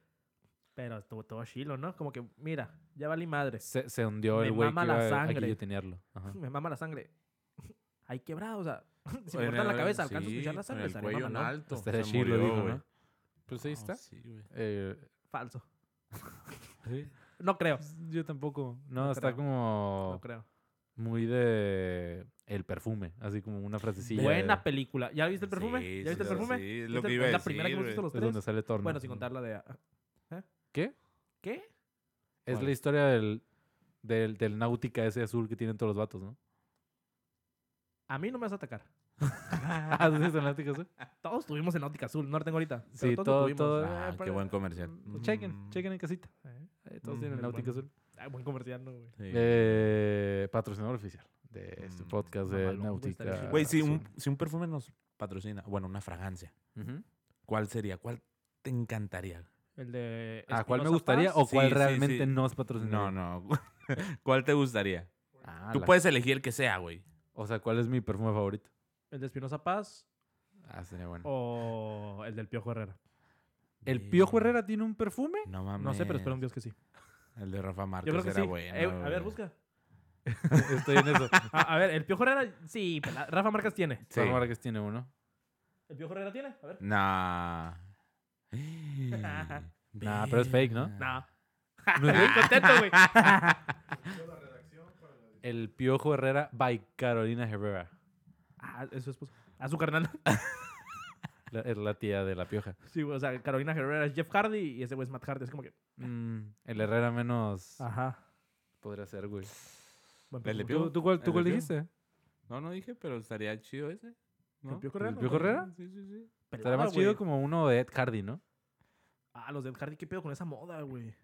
Speaker 3: Pero estuvo todo chilo, ¿no? Como que, mira, ya valí madre.
Speaker 1: Se, se hundió
Speaker 3: Me
Speaker 1: el güey que
Speaker 3: mama
Speaker 1: iba
Speaker 3: la
Speaker 1: a- a
Speaker 3: sangre.
Speaker 1: guillotinearlo.
Speaker 3: (laughs)
Speaker 1: Ajá.
Speaker 3: Me mama la sangre. Ahí quebrado, o sea, (laughs) si
Speaker 2: En
Speaker 3: me cortan la
Speaker 2: el-
Speaker 3: cabeza,
Speaker 2: sí,
Speaker 3: alcanzo a escuchar la
Speaker 2: con
Speaker 3: sangre.
Speaker 2: El
Speaker 3: estaría
Speaker 2: cuello en
Speaker 3: mamalón.
Speaker 2: alto.
Speaker 1: Estaría
Speaker 2: Se
Speaker 1: chido,
Speaker 2: murió,
Speaker 1: dijo,
Speaker 2: güey.
Speaker 1: ¿no? Pues ahí
Speaker 2: Ah,
Speaker 1: está.
Speaker 2: sí, güey.
Speaker 1: Eh,
Speaker 3: Falso.
Speaker 1: sí.
Speaker 3: No creo.
Speaker 1: Yo tampoco. No,
Speaker 3: No
Speaker 1: está
Speaker 3: creo. No
Speaker 2: Oh.
Speaker 1: como
Speaker 3: creo.
Speaker 1: muy de el perfume, así como una frasecilla.
Speaker 3: Buena
Speaker 1: de-
Speaker 3: película. ¿Ya viste el perfume?
Speaker 2: eh. Sí,
Speaker 3: ¿Ya viste el
Speaker 2: sí,
Speaker 3: perfume?
Speaker 2: sí, es
Speaker 3: ¿Viste
Speaker 2: lo que
Speaker 3: el-
Speaker 2: iba a
Speaker 3: es la primera que hemos visto
Speaker 2: decir,
Speaker 3: los eh,
Speaker 1: Es
Speaker 3: tres.
Speaker 1: Pues, donde sale Thorne.
Speaker 3: Bueno, sin contar la de... ah,
Speaker 1: ¿Qué?
Speaker 3: ¿Qué?
Speaker 1: Es
Speaker 2: ¿Cuál?
Speaker 1: la historia del, del, del náutica ese azul que tienen todos los vatos, ¿no?
Speaker 3: A mí no me vas a atacar.
Speaker 1: Ah, ¿sí es el náutica azul?
Speaker 3: Todos estuvimos en Náutica Azul, no la tengo ahorita. pero
Speaker 1: Sí,
Speaker 3: todos lo
Speaker 1: todo-
Speaker 3: tuvimos.
Speaker 1: todo-
Speaker 2: Ah,
Speaker 1: eh,
Speaker 2: qué
Speaker 1: pero-
Speaker 2: buen comercial.
Speaker 1: Chequen,
Speaker 2: Mm.
Speaker 1: chequen en casita.
Speaker 3: Eh,
Speaker 1: Eh, Todos tienen
Speaker 3: Mm,
Speaker 1: náutica
Speaker 3: bueno.
Speaker 1: azul.
Speaker 3: ay, buen comercial, ¿no, güey?
Speaker 2: Sí.
Speaker 1: Eh, patrocinador oficial de este
Speaker 2: Mm,
Speaker 1: podcast de
Speaker 3: mamalón, güey, estaría
Speaker 1: Náutica.
Speaker 3: chido.
Speaker 2: Güey, si
Speaker 1: Azul.
Speaker 2: un, si un perfume nos patrocina, bueno, una fragancia,
Speaker 1: Ujú.
Speaker 2: ¿cuál sería? ¿Cuál te encantaría?
Speaker 3: El de...
Speaker 2: Ah,
Speaker 1: ¿A Ah, cuál me
Speaker 3: Espinoza
Speaker 1: gustaría
Speaker 3: Paz.
Speaker 1: o
Speaker 2: Sí,
Speaker 1: cuál
Speaker 2: sí, sí.
Speaker 1: realmente no es patrocinado?
Speaker 2: No, no. ¿Cuál te gustaría?
Speaker 1: Ah,
Speaker 2: Tú
Speaker 1: la-
Speaker 2: puedes elegir el que sea, güey.
Speaker 1: O sea, ¿cuál es mi perfume favorito?
Speaker 3: El de Espinosa Paz
Speaker 1: Ah, sería bueno.
Speaker 3: o el del Piojo Herrera.
Speaker 1: ¿El Piojo Herrera tiene un perfume?
Speaker 2: No mames.
Speaker 3: No sé, pero espero en Dios que sí.
Speaker 2: El de Rafa Márquez
Speaker 3: Yo creo que
Speaker 2: era
Speaker 3: sí.
Speaker 2: bueno,
Speaker 3: Eh, a
Speaker 2: güey.
Speaker 3: ver, busca.
Speaker 1: (laughs) Estoy en eso.
Speaker 3: A, a ver, el Piojo Herrera, sí, pela- Rafa Márquez tiene.
Speaker 2: Sí.
Speaker 1: Rafa Márquez tiene uno.
Speaker 3: ¿El Piojo Herrera tiene? A ver.
Speaker 2: Nah.
Speaker 1: Nah, pero es fake, ¿no?
Speaker 3: No.
Speaker 1: (laughs) ¿No es
Speaker 3: Bien contento, güey.
Speaker 1: El Piojo Herrera by Carolina Herrera.
Speaker 3: Ah, es su esposa. A su carnal. (laughs)
Speaker 1: La- es la tía de la Pioja.
Speaker 3: Sí, güey, o sea, Carolina Herrera es Jeff Hardy y ese güey es Matt Hardy. Es como que...
Speaker 1: Mm, el Herrera menos
Speaker 3: Ajá.
Speaker 1: podría ser, güey.
Speaker 3: buen
Speaker 2: El de
Speaker 3: Piojo.
Speaker 1: ¿Tú, tú cuál,
Speaker 2: ¿El
Speaker 1: tú cuál
Speaker 2: de Piojo?
Speaker 1: dijiste?
Speaker 2: No, no dije, pero estaría chido ese. ¿no?
Speaker 3: ¿El Piojo Herrera?
Speaker 1: ¿El Piojo Herrera?
Speaker 2: Sí, sí, sí.
Speaker 1: Estaría
Speaker 3: Pelada,
Speaker 1: más chido
Speaker 3: güey.
Speaker 1: como uno de Ed Hardy, ¿no?
Speaker 3: Ah, los del Hardy, ¿qué pedo con esa moda, güey?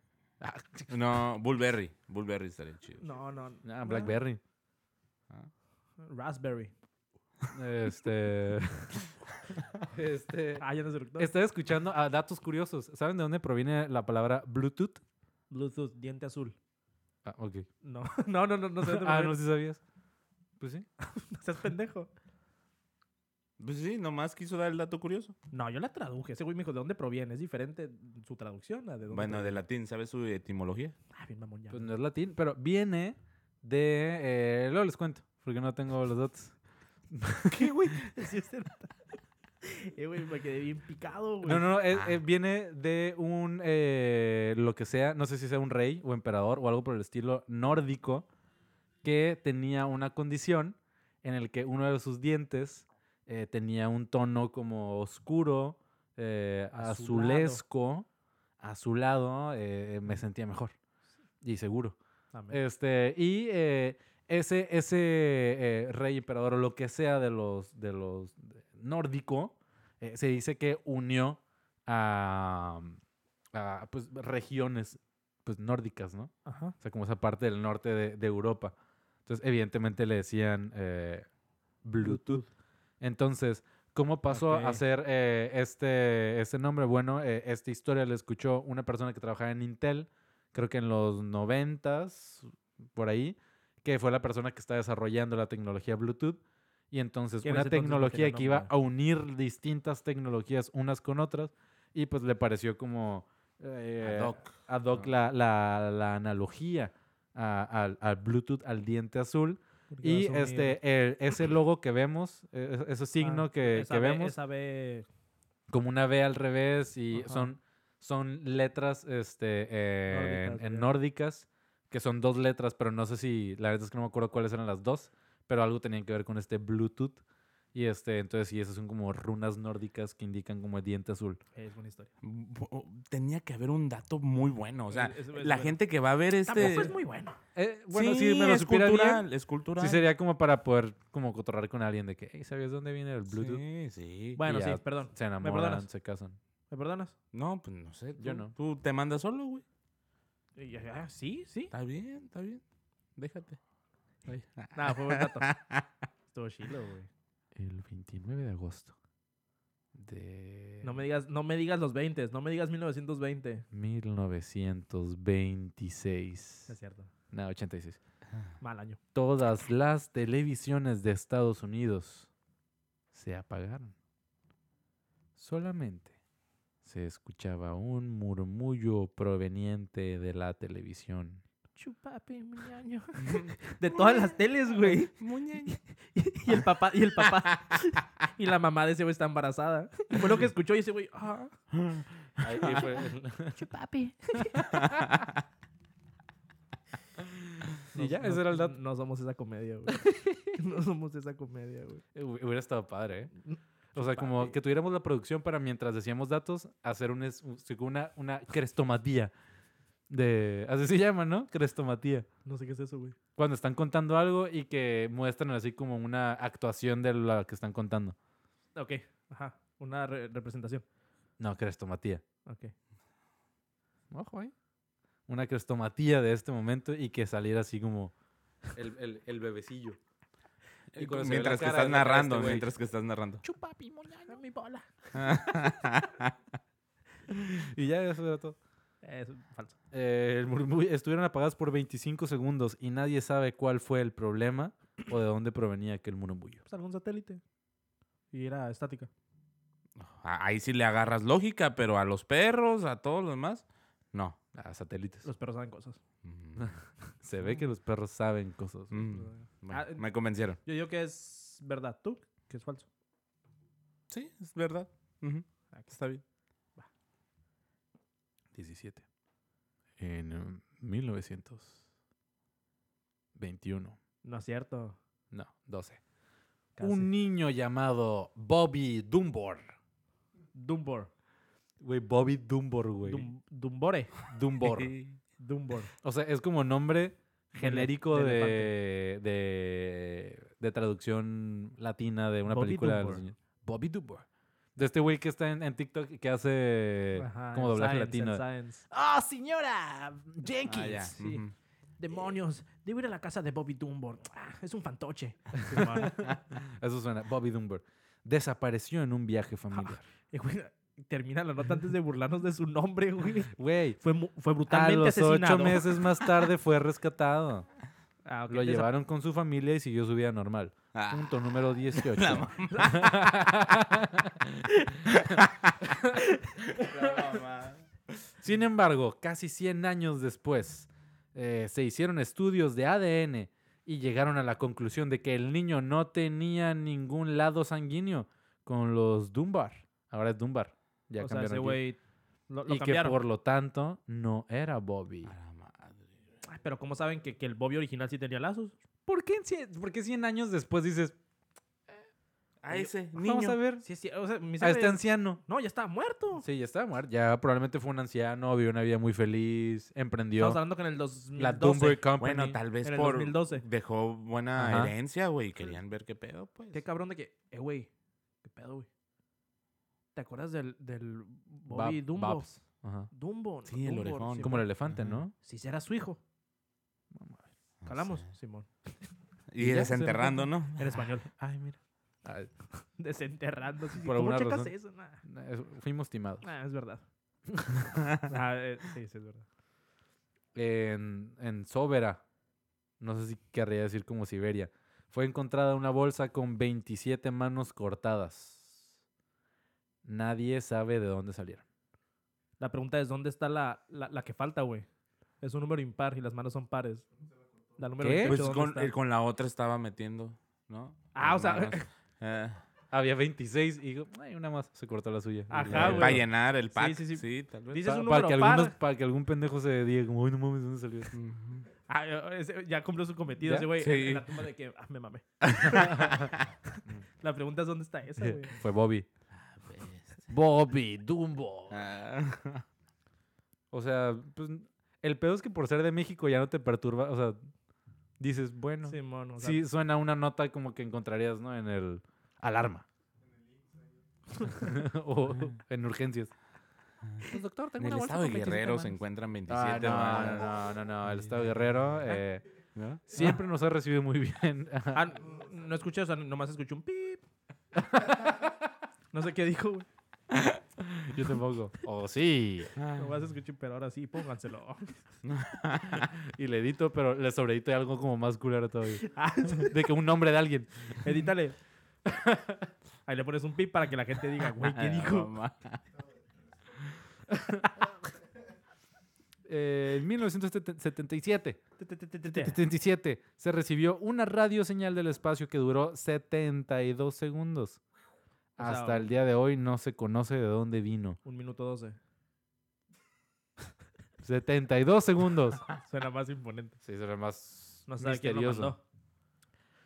Speaker 2: No, Bullberry. Bullberry estaría chido.
Speaker 3: No, no. no. Ah,
Speaker 1: Ah, Blackberry.
Speaker 3: Raspberry.
Speaker 1: (laughs) Este. este.
Speaker 3: Ah, ya no se lo
Speaker 1: Estaba escuchando a datos curiosos. ¿Saben de dónde proviene la palabra Bluetooth?
Speaker 3: Bluetooth, diente azul.
Speaker 1: Ah, ok.
Speaker 3: No, (laughs) no, no, no, no sé.
Speaker 1: ah, no sé si sabías. Pues sí.
Speaker 3: Seas pendejo.
Speaker 2: Pues sí, nomás quiso dar el dato curioso.
Speaker 3: No, yo la traduje. Ese güey me dijo, ¿de dónde proviene? Es diferente su traducción a de dónde.
Speaker 2: Bueno, de
Speaker 3: proviene.
Speaker 2: latín, ¿sabes su etimología?
Speaker 3: Ah, bien mamón ya.
Speaker 1: Pues no es latín, pero viene de. eh, luego les cuento, porque no tengo los datos.
Speaker 3: ¿Qué, güey? (laughs) Sí, es cierto. Eh, güey, me quedé bien picado, güey.
Speaker 1: No, no, no. eh,
Speaker 2: Ah.
Speaker 1: eh, viene de un. eh, lo que sea, no sé si sea un rey o emperador o algo por el estilo nórdico, que tenía una condición en el que uno de sus dientes eh, tenía un tono como oscuro, eh,
Speaker 3: Azulado.
Speaker 1: azulesco, azulado, eh, me sentía mejor. Y seguro.
Speaker 3: Amén.
Speaker 1: Este, y eh, ese, ese eh, rey emperador o lo que sea de los, de los de- nórdico, eh, se dice que unió a, a, pues, regiones pues, nórdicas, ¿no?
Speaker 3: Ajá.
Speaker 1: O sea, como esa parte del norte de, de Europa. Entonces, evidentemente le decían eh, Bluetooth. Entonces, ¿cómo pasó
Speaker 3: Ok.
Speaker 1: a ser eh, este, este nombre? Bueno, eh, esta historia la escuchó una persona que trabajaba en Intel, creo que en los noventas, por ahí, que fue la persona que está desarrollando la tecnología Bluetooth. Y entonces,
Speaker 3: Y en
Speaker 1: una
Speaker 3: ese entonces no
Speaker 1: tecnología
Speaker 3: tenía
Speaker 1: que iba
Speaker 3: nombre.
Speaker 1: a unir distintas tecnologías unas con otras, y pues le pareció como... eh,
Speaker 2: Ad hoc.
Speaker 1: ad
Speaker 3: Ah.
Speaker 1: hoc la, la- la analogía a- al, al Bluetooth, al diente azul.
Speaker 3: Porque
Speaker 1: Y
Speaker 3: vas a unir
Speaker 1: este, el- ese logo que vemos, e- e- ese signo
Speaker 3: Ah,
Speaker 1: que,
Speaker 3: esa
Speaker 1: que
Speaker 3: B-
Speaker 1: vemos,
Speaker 3: Esa B.
Speaker 1: como una V al revés y
Speaker 3: Ajá.
Speaker 1: son, son letras este, eh, en-
Speaker 3: Nórdicas,
Speaker 1: en,
Speaker 3: ya.
Speaker 1: nórdicas, que son dos letras, pero no sé si, la verdad es que no me acuerdo cuáles eran las dos, pero algo tenían que ver con este Bluetooth. Y este, entonces, y esas son como runas nórdicas que indican como el diente azul.
Speaker 3: Es buena historia.
Speaker 2: Bu- o- Tenía que haber un dato muy bueno. O sea,
Speaker 3: Es- es- es
Speaker 2: la
Speaker 3: bueno.
Speaker 2: gente que va a ver este.
Speaker 5: Tampoco es muy bueno.
Speaker 1: Eh, bueno, si me lo
Speaker 2: es
Speaker 1: supiera bien,
Speaker 2: cultural, es cultural.
Speaker 1: Sí, sería como para poder como cotorrar con alguien de que, "Ey, ¿sabías dónde viene el Bluetooth?
Speaker 2: Sí, sí.
Speaker 3: Bueno,
Speaker 1: Y
Speaker 3: sí,
Speaker 1: ya
Speaker 3: perdón.
Speaker 1: Se
Speaker 3: ¿Me
Speaker 1: enamoran,
Speaker 3: perdonas?
Speaker 1: se casan.
Speaker 3: ¿Me perdonas?
Speaker 2: No, pues no sé.
Speaker 1: Yo
Speaker 2: tú-
Speaker 1: no.
Speaker 2: Tú te mandas solo, güey.
Speaker 3: Y- ah, Sí, sí.
Speaker 2: Está bien, está bien. Déjate. Ay.
Speaker 3: Nada, fue buen
Speaker 1: (laughs)
Speaker 3: dato. Estuvo chilo, güey.
Speaker 1: El 29 de agosto de
Speaker 3: No me digas, no me digas los 20, no me digas 1920.
Speaker 1: 1926.
Speaker 3: Es cierto.
Speaker 1: No, 86.
Speaker 3: Mal año. (laughs)
Speaker 1: Todas las televisiones de Estados Unidos se apagaron. Solamente se escuchaba un murmullo proveniente de la televisión.
Speaker 3: Chupapi, mi año. De todas las teles, güey. (laughs) Y el papá, y el papá. (laughs) Y la mamá de ese güey está embarazada. Y Fue lo que escuchó y ese güey, ah,
Speaker 1: Ahí fue el-
Speaker 3: chupapi.
Speaker 1: Y ya, ese era el dato.
Speaker 3: No somos esa comedia, (laughs) güey. No somos esa comedia, güey.
Speaker 1: Eh, Hu- Hubiera estado padre, ¿eh?
Speaker 3: Mm,
Speaker 1: O sea, como
Speaker 3: padre.
Speaker 1: que tuviéramos la producción para mientras decíamos datos, hacer un es- un- sí, como una, una crestomatía. De, así se llama, ¿no? Crestomatía.
Speaker 3: No sé qué es eso, güey.
Speaker 1: Cuando están contando algo y que muestran así como una actuación de la que están contando.
Speaker 3: Ok, ajá. Una re- representación.
Speaker 1: No, crestomatía.
Speaker 3: Ok.
Speaker 1: Ojo, ¿eh? Una crestomatía de este momento y que saliera así como el, el, el bebecillo. (laughs) Y
Speaker 2: (laughs)
Speaker 1: cuando se ve la
Speaker 2: Mientras que
Speaker 1: cara, es
Speaker 2: estás
Speaker 1: la cara de este
Speaker 2: narrando,
Speaker 1: güey.
Speaker 2: mientras que estás narrando. (laughs)
Speaker 3: Chupapi, moñaño, mi bola.
Speaker 1: Y ya eso era todo.
Speaker 3: Es falso.
Speaker 1: Eh, el murmullo- estuvieron apagadas por 25 segundos y nadie sabe cuál fue el problema o de dónde provenía aquel murmullo.
Speaker 3: Pues algún satélite. Y era estática.
Speaker 2: A- Ah, Ahí sí le agarras lógica, pero a los perros, a todos los demás, no.
Speaker 1: Ah, satélites.
Speaker 3: Los perros saben cosas.
Speaker 2: Mm,
Speaker 1: (laughs) Se ve que los perros saben cosas.
Speaker 2: mm. Bueno,
Speaker 3: Ah, eh,
Speaker 2: me convencieron.
Speaker 3: Yo digo que es verdad. ¿Tú? Que es falso.
Speaker 2: Sí, es verdad. Ujú.
Speaker 1: Ah,
Speaker 2: Está bien.
Speaker 1: 17. En um, 1921.
Speaker 3: No es cierto.
Speaker 1: No, 12.
Speaker 3: Casi.
Speaker 1: Un niño llamado Bobby Dumbor.
Speaker 3: Dumbor.
Speaker 1: Güey, Bobby Dumbor, güey.
Speaker 3: Dum- Dumbore. (laughs)
Speaker 1: Dumbor.
Speaker 3: Dumbor.
Speaker 1: O sea, es como nombre
Speaker 3: elef-
Speaker 1: genérico
Speaker 3: de
Speaker 1: de, de, de traducción latina de una
Speaker 3: Bobby
Speaker 1: película de los
Speaker 3: Dunbar.
Speaker 1: años- Bobby Dunbar. De este güey que está en, en TikTok y que hace
Speaker 3: Ajá,
Speaker 1: Eh, como
Speaker 3: en
Speaker 1: doblaje
Speaker 3: Science, en
Speaker 1: latino.
Speaker 3: Science.
Speaker 6: ¡Ah, señora Jenkins!
Speaker 2: Ah, ya.
Speaker 3: Sí.
Speaker 2: Ujú.
Speaker 3: Demonios. Debo ir a la casa de Bobby Dumbor. Ah, es un
Speaker 1: (laughs)
Speaker 3: fantoche.
Speaker 1: Eso suena. Bobby Dunbar. Desapareció en un viaje familiar.
Speaker 3: Eh, güey, Termina la nota antes de burlarnos de su nombre, (laughs) güey.
Speaker 1: Güey,
Speaker 3: Fue, mu- fue
Speaker 1: a
Speaker 3: brutalmente
Speaker 1: los
Speaker 3: asesinado.
Speaker 1: ocho meses más tarde fue (laughs) rescatado.
Speaker 3: Ah, ok.
Speaker 1: Lo
Speaker 3: Desa-
Speaker 1: llevaron con su familia y siguió su vida normal.
Speaker 2: Ah, (laughs)
Speaker 1: Punto (laughs) número 18. Sin embargo, casi 100 años después, eh, se hicieron estudios de ADN y llegaron a la conclusión de que el niño no tenía ningún lado sanguíneo con los Dunbar. Ahora es Dunbar. Ya
Speaker 3: o sea,
Speaker 1: cambiaron
Speaker 3: ese
Speaker 1: aquí.
Speaker 3: güey lo, lo
Speaker 1: y que
Speaker 3: cambiaron.
Speaker 1: por lo tanto no era Bobby.
Speaker 2: a la madre.
Speaker 3: Ay, Pero ¿cómo saben que, que el Bobby original sí tenía lazos?
Speaker 1: ¿Por qué, en cien- por qué 100 años después dices,
Speaker 2: A ese niño.
Speaker 1: vamos a ver
Speaker 3: Sí, sí. O sea, me
Speaker 1: a
Speaker 3: sabe-
Speaker 1: este anciano?
Speaker 3: No, ya estaba muerto.
Speaker 1: Sí, ya estaba muerto. Ya probablemente fue un anciano, vivió una vida muy feliz, emprendió
Speaker 3: Estamos hablando que en el 2012.
Speaker 1: la Dunbar Company.
Speaker 2: Bueno, tal vez
Speaker 3: en el
Speaker 2: por
Speaker 3: 2012.
Speaker 2: dejó buena
Speaker 1: Ajá.
Speaker 2: herencia, güey. Querían ver qué pedo, pues.
Speaker 3: Qué cabrón de que, eh, güey, qué pedo, güey. ¿Te acuerdas del, del Bobby
Speaker 1: Bab-
Speaker 3: Dumbo?
Speaker 1: Babs. Ajá.
Speaker 3: Dumbo. no,
Speaker 2: Sí, el
Speaker 3: Dumbo,
Speaker 2: orejón.
Speaker 3: Simón.
Speaker 1: Como el elefante,
Speaker 2: Ajá.
Speaker 1: ¿no?
Speaker 3: Si será su hijo.
Speaker 2: No
Speaker 3: Calamos,
Speaker 2: sé.
Speaker 3: Simón.
Speaker 2: Y
Speaker 1: ya,
Speaker 2: desenterrando, ¿no?
Speaker 3: En español. Ay, (laughs) mira.
Speaker 1: Ay,
Speaker 3: Desenterrando. sí, sí.
Speaker 1: Por
Speaker 3: ¿Cómo
Speaker 1: alguna
Speaker 3: checas
Speaker 1: razón.
Speaker 3: eso? Nah.
Speaker 1: es- fuimos timados.
Speaker 3: Nah, es verdad. Ah, eh, sí, sí, es verdad.
Speaker 1: En, en Sobera, no sé si querría decir como Siberia, fue encontrada una bolsa con 27 manos cortadas. Nadie sabe de dónde salieron.
Speaker 3: La pregunta es, ¿dónde está la, la, la que falta, güey? Es un número impar y las manos son pares. La número
Speaker 1: ¿Qué?
Speaker 3: 28,
Speaker 2: Pues
Speaker 3: ¿dónde
Speaker 2: con,
Speaker 3: está?
Speaker 2: eh, con la otra estaba metiendo, ¿no?
Speaker 3: Ah, o sea, (laughs)
Speaker 2: Manos. Eh,
Speaker 1: Había 26 y digo, "Ay, una más. Se cortó la suya.
Speaker 3: Ajá,
Speaker 1: Eh,
Speaker 3: güey.
Speaker 2: para llenar el pack.
Speaker 3: sí, sí.
Speaker 2: tal vez.
Speaker 3: Dices
Speaker 1: pa-
Speaker 3: un
Speaker 1: para,
Speaker 3: número
Speaker 1: que
Speaker 3: par.
Speaker 1: algunos, para que algún pendejo se diga como, "Ay, no mames, ¿dónde salió?
Speaker 3: (laughs)
Speaker 1: esto?"
Speaker 2: Ujú.
Speaker 3: Ah, eh, ese- ya cumplió su cometido
Speaker 1: ¿Ya?
Speaker 3: ese güey.
Speaker 2: Sí.
Speaker 3: En la tumba de que... Ah, me mamé. (laughs) la pregunta es, ¿dónde está
Speaker 1: (laughs)
Speaker 3: esa, güey? Ah,
Speaker 1: Fue Bobby. Bobby, Dumbo.
Speaker 2: Ah,
Speaker 1: O sea, pues el pedo es que por ser de México ya no te perturba. O sea, dices, bueno. Sí,
Speaker 3: Simón, o sea,
Speaker 1: suena una nota como que encontrarías, ¿no? En el alarma. (laughs) o en (laughs) urgencias.
Speaker 3: Pues,
Speaker 1: doctor,
Speaker 2: en el estado de Guerrero se
Speaker 3: Ah,
Speaker 2: encuentran 27
Speaker 1: Ah, no,
Speaker 2: varas,
Speaker 1: no, no, no, El estado de Guerrero eh,
Speaker 2: ¿no?
Speaker 1: (laughs) siempre nos ha recibido muy bien. (laughs)
Speaker 3: Ah, n- no escuché, o sea, nomás escuché un pip. No sé qué dijo, güey.
Speaker 1: Yo tampoco. Oh, sí.
Speaker 2: Ah.
Speaker 3: Nomás escuché, pero ahora sí, pónganselo.
Speaker 1: Y le edito, pero le sobreedito algo como más culero (laughs) todavía.
Speaker 3: Ah,
Speaker 1: De que un nombre de alguien.
Speaker 3: Edítale. (laughs) Ahí le pones un pip para que la gente diga, güey,
Speaker 2: (laughs)
Speaker 3: ¿qué
Speaker 2: Ah,
Speaker 3: dijo?
Speaker 2: mamá.
Speaker 1: Eh, en 1977. 77. Se recibió una radio señal del espacio que duró 72 segundos.
Speaker 3: O sea,
Speaker 1: Hasta el día de hoy no se conoce de dónde vino.
Speaker 3: Un minuto doce.
Speaker 1: 72
Speaker 3: (laughs)
Speaker 1: segundos.
Speaker 3: Suena más imponente.
Speaker 1: Sí, será más
Speaker 3: No sabe quién lo
Speaker 1: misterioso.
Speaker 3: mandó.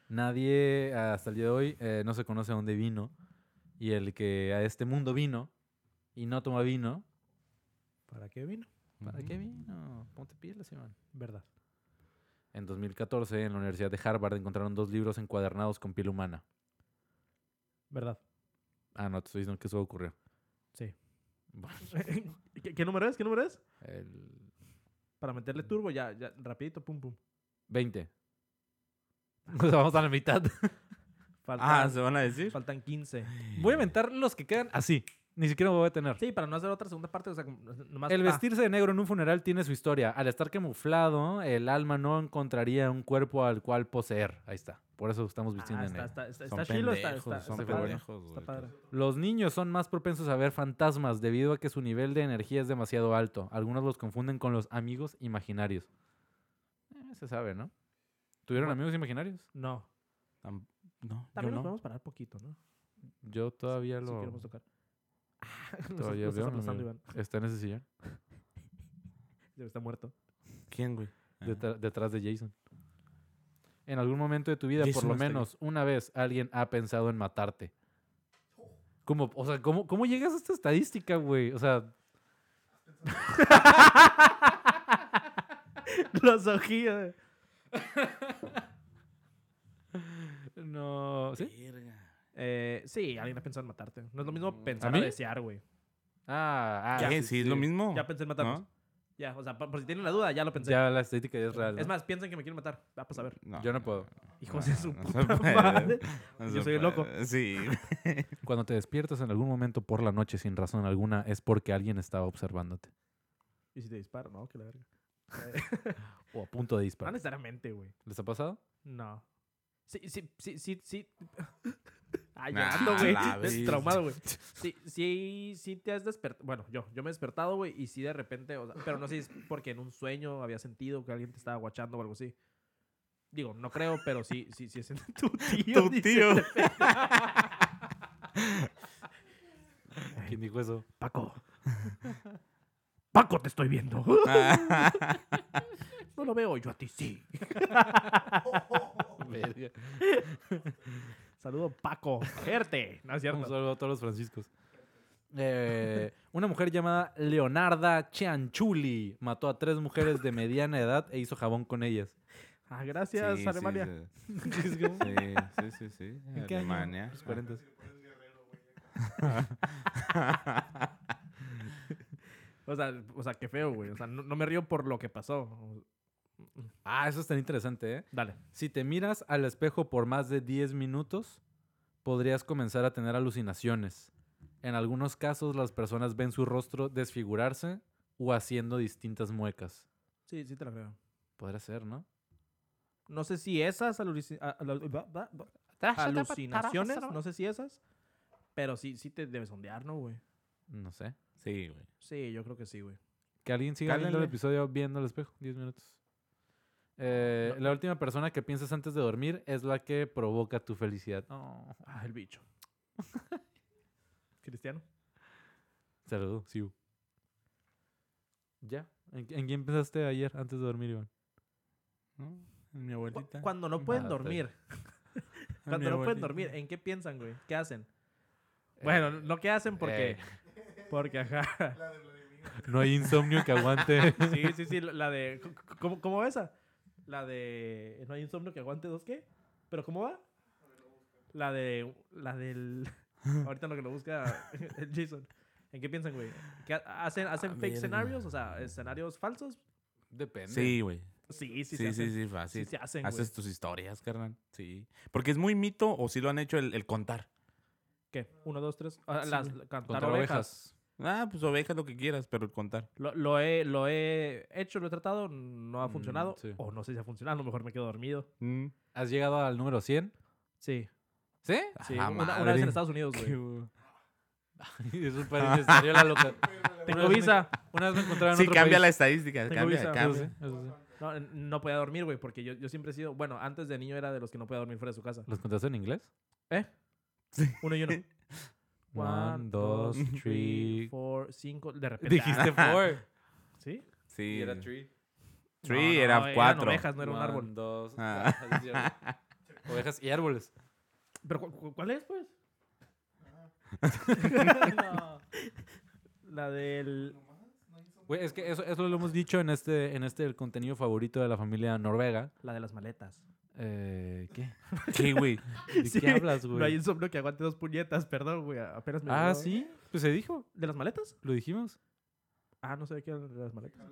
Speaker 1: Nadie hasta el día de hoy eh, no se conoce de dónde vino. Y el que a este mundo vino y no toma vino.
Speaker 3: ¿Para qué vino?
Speaker 1: ¿Para qué vino? Ponte pilas, Iván.
Speaker 3: Verdad.
Speaker 1: En 2014, en la Universidad de Harvard, encontraron dos libros encuadernados con piel humana.
Speaker 3: Verdad.
Speaker 1: Ah, no, te estoy diciendo que eso ocurrió.
Speaker 3: Sí.
Speaker 1: Bueno,
Speaker 3: (laughs) ¿Qué, qué número es? ¿Qué número es?
Speaker 1: el
Speaker 3: Para meterle turbo, ya, ya, rapidito, pum, pum.
Speaker 1: 20. (laughs) Nos vamos a la mitad.
Speaker 2: Ah,
Speaker 3: Faltan,
Speaker 2: ¿se van a decir?
Speaker 3: faltan 15.
Speaker 1: Voy a inventar los que quedan así. Ni siquiera me voy a detener.
Speaker 3: Sí, para no hacer otra segunda parte, o sea, como- nomás...
Speaker 1: El
Speaker 3: pa.
Speaker 1: vestirse de negro en un funeral tiene su historia. Al estar camuflado, el alma no encontraría un cuerpo al cual poseer. Ahí está. Por eso estamos
Speaker 3: Ah,
Speaker 1: vistiendo de
Speaker 3: está,
Speaker 1: negro.
Speaker 3: está, está,
Speaker 2: Son
Speaker 3: está chilo, está,
Speaker 2: pendejos,
Speaker 3: está,
Speaker 2: son
Speaker 3: está padre.
Speaker 2: pendejos, güey.
Speaker 3: Está padre.
Speaker 1: Los niños son más propensos a ver fantasmas debido a que su nivel de energía es demasiado alto. Algunos los confunden con los amigos imaginarios. Eh, se sabe, ¿no? ¿Tuvieron amigos imaginarios?
Speaker 3: No.
Speaker 2: Tam- No, yo
Speaker 3: También nos
Speaker 2: no.
Speaker 3: podemos parar poquito, ¿no?
Speaker 1: Yo todavía
Speaker 3: Si
Speaker 1: lo...
Speaker 3: queremos tocar. Ah, (laughs) Nos-
Speaker 1: todavía
Speaker 3: nos estás
Speaker 1: veo, no,
Speaker 3: aplastando,
Speaker 1: mira.
Speaker 3: Iván.
Speaker 1: Está en ese sillón.
Speaker 3: Ya Está muerto.
Speaker 2: ¿Quién, güey? Ah.
Speaker 1: detra- detrás de Jason. En algún momento de tu vida, por
Speaker 2: Jason
Speaker 1: lo
Speaker 2: está ahí.
Speaker 1: menos una vez, alguien ha pensado en matarte. ¿Cómo, o sea, ¿cómo, cómo llegas a esta estadística, güey? O sea,
Speaker 3: Los ojillos.
Speaker 1: no. ¿Sí?
Speaker 3: Eh, sí, alguien ha pensado en matarte. No es lo mismo pensar
Speaker 1: mí?
Speaker 3: a desear, güey.
Speaker 1: Ah, ah,
Speaker 2: ¿Qué? ¿Sí es lo mismo?
Speaker 3: Ya pensé en matarnos.
Speaker 2: ¿No?
Speaker 3: Ya, o sea, pa- por si tienen la duda, ya lo pensé.
Speaker 1: Ya la estadística ya es real.
Speaker 3: Es
Speaker 1: ¿no?
Speaker 3: más, piensen que me quieren matar. Va a saber.
Speaker 1: Yo no puedo.
Speaker 3: Hijos de su
Speaker 2: no se
Speaker 3: puta
Speaker 2: puede,
Speaker 3: madre.
Speaker 2: no
Speaker 3: Yo
Speaker 2: se
Speaker 3: soy el loco.
Speaker 2: puede. Sí.
Speaker 1: Cuando te despiertas en algún momento por la noche sin razón alguna, es porque alguien estaba observándote.
Speaker 3: ¿Y si te disparo? No, que la verga.
Speaker 1: O a punto de
Speaker 3: No
Speaker 1: disparar.
Speaker 3: necesariamente, güey.
Speaker 1: ¿Les ha pasado?
Speaker 3: No. Sí, sí, sí, sí,
Speaker 2: (laughs)
Speaker 3: sí. Ay,
Speaker 2: Nah,
Speaker 3: llorando, güey.
Speaker 2: la
Speaker 3: Des-
Speaker 2: ves.
Speaker 3: Traumado,
Speaker 2: (laughs)
Speaker 3: güey. Sí, sí, sí te has despertado. Bueno, yo, yo me he despertado, güey, y sí de repente, o sea, pero no sé si es porque en un sueño había sentido que alguien te estaba guachando o algo así. Digo, no creo, pero sí, sí, sí es en tu tío.
Speaker 2: Tu
Speaker 3: dice.
Speaker 2: tío.
Speaker 1: ¿Quién dijo eso?
Speaker 3: (laughs) Paco. Paco, te estoy viendo. (laughs) No lo veo, yo a ti sí.
Speaker 1: (laughs) Verga.
Speaker 3: Saludo, Paco. Jerte. No es
Speaker 1: Un
Speaker 3: cierto.
Speaker 1: saludo a todos los franciscos. Eh, una mujer llamada Leonarda Cianchuli mató a tres mujeres de mediana edad e hizo jabón con ellas.
Speaker 3: Ah, gracias,
Speaker 2: Sí, sí,
Speaker 3: Alemania.
Speaker 2: Sí, sí, sí, sí.
Speaker 1: qué año? Pues
Speaker 2: Alemania.
Speaker 1: Los 40.
Speaker 3: O sea, o sea, qué feo, güey. O sea, no, no me río por lo que pasó.
Speaker 1: Ah, eso es tan interesante, ¿eh?
Speaker 3: Dale.
Speaker 1: Si te miras al espejo por más de 10 minutos, podrías comenzar a tener alucinaciones. En algunos casos, las personas ven su rostro desfigurarse o haciendo distintas muecas.
Speaker 3: Sí, sí te la creo.
Speaker 1: Podría ser, ¿no?
Speaker 3: No sé si esas aluci- a- a- ba- ba- ba-
Speaker 1: Ah,
Speaker 3: alucinaciones, no sé si esas, pero sí, sí te debes ondear, ¿no, güey?
Speaker 1: No sé.
Speaker 2: Sí, güey.
Speaker 3: Sí, yo creo que sí, güey.
Speaker 1: Que alguien siga viendo el
Speaker 2: Cálenle.
Speaker 1: episodio viendo el espejo. 10 minutos. Eh, La última persona que piensas antes de dormir es la que provoca tu felicidad. Oh.
Speaker 3: Ah,
Speaker 1: (laughs)
Speaker 3: el bicho. Cristiano.
Speaker 1: Saludos, Siu. ¿Ya? ¿En, en quién pensaste ayer antes de dormir, Iván?
Speaker 2: ¿No? Mi abuelita.
Speaker 3: Cuando no pueden
Speaker 1: Ah, está bien. (laughs)
Speaker 3: dormir, (laughs) cuando no pueden dormir, ¿en qué piensan, güey? ¿Qué hacen? Bueno,
Speaker 1: Eh,
Speaker 3: no qué hacen porque,
Speaker 1: eh,
Speaker 3: porque ajá.
Speaker 1: no hay insomnio que aguante.
Speaker 3: Sí, sí, sí, la de. c- c- ¿Cómo, cómo esa? La de. No hay insomnio que aguante dos qué. ¿Pero cómo va? La de. La
Speaker 2: (laughs)
Speaker 3: del. Ahorita lo que lo busca (laughs) el Jason. ¿En qué piensan, güey? ¿Qué ha- ¿Hacen, hacen
Speaker 2: Ah,
Speaker 3: fake
Speaker 2: verga.
Speaker 3: escenarios? O sea, escenarios falsos.
Speaker 1: (laughs) Depende.
Speaker 2: Sí, güey.
Speaker 3: Sí, sí, se
Speaker 2: Sí, sí, sí,
Speaker 3: hacen.
Speaker 2: fácil.
Speaker 3: Sí se hacen, güey.
Speaker 2: Haces tus historias, carnal. Sí. Porque es muy mito o si lo han hecho el, el contar.
Speaker 3: ¿Qué? Uno, dos, tres. Ah,
Speaker 2: Sí,
Speaker 3: las,
Speaker 2: güey.
Speaker 3: cantar
Speaker 1: Contar
Speaker 3: ovejas.
Speaker 1: ovejas.
Speaker 2: Ah, pues ovejas, lo que quieras, pero el contar.
Speaker 3: Lo, lo he, lo he hecho, lo he tratado, no ha
Speaker 1: Mm,
Speaker 3: funcionado.
Speaker 1: sí.
Speaker 3: O no sé si ha funcionado, a lo mejor me quedo dormido.
Speaker 2: Mm.
Speaker 1: ¿Has llegado al número 100?
Speaker 3: Sí,
Speaker 1: (laughs) ¿Sí?
Speaker 3: sí.
Speaker 2: Ah,
Speaker 3: Una, una vez
Speaker 2: madre.
Speaker 3: en Estados
Speaker 2: (laughs)
Speaker 3: Unidos, güey.
Speaker 1: Eso es para necesario la (laughs) loca.
Speaker 3: Tengo visa.
Speaker 1: Una vez me encontraron en
Speaker 2: Sí,
Speaker 1: otro
Speaker 2: cambia la
Speaker 1: país.
Speaker 2: estadística.
Speaker 3: Tengo
Speaker 2: Cambia,
Speaker 3: visa.
Speaker 2: cambia.
Speaker 1: Eso sí, eso sí.
Speaker 3: No, n- no podía dormir, güey, porque yo, yo siempre he sido, bueno, antes de niño era de los que no podía dormir fuera de
Speaker 1: (laughs)
Speaker 3: su casa.
Speaker 1: ¿Los contaste en inglés?
Speaker 3: ¿Eh? Uno y
Speaker 1: (laughs)
Speaker 3: uno.
Speaker 1: One, dos, three.
Speaker 3: four, cinco. De repente. ah,
Speaker 1: Dijiste
Speaker 2: (laughs)
Speaker 1: four.
Speaker 3: ¿Sí?
Speaker 2: Ah, Sí. era
Speaker 1: three.
Speaker 2: Three,
Speaker 3: No, no,
Speaker 2: era
Speaker 3: eran
Speaker 2: cuatro.
Speaker 3: ovejas, no era un árbol.
Speaker 1: dos.
Speaker 2: Ah.
Speaker 1: ah, sí,
Speaker 2: (laughs)
Speaker 1: cierto. Ovejas y árboles.
Speaker 3: ¿Pero cu- cu- cuál es,
Speaker 1: (laughs)
Speaker 3: pues? (laughs) La del.
Speaker 1: Güey, es que eso, eso lo hemos dicho en este, en este el contenido favorito de la familia Noruega.
Speaker 3: La de las maletas.
Speaker 1: Eh, ¿Qué?
Speaker 2: Sí,
Speaker 3: (laughs)
Speaker 2: güey.
Speaker 1: ¿De
Speaker 3: Sí,
Speaker 1: qué hablas,
Speaker 3: No hay
Speaker 1: güey?
Speaker 3: insomnio que aguante dos puñetas, perdón, güey. Apenas me.
Speaker 1: ah,
Speaker 3: llegó.
Speaker 1: sí. Pues se dijo.
Speaker 3: ¿De las maletas?
Speaker 1: Lo dijimos.
Speaker 3: Ah, no sé de qué eran las maletas.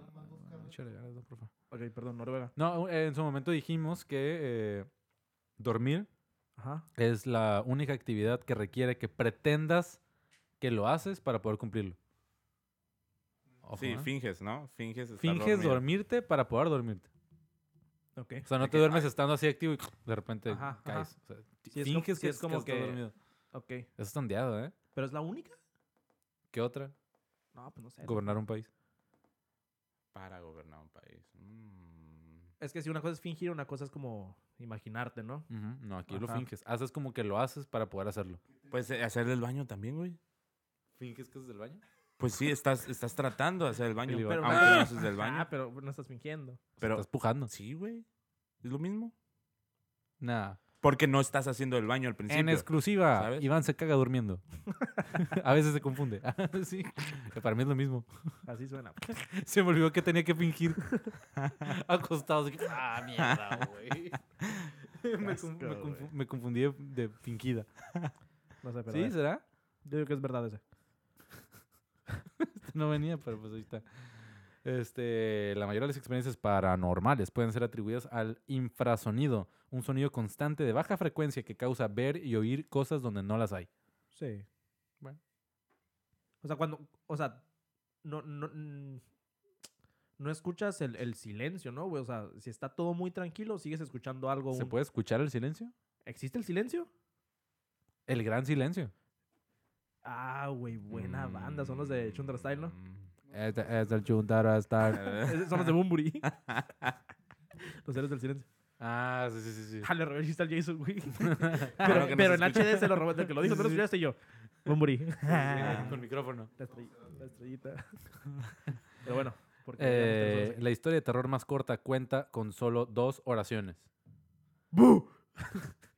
Speaker 1: Échale ganas, no, por favor.
Speaker 3: Ok, perdón, Noruega.
Speaker 1: No, eh, en su momento dijimos que eh, dormir
Speaker 3: Ajá.
Speaker 1: es la única actividad que requiere que pretendas que lo haces para poder cumplirlo. Ojo,
Speaker 2: Sí,
Speaker 1: ¿eh?
Speaker 2: finges, ¿no? Finges estar
Speaker 1: Finges
Speaker 2: dormido.
Speaker 1: dormirte para poder dormirte.
Speaker 3: Ok.
Speaker 1: O sea, no te duermes estando así activo y de repente
Speaker 3: Ajá, ajá.
Speaker 1: caes. O sea,
Speaker 3: Sí, es como-
Speaker 1: finges
Speaker 3: sí,
Speaker 1: que
Speaker 3: es como
Speaker 1: estás
Speaker 3: que-
Speaker 1: dormido.
Speaker 3: Ok.
Speaker 1: Eso es tandeado, ¿eh?
Speaker 3: ¿Pero es la única?
Speaker 1: ¿Qué otra?
Speaker 3: No, pues no sé.
Speaker 1: Gobernar un país.
Speaker 2: Para gobernar un país. Mm.
Speaker 3: Es que si una cosa es fingir, una cosa es como imaginarte, ¿no?
Speaker 1: Ujú, No, aquí lo
Speaker 3: Ajá.
Speaker 1: finges. Haces como que lo haces para poder hacerlo.
Speaker 2: Pues eh, hacer el baño también, güey.
Speaker 1: ¿Finges que es del baño?
Speaker 2: Pues sí, estás, estás tratando de hacer el baño.
Speaker 1: El
Speaker 2: Pero
Speaker 1: Iván.
Speaker 2: aunque no haces el
Speaker 3: (laughs) Ah,
Speaker 2: baño.
Speaker 3: pero no estás fingiendo.
Speaker 2: Pero
Speaker 1: Estás pujando.
Speaker 2: sí, güey. Es lo mismo.
Speaker 1: Nah.
Speaker 2: Porque no estás haciendo el baño al
Speaker 1: En
Speaker 2: principio.
Speaker 1: exclusiva,
Speaker 2: ¿sabes?
Speaker 1: Iván se caga durmiendo. (laughs)
Speaker 2: (laughs)
Speaker 1: A veces se confunde. (laughs) sí. Para mí es lo mismo. (laughs)
Speaker 3: Así suena.
Speaker 1: Se me olvidó que tenía que fingir. (laughs) Acostado. así que, Ah, mierda, güey. (laughs) me,
Speaker 3: asco,
Speaker 1: confu- me confu-
Speaker 3: güey.
Speaker 1: me confundí de, de fingida.
Speaker 3: No sé, pero.
Speaker 1: ¿Sí?
Speaker 3: es-
Speaker 1: ¿Será?
Speaker 3: Yo digo que es verdad ese.
Speaker 1: (laughs) No venía, pero pues ahí está. Este, la mayoría de las experiencias paranormales pueden ser atribuidas al infrasonido, un sonido constante de baja frecuencia que causa ver y oír cosas donde no las hay.
Speaker 3: Sí.
Speaker 1: Bueno.
Speaker 3: O sea, cuando. O sea, no. No, mm, no escuchas el, el silencio, ¿no, güey? O sea, si está todo muy tranquilo, sigues escuchando algo.
Speaker 1: ¿Se
Speaker 3: un-
Speaker 1: puede escuchar el silencio?
Speaker 3: ¿Existe el silencio?
Speaker 1: El gran silencio.
Speaker 3: Ah, güey, buena
Speaker 2: Mm.
Speaker 3: banda. Son los de Chundra Style, ¿no?
Speaker 1: Es, es el chuntara estar.
Speaker 3: Es- (laughs) Son los de Bumburi. los seres del silencio.
Speaker 1: (laughs) Ah, sí, sí,
Speaker 2: (laughs)
Speaker 1: sí. sí.
Speaker 3: Ah, le revertiste al Jason, güey.
Speaker 2: Para
Speaker 3: Pero,
Speaker 2: Ah, lo que nos
Speaker 3: pero en
Speaker 2: escucha.
Speaker 3: HD se lo robó. El que lo dijo, no lo escuchaste yo. Bumburi.
Speaker 1: Con micrófono.
Speaker 3: La, estrell- la estrellita. (laughs) Pero bueno, porque
Speaker 1: Eh, la historia de terror más corta cuenta con solo dos oraciones. (laughs)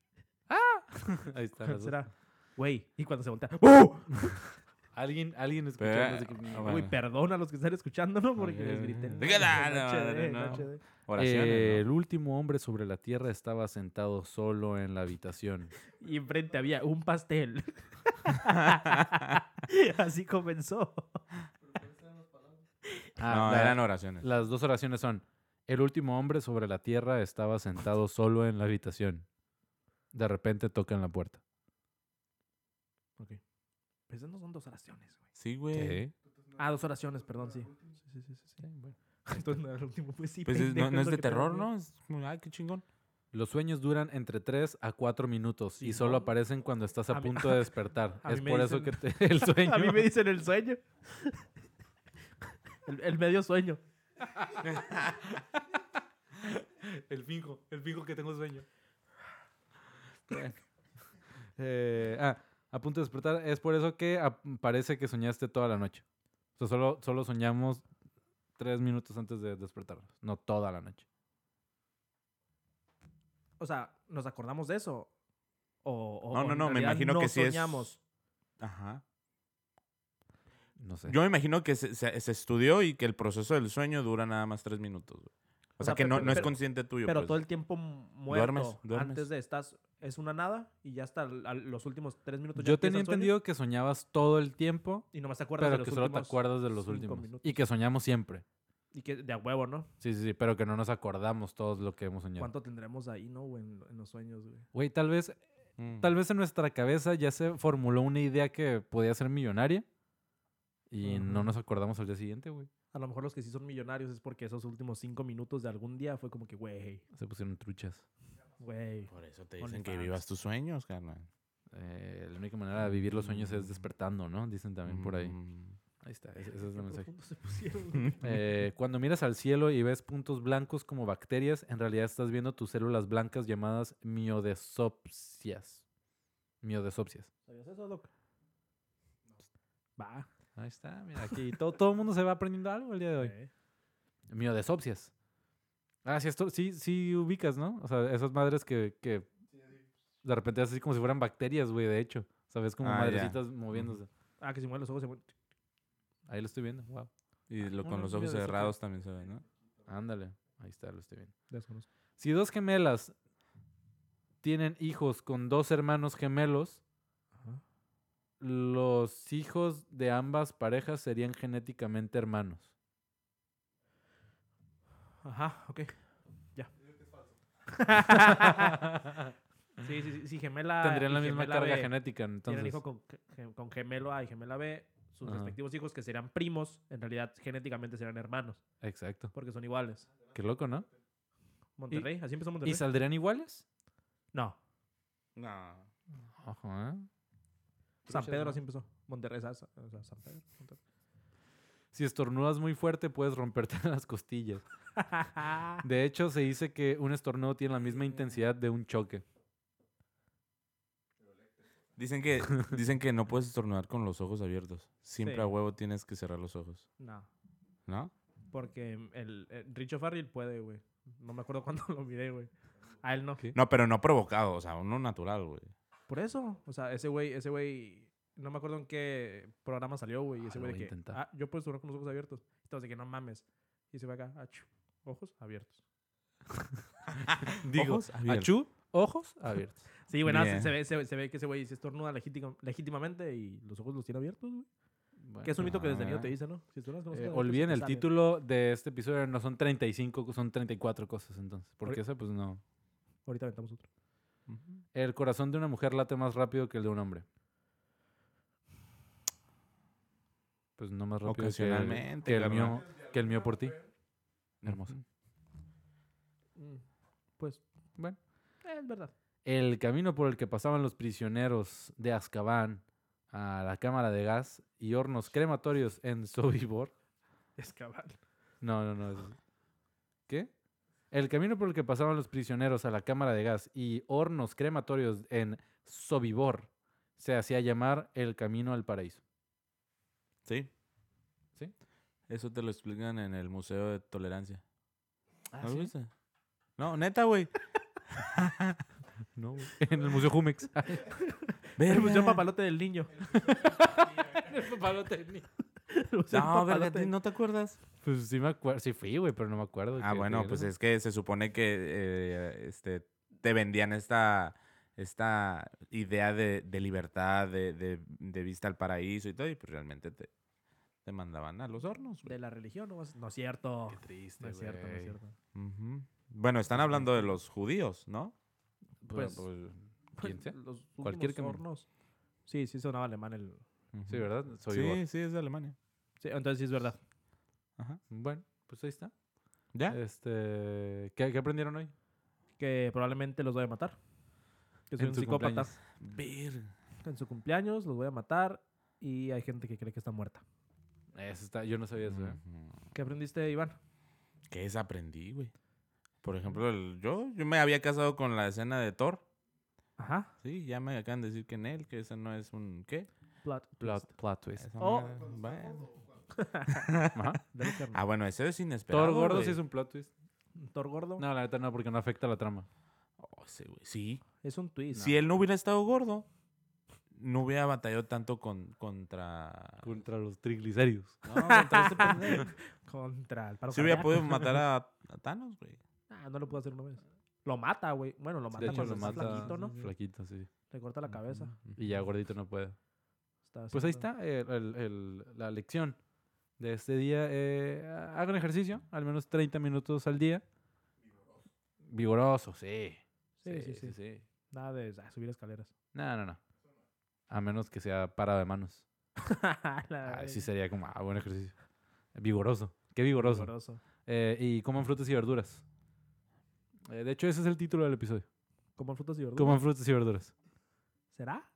Speaker 1: ¡Ah! Ahí está. las dos.
Speaker 3: será. Güey, y cuando se voltea.
Speaker 1: Alguien, alguien escuchó.
Speaker 2: Pero-
Speaker 1: no sé qué-
Speaker 2: ah,
Speaker 1: Uy,
Speaker 2: bueno.
Speaker 3: Uy, perdón a los que están escuchando, ¿no? Porque
Speaker 2: Ok.
Speaker 3: les grité. en
Speaker 2: Dígala, la
Speaker 3: HD,
Speaker 2: madre,
Speaker 3: en
Speaker 2: no.
Speaker 3: HD.
Speaker 2: Oraciones,
Speaker 1: Eh,
Speaker 2: ¿no?
Speaker 1: El último hombre sobre la tierra estaba sentado solo en la habitación.
Speaker 3: Y enfrente había un pastel. Así comenzó.
Speaker 1: Ah,
Speaker 2: (laughs) no,
Speaker 1: la-
Speaker 2: eran oraciones.
Speaker 1: Las dos oraciones son: El último hombre sobre la tierra estaba sentado solo en la habitación. De repente tocan la puerta.
Speaker 3: Pues no son dos oraciones, güey.
Speaker 2: Sí, güey.
Speaker 1: ¿Qué?
Speaker 3: Ah, dos oraciones, perdón, sí. Sí, sí, sí, sí. bueno. (laughs) Entonces, no era el último, pues sí.
Speaker 2: Pues es- no,
Speaker 3: pendejo,
Speaker 2: no es
Speaker 3: lo
Speaker 2: de
Speaker 3: que pedo,
Speaker 2: terror,
Speaker 3: güey.
Speaker 2: ¿no? Es muy- Ay, qué chingón.
Speaker 1: Los sueños duran entre 3 a 4 minutos y solo
Speaker 3: Simón.
Speaker 1: aparecen cuando estás a,
Speaker 3: A mí- (laughs)
Speaker 1: punto de despertar.
Speaker 3: a mí
Speaker 1: es
Speaker 3: me
Speaker 1: por eso que
Speaker 3: dicen-
Speaker 1: te- (laughs) el sueño.
Speaker 3: (laughs) A mí me dicen el sueño. (laughs) El, el medio sueño.
Speaker 1: El finjo, el finjo que tengo sueño. Eh, ah, a punto de despertar. Es por eso que ap- parece que soñaste toda la noche. O sea, solo, solo soñamos tres minutos antes de despertarnos. No toda la noche.
Speaker 3: O sea, ¿nos acordamos de eso? O, o-
Speaker 2: No,
Speaker 3: o
Speaker 2: no,
Speaker 3: en
Speaker 2: no, me
Speaker 3: realidad
Speaker 2: imagino
Speaker 3: no
Speaker 2: que sí es-
Speaker 3: soñamos.
Speaker 2: Ajá.
Speaker 1: No sé.
Speaker 2: Yo me imagino que se, se- se estudió y que el proceso del sueño dura nada más tres minutos, güey. O, sea,
Speaker 3: sea,
Speaker 2: que
Speaker 3: pe-
Speaker 2: no,
Speaker 3: pe-
Speaker 2: no es
Speaker 3: pero-
Speaker 2: consciente tuyo.
Speaker 3: Pero
Speaker 2: pues.
Speaker 3: todo el tiempo m- muerto.
Speaker 2: Duermes, duermes.
Speaker 3: Antes de estás... Es una nada y ya hasta al- al- los últimos tres minutos ya
Speaker 1: Yo
Speaker 3: empieza
Speaker 1: tenía
Speaker 3: el sueño
Speaker 1: entendido que soñabas todo el tiempo,
Speaker 3: Y nomás te acuerdas de
Speaker 1: pero
Speaker 3: los
Speaker 1: que solo te
Speaker 3: últimos
Speaker 1: acuerdas de los
Speaker 3: cinco
Speaker 1: últimos.
Speaker 3: minutos.
Speaker 1: Y que soñamos siempre.
Speaker 3: Y que de a huevo, ¿no?
Speaker 1: Sí, sí, sí, pero que no nos acordamos todos lo que hemos soñado.
Speaker 3: ¿Cuánto tendremos ahí, no, güey, en, en los sueños, güey?
Speaker 1: Güey, tal vez
Speaker 2: Mm.
Speaker 1: Tal vez en nuestra cabeza ya se formuló una idea que podía ser millonaria y no
Speaker 3: Ujú.
Speaker 1: nos acordamos al día siguiente, güey.
Speaker 3: A lo mejor los que sí son millonarios es porque esos últimos cinco minutos de algún día fue como que, güey,
Speaker 1: Se pusieron truchas.
Speaker 3: güey.
Speaker 2: Por eso te
Speaker 3: Only
Speaker 2: dicen que
Speaker 3: fans.
Speaker 2: vivas tus sueños, carnal.
Speaker 1: Eh, la única manera de vivir los sueños es
Speaker 2: Mm.
Speaker 1: despertando, ¿no? Dicen también por ahí.
Speaker 2: Mm.
Speaker 1: Ahí está, ese, ese es
Speaker 3: Qué
Speaker 1: el mensaje.
Speaker 3: profundos se pusieron, güey.
Speaker 1: (laughs) Eh, cuando miras al cielo y ves puntos blancos como bacterias, en realidad estás viendo tus células blancas llamadas miodesopsias. Miodesopsias.
Speaker 3: ¿Sabías eso, Doc? Va.
Speaker 1: Ahí está, mira, aquí todo, todo el mundo se va aprendiendo algo el día de hoy.
Speaker 3: Eh.
Speaker 1: Miodesopsias. Ah, sí, esto, sí, sí ubicas, ¿no? O sea, esas madres que, que de repente es así como si fueran bacterias, güey, de hecho. Sabes, como
Speaker 2: Ah, ya.
Speaker 1: madrecitas moviéndose.
Speaker 3: Ah, que si mueven los ojos se mueven.
Speaker 1: Ahí lo estoy viendo, wow.
Speaker 2: Y lo-
Speaker 1: Una
Speaker 2: con los ojos
Speaker 1: mierda, eso
Speaker 2: cerrados también se ve, ¿no?
Speaker 1: Ándale, ahí está, lo estoy viendo.
Speaker 3: Desconozco.
Speaker 1: Si dos gemelas tienen hijos con dos hermanos gemelos,
Speaker 3: Ajá.
Speaker 1: los hijos de ambas parejas serían genéticamente hermanos.
Speaker 3: Ajá, ok. Ya. (laughs) sí, sí, sí. Si gemela.
Speaker 1: Tendrían
Speaker 3: Ah,
Speaker 1: la
Speaker 3: y
Speaker 1: misma
Speaker 3: gemela
Speaker 1: carga
Speaker 3: B
Speaker 1: genética,
Speaker 3: Tienen
Speaker 1: entonces.
Speaker 3: hijo con, ge- con gemelo A y gemela B. Sus
Speaker 1: Ajá.
Speaker 3: respectivos hijos, que serán primos, en realidad genéticamente serán hermanos,
Speaker 1: Exacto.
Speaker 3: porque son iguales.
Speaker 1: Qué loco, ¿no?
Speaker 3: Monterrey, así empezó
Speaker 1: ¿Y
Speaker 3: Monterrey.
Speaker 1: saldrían iguales?
Speaker 3: No,
Speaker 2: No.
Speaker 1: Ajá.
Speaker 3: San
Speaker 1: Truchas,
Speaker 3: Pedro
Speaker 1: ¿no?
Speaker 3: así empezó. Monterrey, sa- sa- o sea, San Pedro. Monterrey.
Speaker 1: Si estornudas muy fuerte, puedes romperte (laughs) las costillas. De hecho, se dice que un estornudo tiene la misma intensidad de un choque.
Speaker 2: Dicen (laughs) que, dicen que no puedes estornudar con los ojos abiertos. Siempre
Speaker 3: Sí.
Speaker 2: a huevo tienes que cerrar los ojos,
Speaker 3: No,
Speaker 2: ¿no?
Speaker 3: porque el, el Richo Farrell puede, güey. No me acuerdo (laughs) cuándo lo miré, güey. A él no.
Speaker 2: No, pero no provocado, o sea, uno natural, güey.
Speaker 3: Por eso, o sea, ese güey, ese güey, no me acuerdo en qué programa salió, güey. y
Speaker 1: Ah,
Speaker 3: ese
Speaker 1: lo
Speaker 3: güey de
Speaker 1: voy a
Speaker 3: que,
Speaker 1: intentar.
Speaker 3: ah, yo puedo estornudar con los ojos abiertos. Entonces, de que no mames. Y se va acá, achu, ojos abiertos.
Speaker 1: Digo,
Speaker 2: Ojos abiertos.
Speaker 1: achú, ojos abiertos.
Speaker 3: (laughs) Sí, güey, nada, se,
Speaker 2: Bien.
Speaker 3: se ve, se, ve- se ve que ese güey se estornuda legítima- legítimamente y los ojos los tiene abiertos, güey. Que es un mito que desde niño te dicen, ¿no? Si estornudas con los
Speaker 1: Ah. Eh,
Speaker 3: ojos abiertos,
Speaker 1: olviden
Speaker 3: te
Speaker 1: el
Speaker 3: salen.
Speaker 1: título de este episodio, no son 35, son 34 cosas entonces. Porque
Speaker 3: Ahorita-
Speaker 1: esa, pues no.
Speaker 3: Ahorita aventamos otro.
Speaker 1: El corazón de una mujer late más rápido que el de un hombre. Pues no más rápido que el,
Speaker 2: Ocasionalmente,
Speaker 1: que el
Speaker 2: carnal.
Speaker 1: mío, que el mío por ti. Hermoso.
Speaker 3: Mm, Pues,
Speaker 1: Bueno.
Speaker 3: es verdad.
Speaker 1: El camino por el que pasaban los prisioneros de Azkaban a la cámara de gas y hornos crematorios en (laughs) Sobibor.
Speaker 3: Es cabal.
Speaker 1: (laughs) No, no, no. es- ¿Qué? El camino por el que pasaban los prisioneros a la cámara de gas y hornos crematorios en Sobibor se hacía llamar el camino al paraíso.
Speaker 2: Sí.
Speaker 1: ¿Sí?
Speaker 2: Eso te lo explican en el Museo de Tolerancia. ¿No lo
Speaker 1: ¿sí?
Speaker 2: viste? No, neta, (laughs) güey.
Speaker 1: No, güey. (laughs) en el Museo Jumex. (laughs)
Speaker 3: Pues El museo
Speaker 2: Verga.
Speaker 3: papalote del niño. (laughs)
Speaker 1: (laughs)
Speaker 3: El museo
Speaker 2: No, verga,
Speaker 3: papalote.
Speaker 2: ¿ti ¿no te acuerdas?
Speaker 1: Pues sí me acuerdo, sí fui, güey, pero no me acuerdo.
Speaker 2: Ah,
Speaker 1: pues, que-
Speaker 2: bueno,
Speaker 1: que-
Speaker 2: pues es que se supone que eh, este, te vendían esta, esta idea de, de libertad, de, de- de vista al paraíso y todo, y pues realmente te, te mandaban a los hornos. güey.
Speaker 3: De la religión, no, es- no es cierto.
Speaker 1: Qué triste,
Speaker 3: No es cierto, no es
Speaker 1: güey.
Speaker 3: cierto.
Speaker 2: Ujú. Bueno, están hablando de los judíos, ¿no?
Speaker 1: Bueno,
Speaker 3: Pues-
Speaker 1: pues, ¿quién sea?
Speaker 3: Los
Speaker 1: Cualquier
Speaker 3: últimos
Speaker 1: que me-
Speaker 3: hornos. Sí, sí sonaba alemán el...
Speaker 1: Sí, ¿verdad? Soy
Speaker 2: sí,
Speaker 1: igual.
Speaker 2: sí, es de Alemania.
Speaker 3: Sí, entonces sí es verdad.
Speaker 2: Ajá.
Speaker 1: Bueno, pues ahí está.
Speaker 2: ¿Ya?
Speaker 1: Eh, Este, ¿qué, qué aprendieron hoy?
Speaker 3: Que probablemente los voy a matar. Que soy
Speaker 1: En
Speaker 3: un
Speaker 1: tu
Speaker 3: psicópata.
Speaker 1: cumpleaños.
Speaker 3: En su cumpleaños los voy a matar y hay gente que cree que está muerta.
Speaker 1: Eso está, yo no sabía eso. ¿eh?
Speaker 2: Ujú.
Speaker 3: ¿Qué aprendiste, Iván?
Speaker 2: ¿Qué desaprendí, güey? Por ejemplo, el- yo, yo me había casado con la escena de Thor.
Speaker 3: Ajá.
Speaker 2: Sí, ya me acaban de decir que en él, que esa no es un... ¿Qué?
Speaker 3: Plot.
Speaker 1: Plot, plot twist.
Speaker 2: Esa
Speaker 3: Oh.
Speaker 2: madre- bueno.
Speaker 1: Ajá.
Speaker 3: Del Eterno.
Speaker 2: Ah, bueno, ese es inesperado,
Speaker 1: Thor gordo
Speaker 2: güey.
Speaker 1: sí es un plot twist.
Speaker 3: Thor gordo.
Speaker 1: Ah. No, la neta no, porque no afecta la trama.
Speaker 2: Oh, sí, güey. Sí.
Speaker 3: Es un twist.
Speaker 2: Si él no hubiera estado gordo, no hubiera batallado tanto con, contra...
Speaker 1: Contra los triglicéridos.
Speaker 2: No, contra este pendejo.
Speaker 3: Contra el paro
Speaker 2: (laughs) Sí hubiera
Speaker 3: cardíaco.
Speaker 2: podido matar a, a Thanos, güey.
Speaker 3: Ah, no lo puedo hacer una vez. Lo mata, güey. Bueno, lo mata
Speaker 1: De hecho,
Speaker 3: cuando
Speaker 1: lo
Speaker 3: está
Speaker 1: mata.
Speaker 3: flaquito, ¿no?
Speaker 1: Flaquito, sí.
Speaker 3: Le corta la cabeza.
Speaker 1: Y ya gordito no puede.
Speaker 3: Está
Speaker 1: Pues ahí
Speaker 3: haciendo-
Speaker 1: está el- el- el- la lección de este día. Eh, ha- hagan ejercicio, al menos 30 minutos al día. Vigoroso, sí.
Speaker 3: Sí, sí, sí.
Speaker 1: sí.
Speaker 3: Nada de ah, subir escaleras.
Speaker 1: No, no, no. A menos que sea parada de manos.
Speaker 3: La
Speaker 1: Así
Speaker 3: de-
Speaker 1: sería como, ah, buen ejercicio. Vigoroso. Qué vigoroso.
Speaker 3: Doloroso.
Speaker 1: Eh, y coman frutas y verduras. Eh, de hecho, ese es el título del episodio.
Speaker 3: Como frutas y verduras.
Speaker 1: Coman frutas y verduras.
Speaker 3: ¿Será?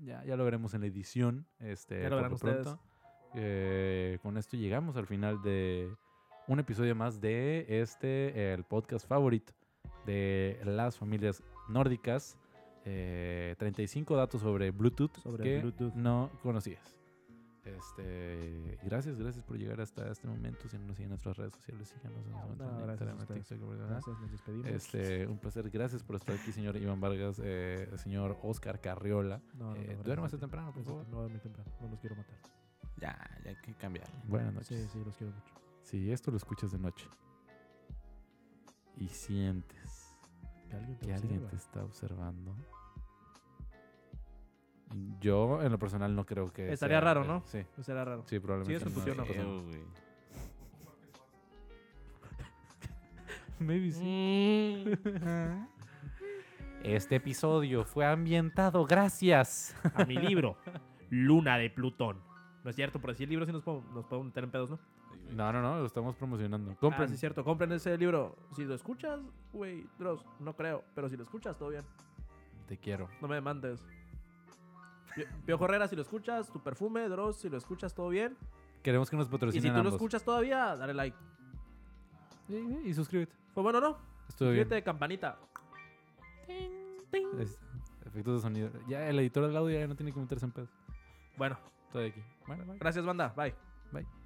Speaker 1: Ya, ya lo veremos en la edición. Este,
Speaker 3: Ya lo
Speaker 1: por
Speaker 3: verán
Speaker 1: pronto. Eh, con esto llegamos al final de un episodio más de este, el podcast favorito de las familias nórdicas. Eh, 35 datos sobre Bluetooth
Speaker 3: Sobre
Speaker 1: que
Speaker 3: Bluetooth.
Speaker 1: no conocías. Este, gracias, gracias por llegar hasta este momento. Si no nos siguen en nuestras redes sociales, síganos. Nos encuentran en
Speaker 3: gracias
Speaker 1: Instagram, en
Speaker 3: a ustedes.
Speaker 1: TikTok, ¿verdad?
Speaker 3: Gracias, nos despedimos.
Speaker 1: Este, un placer. Gracias por estar aquí, señor Iván Vargas, eh, señor Oscar Carriola.
Speaker 3: No, no, no,
Speaker 1: Eh,
Speaker 3: gracias
Speaker 1: duérmase
Speaker 3: a ti.
Speaker 1: temprano, por
Speaker 3: Gracias a
Speaker 1: favor.
Speaker 3: ti. No, duerme temprano. No los quiero matar.
Speaker 2: Ya, ya hay que cambiarle.
Speaker 1: Buenas
Speaker 3: Sí,
Speaker 1: noches.
Speaker 3: sí, los quiero mucho.
Speaker 1: Si esto lo escuchas de noche y sientes
Speaker 3: Que alguien te
Speaker 1: que alguien
Speaker 3: observa.
Speaker 1: te está observando, yo en lo personal no creo que. sea
Speaker 3: Estaría raro,
Speaker 1: él.
Speaker 3: ¿no?
Speaker 1: Sí,
Speaker 3: No será raro.
Speaker 1: sí, probablemente.
Speaker 3: eso
Speaker 1: no.
Speaker 3: funciona, pues,
Speaker 1: Eh,
Speaker 3: no.
Speaker 2: güey.
Speaker 1: (laughs) Maybe
Speaker 3: (laughs)
Speaker 1: sí. Este episodio fue ambientado
Speaker 3: (laughs)
Speaker 1: gracias
Speaker 3: A mi libro, Luna de Plutón. No es cierto, por decir libros sí nos podemos, nos podemos meter en pedos, ¿no?
Speaker 1: No, no, no, lo estamos promocionando.
Speaker 3: Ah,
Speaker 1: Compren.
Speaker 3: sí, es cierto. Compren ese libro. Si lo escuchas, güey, Dross, no creo. Pero si lo escuchas, todo bien.
Speaker 1: Te quiero.
Speaker 3: No me demandes. Pio- Piojo Herrera, si lo escuchas, tu perfume, Dross, si lo escuchas, todo bien.
Speaker 1: Queremos que nos
Speaker 3: Y si
Speaker 1: patrocinen
Speaker 3: tú lo
Speaker 1: ambos.
Speaker 3: escuchas todavía, dale like.
Speaker 1: Sí, sí, y suscríbete.
Speaker 3: Pues bueno, ¿no?
Speaker 1: Estuvo bien.
Speaker 3: Fíjate, campanita.
Speaker 1: Es- efectos de sonido. Ya el editor del audio ya no tiene que meterse en pedo.
Speaker 3: Bueno,
Speaker 1: Estoy aquí. Bueno, bye.
Speaker 3: gracias, banda. Bye.
Speaker 1: Bye.